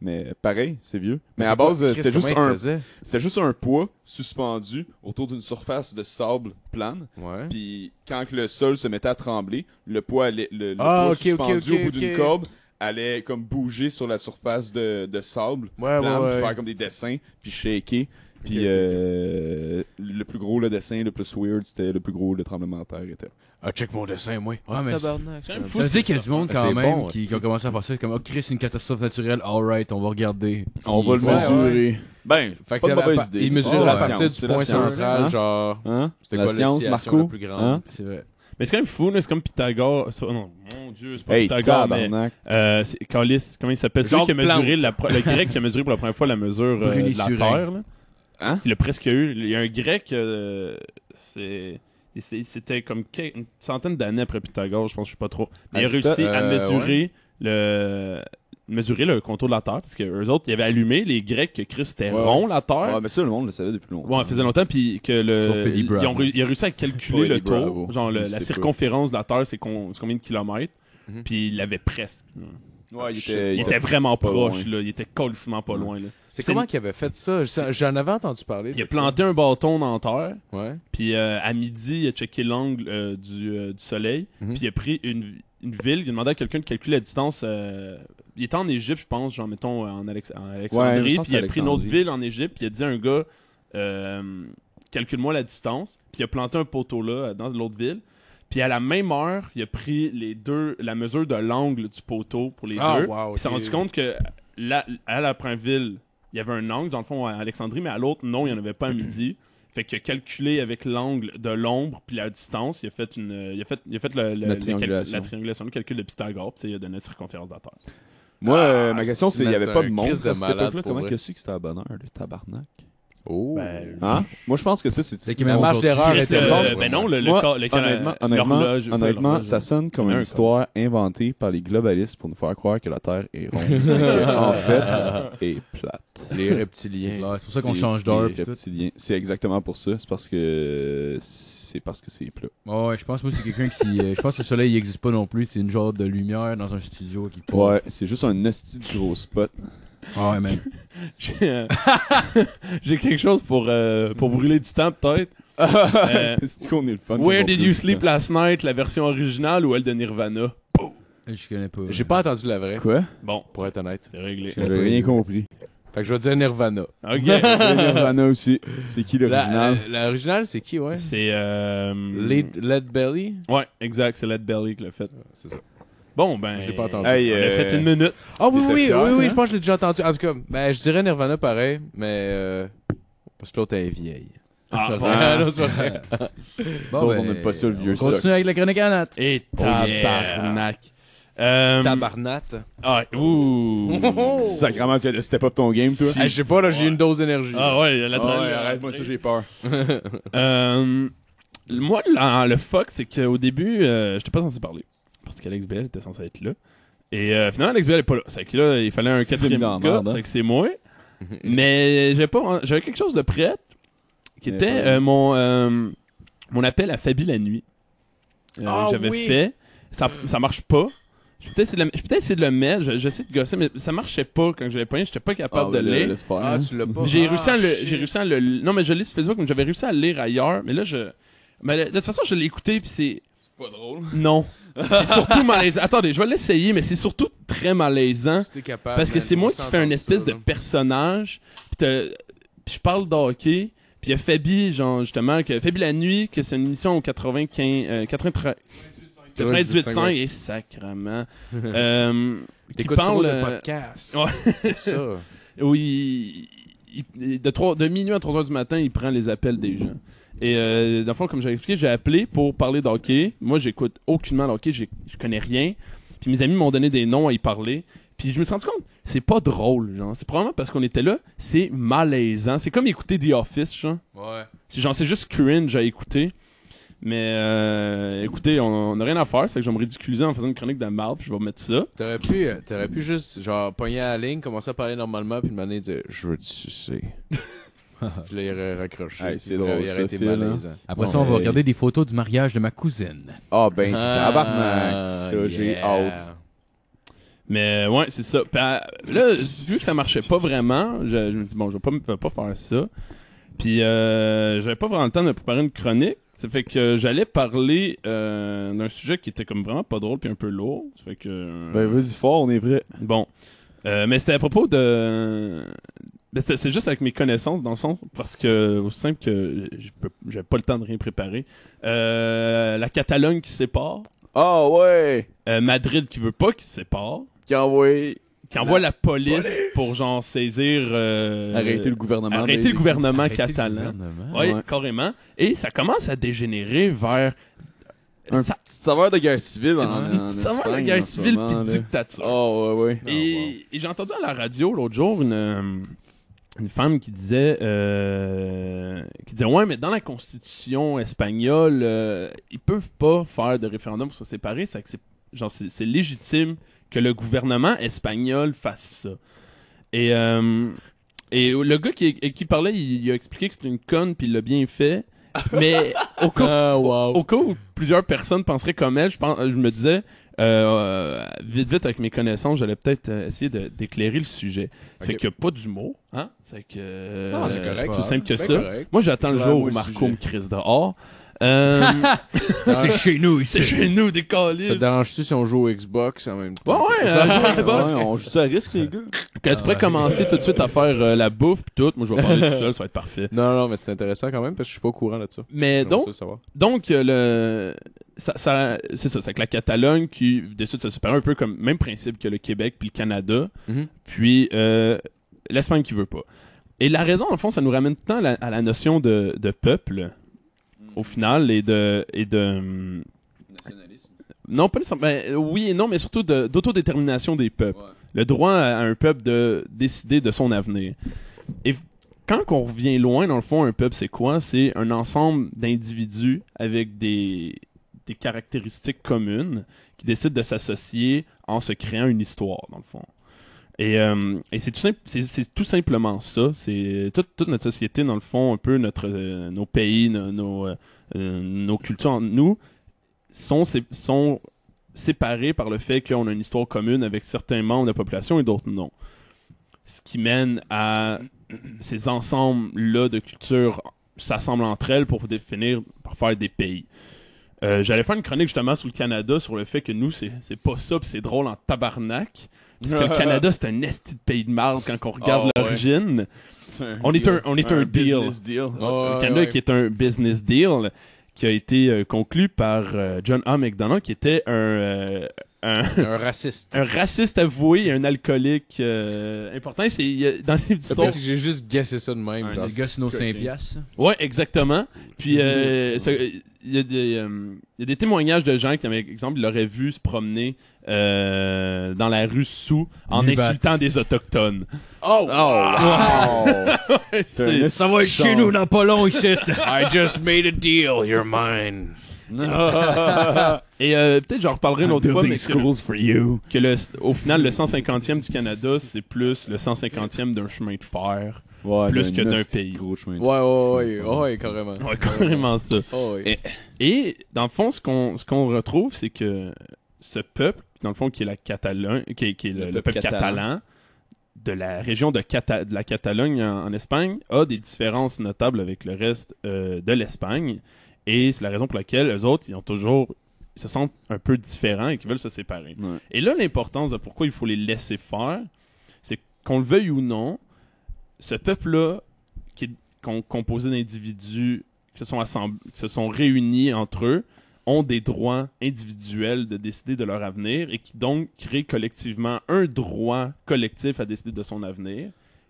Speaker 2: Mais pareil, c'est vieux. Mais, à
Speaker 6: c'est quoi-
Speaker 2: base, euh,
Speaker 6: Chris,
Speaker 2: c'était juste
Speaker 6: comment ils
Speaker 2: un,
Speaker 6: faisaient?
Speaker 2: C'était juste un poids suspendu autour d'une surface de sable plane.
Speaker 6: Ouais.
Speaker 2: Puis quand que le sol se mettait à trembler, le poids, allait- le, le
Speaker 6: Ah,
Speaker 2: poids
Speaker 6: ok, ok,
Speaker 2: suspendu
Speaker 6: ok,
Speaker 2: au bout d'une
Speaker 6: ok.
Speaker 2: corde allait comme bouger sur la surface de, de sable
Speaker 6: Ouais,
Speaker 2: plane,
Speaker 6: ouais,
Speaker 2: puis
Speaker 6: Ah, ouais.
Speaker 2: faire comme des dessins, puis shaker. Puis
Speaker 6: ok, ok.
Speaker 2: euh, le plus gros le dessin, le plus weird, c'était le plus gros le tremblement de terre était.
Speaker 7: Ah, check mon dessin, moi.
Speaker 5: Ah, mais
Speaker 6: Tabarnak.
Speaker 1: C'est quand même
Speaker 5: ça
Speaker 1: fou,
Speaker 5: veut
Speaker 1: c'est
Speaker 5: dire qu'il y a du monde
Speaker 6: Ah,
Speaker 5: quand
Speaker 6: c'est
Speaker 5: même
Speaker 6: bon,
Speaker 5: qui, qui
Speaker 6: c'est-
Speaker 5: ont commencé à faire ça comme oh Chris une catastrophe naturelle alright on va regarder
Speaker 2: On va le
Speaker 6: ouais,
Speaker 2: mesurer. Ben, pas
Speaker 6: Fait que
Speaker 2: de
Speaker 6: la-
Speaker 2: mauvaise idée.
Speaker 6: Il mesure
Speaker 2: Oh,
Speaker 6: à
Speaker 2: la
Speaker 6: partir
Speaker 2: science,
Speaker 6: du
Speaker 2: c'est la
Speaker 6: point
Speaker 2: science.
Speaker 6: central,
Speaker 2: Hein?
Speaker 6: genre.
Speaker 2: Hein?
Speaker 6: C'était
Speaker 2: la
Speaker 6: quoi
Speaker 2: science,
Speaker 6: l'oscillation
Speaker 2: Marco?
Speaker 6: la plus grande?
Speaker 2: Hein?
Speaker 5: c'est vrai
Speaker 1: Mais c'est quand même fou, là, c'est comme Pythagore. ça- oh non, mon dieu, c'est pas
Speaker 2: Hey,
Speaker 1: Pythagore, mais.
Speaker 2: tabarnak.
Speaker 1: Euh, c'est- Calis, comment il s'appelle Celui
Speaker 6: Jacques
Speaker 1: qui a mesuré
Speaker 6: Plante.
Speaker 1: la pro- le grec qui a mesuré pour la première fois la mesure euh,
Speaker 5: Brûlé
Speaker 1: de la
Speaker 5: sur
Speaker 1: terre. Là.
Speaker 2: Hein?
Speaker 1: Il a presque eu. Il y a un grec, euh, c'est. il s'est- C'était comme que- une centaine d'années après Pythagore, je pense, je sais pas trop. Mais il a
Speaker 2: Aristote,
Speaker 1: réussi à
Speaker 6: euh,
Speaker 1: mesurer le mesurer le contour de la Terre, parce que eux autres, ils avaient allumé, les Grecs, que Christ était
Speaker 2: Ouais.
Speaker 1: rond, la Terre.
Speaker 2: Ouais, mais ça, le monde le savait depuis longtemps.
Speaker 1: Ouais, ça faisait longtemps, puis que le.
Speaker 5: Sauf Eddie
Speaker 1: Ils ont,
Speaker 5: Bravo.
Speaker 1: ré- il a réussi à calculer
Speaker 2: Pas
Speaker 1: le
Speaker 2: Eddie
Speaker 1: tour,
Speaker 2: Bravo.
Speaker 1: genre le-
Speaker 2: Je
Speaker 1: la
Speaker 2: sais pas.
Speaker 1: circonférence de la Terre, c'est con- c'est combien de kilomètres,
Speaker 6: Mhm.
Speaker 1: puis il l'avait presque.
Speaker 2: Ouais, Ah, il
Speaker 1: Il,
Speaker 2: était,
Speaker 1: était vraiment
Speaker 2: pas
Speaker 1: proche,
Speaker 2: loin.
Speaker 1: là. Il était colissement pas loin, là.
Speaker 6: C'est
Speaker 1: C'était
Speaker 6: comment qu'il avait fait ça J'en- J'en avais entendu parler.
Speaker 1: Il a
Speaker 6: de ça.
Speaker 1: planté un bâton dans la terre,
Speaker 6: Ouais.
Speaker 1: puis euh, à midi, il a checké l'angle euh, du, euh, du soleil,
Speaker 6: Mhm.
Speaker 1: puis il a pris une, une ville, il a demandé à quelqu'un de calculer la distance. euh, il était en Égypte, je pense, genre, mettons, euh, en, Alex- en
Speaker 2: il me
Speaker 1: Alexandrie,
Speaker 2: semble
Speaker 1: puis il a
Speaker 2: que c'est
Speaker 1: pris une autre
Speaker 2: Alexandrie.
Speaker 1: ville en Égypte, puis il a dit à un gars, euh, calcule-moi la distance, puis il a planté un poteau là, euh, dans l'autre ville. Puis à la même heure, il a pris les deux, la mesure de l'angle du poteau pour les
Speaker 6: Ah,
Speaker 1: deux.
Speaker 6: wow,
Speaker 1: Il s'est
Speaker 6: ok.
Speaker 1: rendu compte que là, à la première ville, il y avait un angle, dans le fond, à Alexandrie, mais à l'autre, non, il n'y en avait pas à midi. <clears throat> Fait qu'il a calculé avec l'angle de l'ombre puis la distance, il a fait une, euh, il a fait, il a fait le-
Speaker 2: La
Speaker 1: le- le cal-
Speaker 2: triangulation.
Speaker 1: la triangulation, le calcul de Pythagore, puis tu sais, il a donné la circonférence de la Terre.
Speaker 2: Moi, euh, ma
Speaker 6: Ah,
Speaker 2: question, c'est il n'y
Speaker 6: c'est
Speaker 2: avait pas de
Speaker 6: un
Speaker 2: monde à
Speaker 6: Christ de
Speaker 2: cette
Speaker 6: malade,
Speaker 2: époque-là.
Speaker 6: pour
Speaker 2: Comment
Speaker 6: vrai.
Speaker 2: que c'est que c'était à bonne heure, le tabarnak
Speaker 6: Oh.
Speaker 1: Ben,
Speaker 2: Hein Moi, je pense que ça, c'est.
Speaker 5: Fait qu'il
Speaker 6: La
Speaker 5: monte
Speaker 6: marge
Speaker 5: aujourd'hui.
Speaker 6: d'erreur
Speaker 1: Christ,
Speaker 6: était
Speaker 1: euh,
Speaker 6: forte.
Speaker 1: ben non, le, le
Speaker 2: Moi,
Speaker 1: ca- le ca-
Speaker 2: honnêtement, honnêtement,
Speaker 1: l'horloge, pas
Speaker 2: honnêtement
Speaker 1: l'horloge. <laughs>
Speaker 2: ça sonne comme
Speaker 1: Il y en a
Speaker 2: une
Speaker 1: un,
Speaker 2: histoire inventée par les globalistes pour nous faire croire que la Terre est
Speaker 5: <laughs>
Speaker 2: ronde. Que, en fait, est plate.
Speaker 6: Les reptiliens.
Speaker 5: Ouais, C'est pour ça qu'on change d'heure.
Speaker 2: les
Speaker 5: pis tout.
Speaker 2: reptiliens. C'est exactement pour ça. C'est parce que c'est parce que c'est plat.
Speaker 5: Ouais, ouais, je pense moi c'est quelqu'un qui. euh, je pense que le soleil il existe pas non plus. C'est une genre de lumière dans un studio qui. part.
Speaker 2: Ouais, c'est juste un hostie de gros
Speaker 5: <laughs>
Speaker 2: spot.
Speaker 5: Ah ouais, man.
Speaker 1: J'ai euh, <laughs> j'ai quelque chose pour, euh, pour brûler du temps, peut-être.
Speaker 2: <laughs>
Speaker 1: Euh,
Speaker 2: c'est qu'on est le fun.
Speaker 1: Where
Speaker 2: qu'on
Speaker 1: did
Speaker 2: peut-
Speaker 1: you sleep last night, la version originale ou elle de Nirvana?
Speaker 5: Je connais pas.
Speaker 6: J'ai pas entendu la vraie,
Speaker 2: Quoi
Speaker 1: Bon,
Speaker 6: pour être honnête.
Speaker 1: c'est réglé.
Speaker 2: J'avais rien
Speaker 5: <laughs>
Speaker 2: compris.
Speaker 6: Fait que je vais dire Nirvana.
Speaker 1: Ok.
Speaker 2: <laughs> Nirvana aussi. C'est qui
Speaker 6: La-
Speaker 2: l'original
Speaker 6: euh, L'original, c'est qui, ouais
Speaker 1: c'est. Euh,
Speaker 6: Lead, Lead Belly
Speaker 1: Ouais, exact, c'est Led Belly qui l'a fait.
Speaker 6: C'est ça.
Speaker 1: Bon, ben.
Speaker 6: Je l'ai pas entendu.
Speaker 2: Hey,
Speaker 1: On a
Speaker 2: euh,
Speaker 1: fait une minute.
Speaker 6: Ah oui,
Speaker 2: T'étais
Speaker 6: oui,
Speaker 2: fier,
Speaker 6: oui, oui,
Speaker 2: hein?
Speaker 6: je pense que je l'ai déjà entendu. En tout cas, ben, je dirais Nirvana pareil, mais. euh, parce que l'autre elle est vieille.
Speaker 1: Ah, bon.
Speaker 6: Ah,
Speaker 1: <laughs>
Speaker 6: non, c'est pas vrai.
Speaker 2: Sauf qu'on aime pas ça, le vieux
Speaker 5: ben, on Continue avec la chronique à Nat.
Speaker 1: Et
Speaker 6: yeah.
Speaker 1: tabarnak. Euh,
Speaker 6: Tabarnate.
Speaker 1: ah, ouh.
Speaker 5: Oh!
Speaker 2: Sacrement, tu as de step up ton game, toi.
Speaker 6: Ah, je sais pas, là, j'ai une dose d'énergie.
Speaker 1: <laughs> Ah ouais, la
Speaker 2: Ah ouais, arrête-moi ça, j'ai peur.
Speaker 1: Euh, moi, la- le fuck, c'est qu'au début, euh, j'étais pas censé parler. Parce qu'Alex Bell était censé être là. Et euh, finalement, Alex Bell est pas là. C'est que là, il fallait un
Speaker 2: C'est
Speaker 1: quatrième
Speaker 2: une
Speaker 1: gars.
Speaker 2: grande merde, hein.
Speaker 1: C'est que
Speaker 2: <laughs>
Speaker 1: c'est moi. Mais j'avais pas, j'avais quelque chose de prêt. Qui
Speaker 2: Mais
Speaker 1: était
Speaker 2: pas-
Speaker 1: euh, mon, euh, mon appel à Fabi la nuit. Euh,
Speaker 6: Ah
Speaker 1: j'avais
Speaker 6: oui!
Speaker 1: fait. Ça, ça marche pas. Je peut-être essayer de le- j'ai peut-être essayé de le mettre. je- J'essaie de gosser, mais ça marchait pas quand je l'avais pogné. J'étais pas capable de
Speaker 2: le
Speaker 1: lire.
Speaker 2: laisse faire.
Speaker 6: Ah, tu l'as pas.
Speaker 1: J'ai
Speaker 6: Ah,
Speaker 1: réussi à le,
Speaker 6: shit.
Speaker 1: j'ai réussi à le, non mais je lis sur Facebook, mais j'avais réussi à le lire ailleurs, mais là je, mais de toute façon je l'ai écouté puis c'est,
Speaker 2: C'est pas drôle.
Speaker 1: non,
Speaker 6: <laughs>
Speaker 1: c'est surtout malaisant. Attendez, je vais l'essayer, mais c'est surtout très malaisant
Speaker 6: Si t'es capable,
Speaker 1: Hein? parce que
Speaker 6: man,
Speaker 1: c'est
Speaker 6: on
Speaker 1: moi qui
Speaker 6: s'entend
Speaker 1: fais un
Speaker 6: Ah, ça,
Speaker 1: espèce de
Speaker 6: là.
Speaker 1: personnage, puis t'as- puis je parle de hockey, puis il y a Fabi, genre justement que Fabi la nuit, que c'est une émission au 95, euh, 93. 98.5
Speaker 6: ouais. <laughs>
Speaker 1: et sacrement. euh, qui
Speaker 6: T'écoutes trop
Speaker 1: parle
Speaker 6: de
Speaker 1: euh,
Speaker 6: podcast.
Speaker 1: Ouais.
Speaker 6: C'est ça.
Speaker 1: oui, il- il- de, trois- de minuit à 3 heures du matin, il prend les appels des gens. Et euh, dans le fond, comme j'avais expliqué, j'ai appelé pour parler d'hockey. Moi, j'écoute aucunement le hockey, j'ai- je connais rien. Puis mes amis m'ont donné des noms à y parler. Puis je me suis rendu compte, c'est pas drôle, genre. C'est probablement parce qu'on était là, c'est malaisant. C'est comme écouter The Office, genre.
Speaker 6: Ouais.
Speaker 1: C'est genre, c'est juste cringe à écouter. Mais euh, écoutez, on n'a rien à faire, c'est que je vais me ridiculiser en faisant une chronique de marde, puis je vais mettre ça.
Speaker 6: T'aurais pu, euh, t'aurais pu juste, genre, pogner à la ligne, commencer à parler normalement, puis demander, dire, je veux te sucer. <laughs> puis là, il aurait raccroché.
Speaker 2: Hey,
Speaker 6: puis
Speaker 2: c'est
Speaker 6: il aurait-
Speaker 2: drôle,
Speaker 6: il
Speaker 2: ça,
Speaker 6: aurait été
Speaker 2: Phil, hein.
Speaker 6: malaisant.
Speaker 5: Après
Speaker 2: Bon,
Speaker 5: ça, on va
Speaker 2: hey.
Speaker 5: regarder des photos du mariage de ma cousine.
Speaker 2: Ah ben,
Speaker 6: Ah,
Speaker 2: tabarnak. Ça, j'ai
Speaker 6: yeah.
Speaker 2: hâte.
Speaker 1: Mais ouais, c'est ça. Puis, euh, là, vu que ça marchait pas vraiment, je, je me dis, bon, je vais pas, me- je vais pas faire ça. Puis euh, j'avais pas vraiment le temps de me préparer une chronique. Ça fait que euh, j'allais parler euh, d'un sujet qui était comme vraiment pas drôle puis un peu lourd. Ça fait que... euh,
Speaker 2: Ben, vas-y fort, on est vrai.
Speaker 1: Bon. Euh, mais c'était à propos de. Ben, c'est c'est juste avec mes connaissances, dans le sens, parce que, aussi simple que je peux- j'avais pas le temps de rien préparer. Euh, la Catalogne qui sépare,
Speaker 2: Ah ouais!
Speaker 1: euh, Madrid qui veut pas qu'il se sépare,
Speaker 2: Qui a envoyé
Speaker 1: qui envoie la police, pour genre saisir. euh,
Speaker 2: arrêter le gouvernement.
Speaker 1: arrêter le gouvernement
Speaker 5: Arrêtez le
Speaker 1: catalan.
Speaker 5: gouvernement.
Speaker 1: Oui,
Speaker 2: Ouais.
Speaker 1: carrément. Et ça commence à dégénérer vers.
Speaker 2: Un
Speaker 1: ça,
Speaker 2: Petite saveur de guerre civile en, en,
Speaker 1: <laughs> une petite saveur de
Speaker 2: Espagne en
Speaker 1: guerre
Speaker 2: ce
Speaker 1: civile
Speaker 2: moment,
Speaker 1: puis
Speaker 2: là.
Speaker 1: dictature.
Speaker 2: Ah ouais, ouais.
Speaker 1: Et, et j'ai entendu à la radio l'autre jour une, euh, une femme qui disait euh, qui disait ouais mais dans la constitution espagnole euh, ils peuvent pas faire de référendum pour se séparer c'est que c'est genre c'est, c'est légitime que le gouvernement espagnol fasse ça et euh, et le gars qui, qui parlait il, il a expliqué que c'était une conne puis il l'a bien fait mais au cas
Speaker 6: Ah, wow.
Speaker 2: Oh,
Speaker 1: au cas où plusieurs personnes penseraient comme elle, je, pense, je me disais, Euh, euh, vite, vite, avec mes connaissances, j'allais peut-être euh, essayer de- d'éclairer le sujet. Fait
Speaker 6: Ok.
Speaker 1: qu'il n'y a pas d'humour. Hein? Fait que, euh,
Speaker 6: Non, c'est correct.
Speaker 1: Tout simple que
Speaker 6: C'est
Speaker 1: ça.
Speaker 6: correct.
Speaker 1: Moi, j'attends le
Speaker 6: Clairement
Speaker 1: jour où
Speaker 6: le
Speaker 1: Marco
Speaker 6: sujet.
Speaker 1: me crise dehors.
Speaker 6: <laughs>
Speaker 1: Euh, <laughs>
Speaker 5: C'est chez nous
Speaker 1: c'est
Speaker 5: ici.
Speaker 1: chez nous, des câlisses.
Speaker 6: Ça te dérange-tu si on joue au Xbox en même
Speaker 1: Ouais,
Speaker 6: temps?
Speaker 1: ouais,
Speaker 9: Ouais,
Speaker 1: euh, <laughs>
Speaker 9: on joue ça à risque, les gars.
Speaker 1: Quand tu pourrais commencer tout de suite à faire euh, la bouffe pis tout, moi je vais parler
Speaker 6: <laughs>
Speaker 1: tout seul, ça va être parfait.
Speaker 6: Non, non, mais c'est intéressant quand même parce que je suis pas au courant de ça.
Speaker 1: Mais
Speaker 6: J'aimerais
Speaker 1: donc,
Speaker 6: ça savoir.
Speaker 1: donc euh, le ça, ça- c'est ça, c'est que la Catalogne qui décide de se séparer un peu comme même principe que le Québec puis le Canada,
Speaker 6: Mhm.
Speaker 1: puis euh, l'Espagne qui veut pas. Et la raison, en fond, ça nous ramène tout le temps à la, à la notion de, de peuple,
Speaker 2: Mhm.
Speaker 1: au final, et de. Et de hum,
Speaker 2: Nationalisme.
Speaker 1: non, pas nécessairement. ben, euh, oui et non, mais surtout de- d'autodétermination des peuples.
Speaker 2: Ouais.
Speaker 1: Le droit à, à un peuple de décider de son avenir. Et v- quand on revient loin, dans le fond, un peuple, c'est quoi C'est un ensemble d'individus avec des, des caractéristiques communes qui décident de s'associer en se créant une histoire, dans le fond. Et, euh, et c'est tout, simple- c'est- c'est tout simplement ça. C'est toute, toute notre société, dans le fond, un peu notre, euh, nos pays, nos, nos, euh, euh, nos cultures entre nous, sont, sé- sont séparés par le fait qu'on a une histoire commune avec certains membres de la population et d'autres non. Ce qui mène à ces ensembles-là de cultures s'assemblent entre elles pour définir, pour faire des pays. Euh, J'allais faire une chronique justement sur le Canada, sur le fait que nous, c'est c'est pas ça, puis c'est drôle en tabarnak. Parce
Speaker 2: <laughs>
Speaker 1: que le Canada, c'est un esti de pays de marde quand on regarde
Speaker 2: Ah, ouais.
Speaker 1: l'origine.
Speaker 2: C'est un
Speaker 1: On est
Speaker 2: deal.
Speaker 1: un- on est un deal.
Speaker 2: business deal.
Speaker 1: Le Canada qui est un business deal qui a été euh, conclu par euh, John A. McDonough, qui était un, euh, un, <laughs>
Speaker 6: Un raciste.
Speaker 1: un raciste avoué et un alcoolique euh, important. C'est il y a- dans les
Speaker 6: C'est
Speaker 1: histoires.
Speaker 6: parce que j'ai juste guessé ça de même.
Speaker 1: Un
Speaker 6: genre.
Speaker 5: Les gars, c'est nos 5 piastres.
Speaker 1: Ouais, exactement. Puis euh, ça- il y, a des, euh, il y a des témoignages de gens qui, par exemple, ils l'auraient vu se promener euh, dans la rue sous en
Speaker 5: Nubat.
Speaker 1: insultant des autochtones.
Speaker 2: Oh! Ah,
Speaker 1: C'est-
Speaker 5: Ça va être chez nous dans pas long ici.
Speaker 7: <laughs> I just made a deal. You're mine.
Speaker 1: <laughs> et euh, peut-être j'en reparlerai une autre fois, mais que-
Speaker 7: for you.
Speaker 1: que le, au final, le 150e du Canada, c'est plus le 150e d'un chemin de fer.
Speaker 9: Ouais,
Speaker 1: Plus
Speaker 9: ben,
Speaker 1: que d'un
Speaker 9: nasty
Speaker 1: pays.
Speaker 9: Gros chemin de-
Speaker 6: Ouais, ouais, ouais, ouais, ouais, carrément.
Speaker 1: Ouais, <laughs> carrément ça.
Speaker 6: Oh, ouais.
Speaker 1: Et dans le fond, ce qu'on ce qu'on retrouve, c'est que ce peuple, dans le fond, qui est la Catalogne, qui est, qui est le, le peuple catalan, de la région de, Cata- de la Catalogne en, en Espagne, a des différences notables avec le reste euh, de l'Espagne. Et c'est la raison pour laquelle les autres, ils ont toujours ils se sentent un peu différents et qu'ils veulent se séparer.
Speaker 9: Ouais.
Speaker 1: Et là, l'importance de pourquoi il faut les laisser faire, c'est qu'on le veuille ou non, ce peuple-là, qui est com- composé d'individus qui se, sont assemb- qui se sont réunis entre eux, ont des droits individuels de décider de leur avenir et qui donc créent collectivement un droit collectif à décider de son avenir,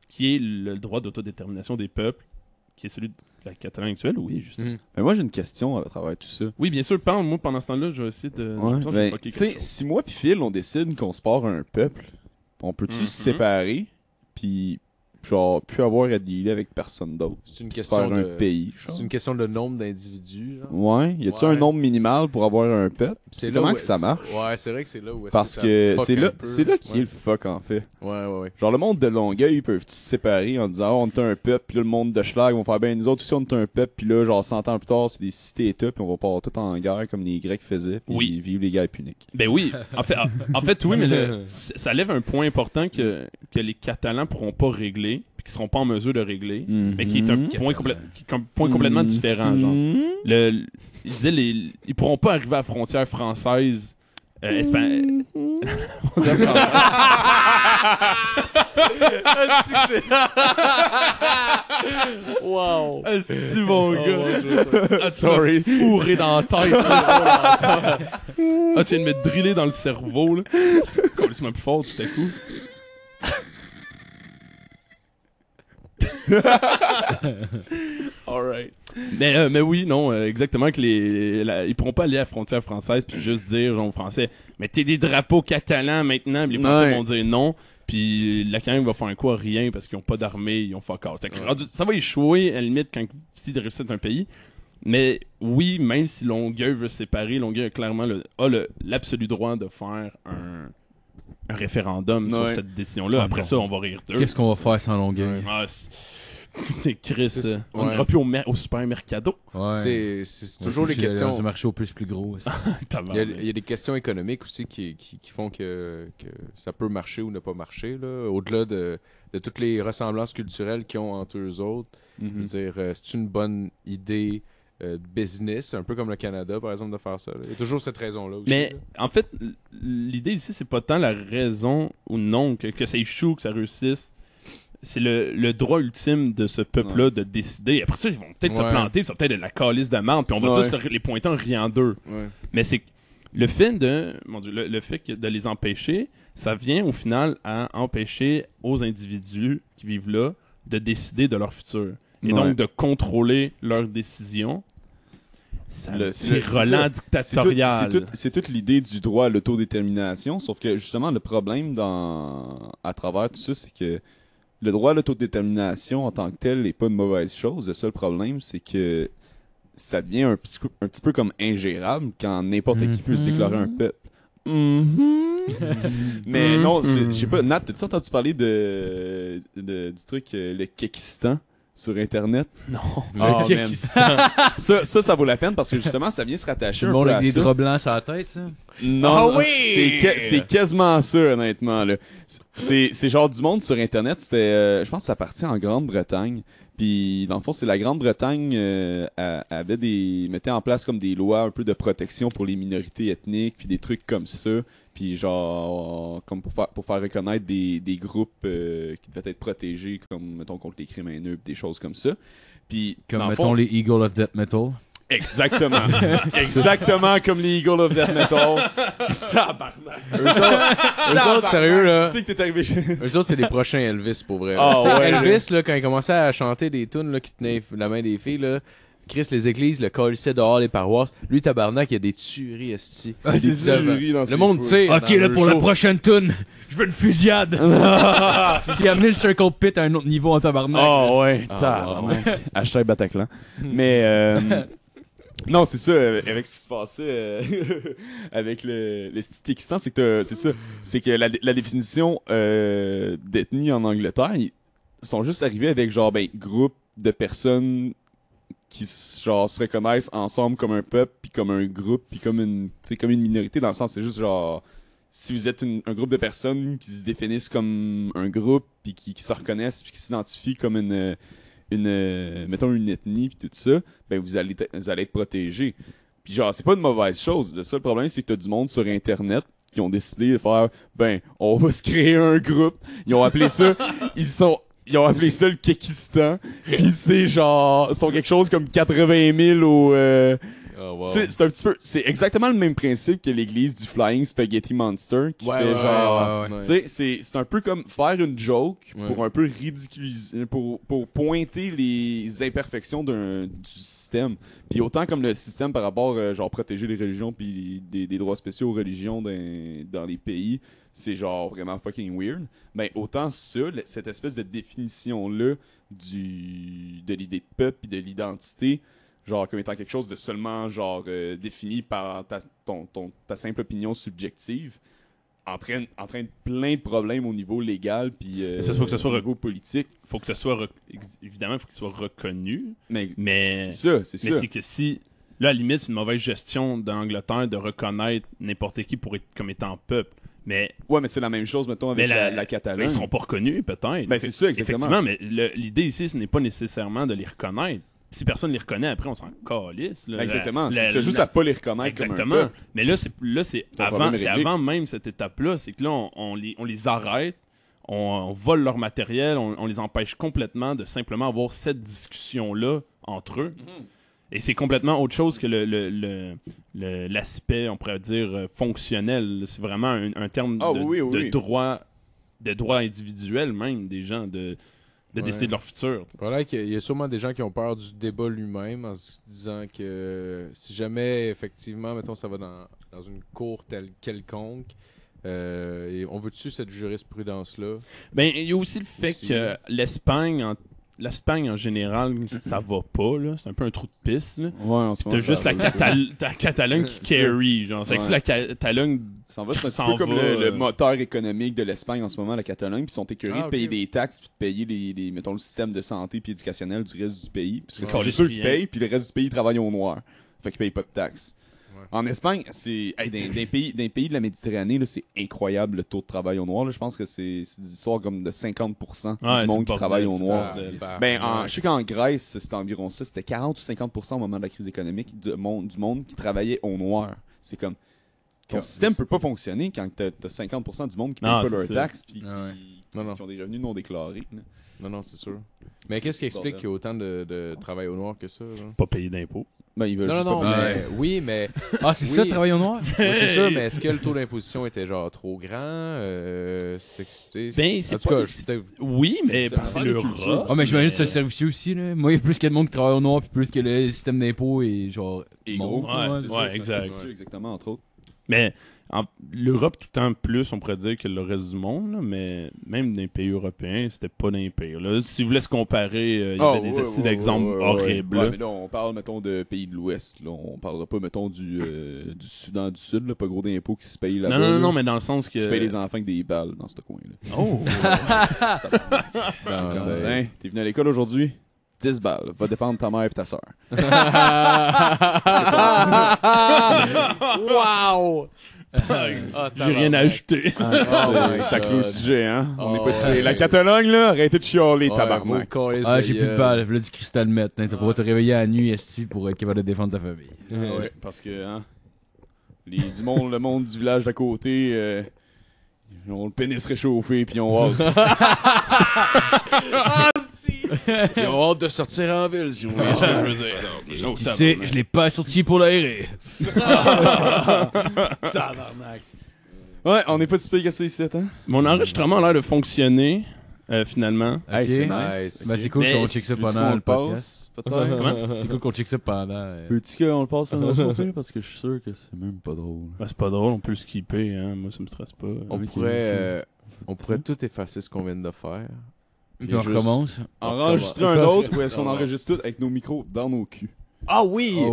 Speaker 1: qui est le droit d'autodétermination des peuples, qui est celui de la Catalogne actuelle, oui, juste.
Speaker 9: Mais moi, j'ai une question à travers tout ça.
Speaker 1: Oui, bien sûr, parle, moi pendant ce temps-là, je vais essayer de. j'ai l'impression que j'ai
Speaker 9: Ben,
Speaker 1: fucké
Speaker 9: tu sais,
Speaker 1: quelque chose.
Speaker 9: si moi puis Phil, on décide qu'on se part un peuple, on peut-tu
Speaker 1: Mhm.
Speaker 9: se séparer, puis genre, plus avoir à dealer avec personne d'autre?
Speaker 6: C'est une
Speaker 9: puis se faire
Speaker 6: question de...
Speaker 9: un pays, genre?
Speaker 6: C'est une question de nombre d'individus. genre.
Speaker 9: Ouais, y a-tu
Speaker 6: Ouais.
Speaker 9: un nombre minimal pour avoir un peuple? C'est
Speaker 6: là
Speaker 9: comment
Speaker 6: où-
Speaker 9: que ça marche?
Speaker 6: Ouais, c'est vrai que c'est là où est-ce
Speaker 9: Parce
Speaker 6: ça
Speaker 9: que
Speaker 6: fuck
Speaker 9: c'est
Speaker 6: un
Speaker 9: là,
Speaker 6: peu.
Speaker 9: c'est là qui
Speaker 6: Ouais.
Speaker 9: est le fuck en fait.
Speaker 6: Ouais, ouais, ouais.
Speaker 9: Genre le monde de Longueuil, ils peuvent se séparer en disant Ah, on est un peuple, puis là le monde de Schlag vont faire ben nous autres aussi on est un peuple, puis là genre 100 ans plus tard c'est des cités-états, puis on va partir tout en guerre comme les Grecs faisaient, puis
Speaker 1: Oui.
Speaker 9: ils vivent les guerres puniques.
Speaker 1: Ben oui, en fait, en, en fait oui, mais le- c- ça lève un point important que, que les Catalans pourront pas régler, puis qu'ils seront pas en mesure de régler, mais qui est un
Speaker 2: Mhm.
Speaker 9: Mhm.
Speaker 1: point, complè- qui est un point complètement différent, genre. Le, le- il disait les, ils pourront pas arriver à la frontière française. Euh, espa- Frontière française. <laughs>
Speaker 9: Wow!
Speaker 1: Est-ce que mon gars? Sorry. Fourré dans la tête. là. ah, tu viens de me driller dans le cerveau, là. C'est complètement plus fort tout à coup.
Speaker 2: Alright.
Speaker 1: Mais, euh, mais oui, non, euh, exactement que les, la- ils pourront pas aller à la frontière française puis juste dire genre, aux Français mettez des drapeaux catalans maintenant, puis les Français
Speaker 9: Ouais.
Speaker 1: vont dire non, puis la Canadienne va faire un quoi rien parce qu'ils ont pas d'armée, ils ont fuck all. Fait que, rendu- Ça va échouer à la limite quand si de réussite un pays. Mais oui, même si Longueuil veut se séparer, Longueuil a clairement le, a le- l'absolu droit de faire un, un référendum sur
Speaker 9: Ouais.
Speaker 1: cette décision-là. Après ça, on va rire d'eux.
Speaker 5: Qu'est-ce qu'on va faire sans longueuil?
Speaker 1: Ah, c'est- <laughs> T'es Chris.
Speaker 6: C'est-
Speaker 1: euh, On
Speaker 6: ouais.
Speaker 1: n'ira plus au, mer- au super mercado.
Speaker 6: C'est- C'est c'est
Speaker 5: Ouais,
Speaker 6: toujours les
Speaker 5: puis, euh,
Speaker 6: questions. Ah,
Speaker 5: Du marché au plus plus gros. aussi.
Speaker 6: Il y, a, il y a des questions économiques aussi qui, qui, qui font que, que ça peut marcher ou ne pas marcher, là, au-delà de, de toutes les ressemblances culturelles qu'ils ont entre eux autres. Je
Speaker 1: Mm.
Speaker 6: veux dire, euh, c'est une bonne idée euh, de business, un peu comme le Canada, par exemple, de faire ça. là. Il y a toujours cette raison-là aussi.
Speaker 1: Mais
Speaker 6: là.
Speaker 1: en fait, l- l'idée ici, c'est pas tant la raison ou non que, que ça échoue, que ça réussisse. C'est le, le droit ultime de ce peuple-là de décider. Après ça, ils vont peut-être
Speaker 6: Ouais.
Speaker 1: se planter, ça va peut-être être de la calice d'amande, puis on va
Speaker 2: Ouais.
Speaker 1: tous leur- les pointer en riant d'eux.
Speaker 6: Ouais.
Speaker 1: Mais c'est que le fait de mon Dieu, le, le fait que de les empêcher, ça vient au final à empêcher aux individus qui vivent là de décider de leur futur et
Speaker 2: Ouais.
Speaker 1: donc de contrôler leurs décisions. Ça-
Speaker 2: Le-
Speaker 1: C'est
Speaker 2: c'est- c'est ça.
Speaker 1: relent
Speaker 2: C'est tout-
Speaker 1: dictatorial.
Speaker 2: c'est tout- C'est toute l'idée du droit à l'autodétermination, sauf que justement, le problème dans... à travers tout ça, c'est que le droit à l'autodétermination en tant que tel n'est pas une mauvaise chose. Le seul problème, c'est que ça devient un, petit coup- un petit peu comme ingérable quand n'importe
Speaker 5: Mhm.
Speaker 2: qui peut se déclarer un peuple. Mhm. Mais
Speaker 5: Mhm.
Speaker 2: non, c'est- je sais pas, Nat, t'as-tu entendu parler de, de- du truc, euh, le Kekistan sur Internet?
Speaker 1: Non.
Speaker 2: Ah,
Speaker 1: Le
Speaker 2: man.
Speaker 1: Kyrgyzstan.
Speaker 2: ça, ça, ça vaut la peine parce que justement, ça vient se rattacher
Speaker 5: Tout le
Speaker 2: un
Speaker 5: monde
Speaker 2: peu
Speaker 5: avec
Speaker 2: à
Speaker 5: des
Speaker 2: ça.
Speaker 5: draps blancs sur la tête, ça.
Speaker 2: Non,
Speaker 7: Ah oui!
Speaker 2: c'est que- c'est quasiment ça, honnêtement. Là. C'est, c'est genre du monde sur Internet. C'était, euh, je pense que ça partit en Grande-Bretagne. Puis, dans le fond, c'est la Grande-Bretagne euh, a- avait des, mettait en place comme des lois un peu de protection pour les minorités ethniques, puis des trucs comme ça. Puis, genre, comme pour faire, pour faire reconnaître des, des groupes euh, qui devaient être protégés, comme, mettons, contre les crimes haineux, puis des choses comme ça. Puis,
Speaker 5: Comme
Speaker 2: dans le fond-
Speaker 5: mettons les Eagles of Death Metal. <laughs>
Speaker 2: Exactement. Exactement comme les Eagles of Death Metal.
Speaker 6: Eux autres, eux autres, sérieux, là,
Speaker 2: Tu sais que t'es arrivé chez-
Speaker 6: eux autres, c'est les prochains Elvis, pour vrai.
Speaker 2: Ah,
Speaker 6: Tu sais,
Speaker 2: ouais,
Speaker 6: Elvis, là, quand il commençait à chanter des tunes là, qui tenaient la main des filles, là, Chris, les églises, le colissait dehors, les paroisses. Lui, tabarnak, il y a des tueries, esti.
Speaker 2: Ah, <laughs> des
Speaker 6: Ah, ça.
Speaker 2: tueries dans
Speaker 6: Le
Speaker 2: ces
Speaker 6: monde
Speaker 2: foules.
Speaker 6: tire.
Speaker 5: Ok,
Speaker 6: dans
Speaker 5: là,
Speaker 6: le
Speaker 5: pour la
Speaker 6: show.
Speaker 5: prochaine tune, je veux une
Speaker 6: <laughs>
Speaker 5: fusillade. Il a amené le Circle Pit à un autre niveau en tabarnak.
Speaker 2: Oh ouais,
Speaker 6: Ah, Hmm.
Speaker 2: tabarnak. Hashtag Bataclan. Mais
Speaker 6: <laughs>
Speaker 2: euh, non, c'est ça, euh, avec ce qui se passait euh, <laughs> avec le, le style Kyrgyzstan, c'est que t'as- c'est ça, c'est que la, dé- la définition euh, d'ethnie en Angleterre, ils sont juste arrivés avec genre ben groupe de personnes qui s- genre se reconnaissent ensemble comme un peuple puis comme un groupe puis comme une tu sais, comme une minorité dans le sens c'est juste genre si vous êtes une- un groupe de personnes qui se définissent comme un groupe puis qui, qui se reconnaissent puis qui s'identifient comme une euh, une euh, mettons une ethnie puis tout ça ben vous allez t- vous allez être protégés puis genre c'est pas une mauvaise chose le seul problème c'est que t'as du monde sur internet qui ont décidé de faire ben on va se créer un groupe ils ont appelé
Speaker 6: <laughs>
Speaker 2: ça ils sont ils ont appelé ça le Kékistan puis c'est genre ils sont quelque chose comme 80 000 au euh,
Speaker 6: Ah, wow.
Speaker 2: tu sais, c'est un petit peu c'est exactement le même principe que l'église du Flying Spaghetti Monster qui
Speaker 6: Ouais,
Speaker 2: fait
Speaker 6: ouais,
Speaker 2: genre
Speaker 6: ouais, ouais, ouais.
Speaker 2: tu sais, c'est, c'est un peu comme faire une joke
Speaker 6: Ouais.
Speaker 2: pour un peu ridiculiser, pour, pour pointer les imperfections d'un, du système. Puis autant comme le système par rapport, euh, genre, protéger les religions puis des, des droits spéciaux aux religions dans, dans les pays, c'est genre vraiment fucking weird. Mais Ben, autant ça, le- cette espèce de définition-là du, de l'idée de peuple puis de l'identité, genre comme étant quelque chose de seulement, genre, euh, défini par ta, ton, ton- ta simple opinion subjective, entraîne, entraîne plein de problèmes au niveau légal puis euh,
Speaker 1: Mais ça, faut que ce soit
Speaker 2: au niveau politique.
Speaker 1: faut que ce soit rec- ex- évidemment faut qu'il soit reconnu
Speaker 2: Mais
Speaker 1: mais
Speaker 2: c'est ça, c'est
Speaker 1: mais
Speaker 2: ça.
Speaker 1: c'est que si là à la limite c'est une mauvaise gestion de l'Angleterre de reconnaître n'importe qui pour être comme étant peuple mais
Speaker 2: Ouais, mais c'est la même chose, mettons,
Speaker 1: Mais
Speaker 2: avec
Speaker 1: la-
Speaker 2: la, la Catalogne.
Speaker 1: ils seront pas reconnus peut-être
Speaker 2: Ah Ben, c'est ça, exactement.
Speaker 1: effectivement mais le- l'idée ici ce n'est pas nécessairement de les reconnaître si personne les reconnaît après on s'en calisse là.
Speaker 2: Ben, Exactement.
Speaker 1: La-
Speaker 2: c'est
Speaker 1: la-
Speaker 2: que T'as juste
Speaker 1: la-
Speaker 2: à pas les reconnaître comme un
Speaker 1: Exactement.
Speaker 2: peuple.
Speaker 1: Mais là, c'est là, c'est
Speaker 2: Ton
Speaker 1: avant,
Speaker 2: problème est
Speaker 1: c'est
Speaker 2: réglé.
Speaker 1: avant même cette étape-là. C'est que là, on, on les, on les arrête, on, on vole leur matériel, on, on les empêche complètement de simplement avoir cette discussion-là entre eux. Et c'est complètement autre chose que le, le- le- le- l'aspect, on pourrait dire, euh, fonctionnel. C'est vraiment un, un terme
Speaker 2: Ah,
Speaker 1: de,
Speaker 2: oui, oui,
Speaker 1: de
Speaker 2: oui.
Speaker 1: droit de droit individuel même des gens de, de
Speaker 6: Ouais.
Speaker 1: décider de leur futur.
Speaker 6: Voilà qu'il y a- il y a sûrement des gens qui ont peur du débat lui-même en se disant que si jamais, effectivement, mettons, ça va dans, dans une cour telle quelconque, euh, et on veut-tu cette jurisprudence-là?
Speaker 1: Ben, il y a aussi le fait
Speaker 6: Aussi.
Speaker 1: que l'Espagne, en- l'Espagne en général, ça va pas, là. C'est un peu un trou de piste, là.
Speaker 2: Ouais, en ce
Speaker 1: T'as
Speaker 2: moment, ça
Speaker 1: juste la,
Speaker 2: va. <laughs>
Speaker 1: Catal- ta Catalogne qui
Speaker 2: C'est ça.
Speaker 1: carry, genre. C'est que si la Catalogne.
Speaker 2: Ça en va, c'est un
Speaker 1: Ça
Speaker 2: petit
Speaker 1: en
Speaker 2: peu comme
Speaker 1: va,
Speaker 2: le, le
Speaker 1: euh.
Speaker 2: moteur économique de l'Espagne en ce moment, la Catalogne, puis ils sont écœurés
Speaker 6: Ah,
Speaker 2: de
Speaker 6: ok,
Speaker 2: payer
Speaker 6: oui.
Speaker 2: des taxes, puis de payer les, les, mettons, le système de santé puis éducationnel du reste du pays, parce que
Speaker 1: Ouais.
Speaker 2: c'est juste eux qui
Speaker 1: Ah, Rien.
Speaker 2: payent, puis le reste du pays travaille au noir, fait qu'ils payent pas de taxes.
Speaker 6: Ouais.
Speaker 2: En Espagne, c'est hey, d'un d'un pays, d'un pays de la Méditerranée, là, c'est incroyable le taux de travail au noir. là. Je pense que c'est c'est des histoires comme de 50%
Speaker 1: Ouais,
Speaker 2: du
Speaker 1: c'est
Speaker 2: monde qui
Speaker 1: bordel,
Speaker 2: travaille au
Speaker 1: c'est
Speaker 6: Ah,
Speaker 2: noir.
Speaker 1: bordel.
Speaker 2: Ben, en- je sais qu'en Grèce, c'était environ ça. C'était 40 ou 50 au moment de la crise économique de mon- du monde qui travaillait au noir. C'est comme. Ton
Speaker 6: Quand-
Speaker 2: système peut pas fonctionner quand t'as t'as 50 du monde qui paye
Speaker 1: Non,
Speaker 2: pas
Speaker 1: c'est
Speaker 2: leurs
Speaker 1: ça.
Speaker 2: taxes puis
Speaker 5: Ah ouais.
Speaker 2: qui,
Speaker 6: Non, non.
Speaker 2: qui ont des revenus non déclarés. là.
Speaker 6: Non, non, c'est sûr. Mais
Speaker 2: C'est-
Speaker 6: qu'est-ce qui
Speaker 2: c'est
Speaker 6: explique
Speaker 2: bordel.
Speaker 6: qu'il y a autant de, de travail au noir que ça? là?
Speaker 1: Pas payer d'impôts.
Speaker 2: Ben, ils veulent
Speaker 6: Non, non,
Speaker 2: juste
Speaker 6: non,
Speaker 2: pas payer.
Speaker 6: mais- <laughs> oui, mais
Speaker 5: Ah, c'est
Speaker 6: Oui.
Speaker 5: ça, le travail au noir?
Speaker 6: Oui, c'est sûr, mais est-ce que le taux d'imposition était genre trop grand? Euh, c'est que, tu sais,
Speaker 1: Ben, c'est
Speaker 6: en tout
Speaker 1: pas-
Speaker 6: cas, je suis peut-être-
Speaker 1: Oui, mais
Speaker 2: C'est
Speaker 1: parce que
Speaker 2: un
Speaker 1: le
Speaker 2: problème de culture.
Speaker 1: rat.
Speaker 5: Ah, mais j'imagine que c'est servicieux aussi, là. Moi, il y a plus qu'il y a de monde qui travaille au noir, puis plus que le système d'impôt est genre.
Speaker 2: Et
Speaker 5: bon.
Speaker 2: gros,
Speaker 1: Ouais,
Speaker 5: Ouais,
Speaker 1: c'est
Speaker 5: c'est
Speaker 1: ouais,
Speaker 2: ça,
Speaker 1: exact.
Speaker 2: c'est là-dessus, exactement, entre autres.
Speaker 1: Mais en- l'Europe, tout en plus, on pourrait dire que le reste du monde, là, mais même dans les pays européens, c'était pas dans les pires. Là. Si vous voulez se comparer, euh, il y
Speaker 2: Ah,
Speaker 1: avait des
Speaker 2: ouais,
Speaker 1: assis
Speaker 2: ouais,
Speaker 1: d'exemples
Speaker 2: ouais, ouais, ouais.
Speaker 1: horribles.
Speaker 2: Ouais,
Speaker 1: là.
Speaker 2: mais là, on parle, mettons, de pays de l'Ouest. là. On parlera pas, mettons, du, euh, du Soudan du Sud, là, pas gros d'impôts qui se payent là-bas.
Speaker 1: non, non, non,
Speaker 2: là.
Speaker 1: non, mais dans le sens que.
Speaker 2: Tu
Speaker 1: <laughs>
Speaker 2: payes les enfants avec des balles dans ce coin-là. <laughs>
Speaker 1: Oh!
Speaker 6: Ben, ben,
Speaker 2: Hein, t'es venu à l'école aujourd'hui? 10 balles. Va dépendre de ta mère et ta soeur.
Speaker 6: wow!
Speaker 2: Ah,
Speaker 1: J'ai rien à ajouter.
Speaker 2: ça clôt le sujet, hein? On est pas si-
Speaker 6: ouais.
Speaker 2: La Catalogne, là, arrêtez de chialer, tabarnak.
Speaker 5: Ah, j'ai plus de
Speaker 6: <laughs>
Speaker 5: balles, là, du cristal meth. T'as pas te réveiller à la nuit, Esti, pour être capable de défendre ta famille.
Speaker 2: Ah ouais, parce que, hein, les, du monde, le monde du village d'à côté, euh, ils ont le pénis réchauffé puis ils ont hâte.
Speaker 7: Ils ont hâte de sortir en ville, si vous
Speaker 6: Ah, <laughs>
Speaker 7: voulez ce que je veux dire.
Speaker 5: Tu sais, je l'ai pas sorti pour l'aérer.
Speaker 2: <laughs> ouais, on est pas si pire que ça ici, hein?
Speaker 1: Mon enregistrement a l'air de fonctionner, euh, finalement.
Speaker 5: Ok.
Speaker 2: c'est
Speaker 6: nice.
Speaker 5: Ben, c'est cool
Speaker 1: Mais
Speaker 5: qu'on
Speaker 1: si
Speaker 5: check ça
Speaker 2: Tu veux-tu
Speaker 5: pendant
Speaker 2: qu'on
Speaker 5: le
Speaker 2: le
Speaker 5: podcast.
Speaker 2: passe,
Speaker 5: <laughs>
Speaker 2: peut-être?
Speaker 1: Comment?
Speaker 5: C'est cool qu'on check ça pendant. euh,
Speaker 2: Peux-tu qu'on le passe à un autre sujet? Parce que je suis sûr que c'est même pas drôle.
Speaker 1: Ben, c'est pas drôle, on peut le skipper. Hein. Moi, ça me stresse pas.
Speaker 6: On pourrait, euh, on pourrait tout effacer ce qu'on vient de faire.
Speaker 5: Puis on
Speaker 6: juste-
Speaker 5: recommence.
Speaker 2: Enregistrer un autre ou est-ce qu'on enregistre tout avec nos micros dans nos culs?
Speaker 6: Ah hein? oui!
Speaker 2: Oh,
Speaker 6: Là,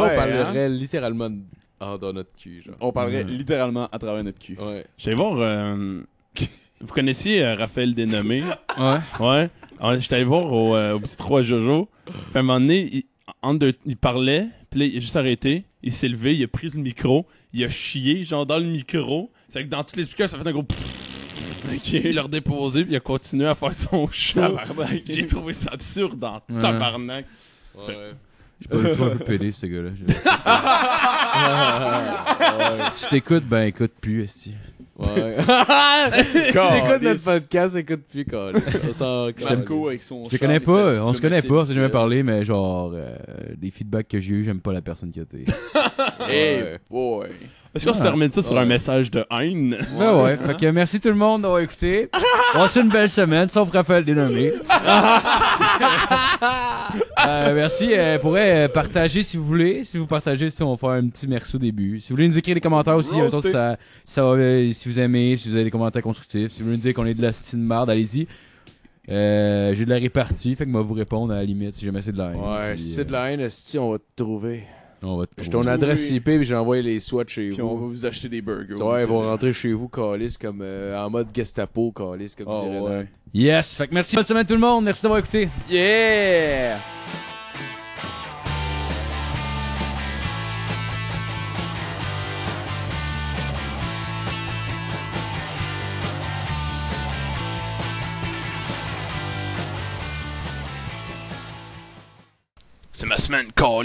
Speaker 2: ouais,
Speaker 6: on parlerait littéralement de- ah, dans notre cul, genre.
Speaker 2: On parlerait littéralement à travers notre cul.
Speaker 6: Mm. Ouais.
Speaker 1: J'allais voir. euh, Vous connaissiez euh, Raphaël Dénommé?
Speaker 5: Ouais.
Speaker 1: Ouais. Alors, J'étais allé voir au, euh, au petit 3 Jojo. Puis à un moment donné, il, en deux- il parlait, puis là, il a juste arrêté, il s'est levé, il a pris le micro, il a chié, genre dans le micro. C'est que dans tous les speakers, ça fait un gros. <laughs> pfff. Il l'a redéposé, puis il a continué à faire son show. J'ai trouvé ça absurde en
Speaker 5: Ouais.
Speaker 1: tabarnak.
Speaker 6: Ouais.
Speaker 5: Je peux le trouver un peu pédé, ce gars-là. Je- Si t'écoutes, ben écoute plus, Esti. <laughs>
Speaker 6: Ouais. si t'écoutes notre podcast, écoute plus, quand On s'en
Speaker 2: Marco avec son
Speaker 5: Je te connais pas, on se connaît pas, on s'est jamais parlé, mais genre, euh, les feedbacks que j'ai eu, j'aime pas la personne qui a été.
Speaker 2: Hey boy.
Speaker 1: Est-ce qu'on se termine ça sur un message de haine?
Speaker 5: Ben ouais, fait que merci tout le monde d'avoir
Speaker 6: <laughs>
Speaker 5: écouté. Passez une belle semaine, sauf Raphaël Dénommé. Euh, merci. Euh, pour euh, partager si vous voulez. Si vous partagez, si on va faire un petit merci au début. Si vous voulez nous écrire des commentaires aussi, mettons, si ça, ça va, euh, si vous aimez, si vous avez des commentaires constructifs, si vous voulez nous dire qu'on est de la stine marde, allez-y. Euh, J'ai de la répartie, fait que moi vous répondre à la limite si jamais c'est de la haine.
Speaker 6: Ouais,
Speaker 5: Puis,
Speaker 6: si c'est de
Speaker 2: euh,
Speaker 6: la haine, esti, on va te trouver.
Speaker 5: euh, on va te
Speaker 6: J'ai ton adresse IP puis j'ai envoyé les SWAT chez
Speaker 2: Puis on va
Speaker 6: vous.
Speaker 2: vous acheter des burgers.
Speaker 6: Tu vois, ils vont rentrer chez vous, Calis, comme euh, en mode Gestapo, Calis, comme
Speaker 2: Oh,
Speaker 6: dirait
Speaker 2: ouais.
Speaker 6: Renan.
Speaker 5: Yes, fait que merci. Bonne semaine tout le monde, merci d'avoir écouté.
Speaker 6: Yeah!
Speaker 7: C'est ma semaine calée.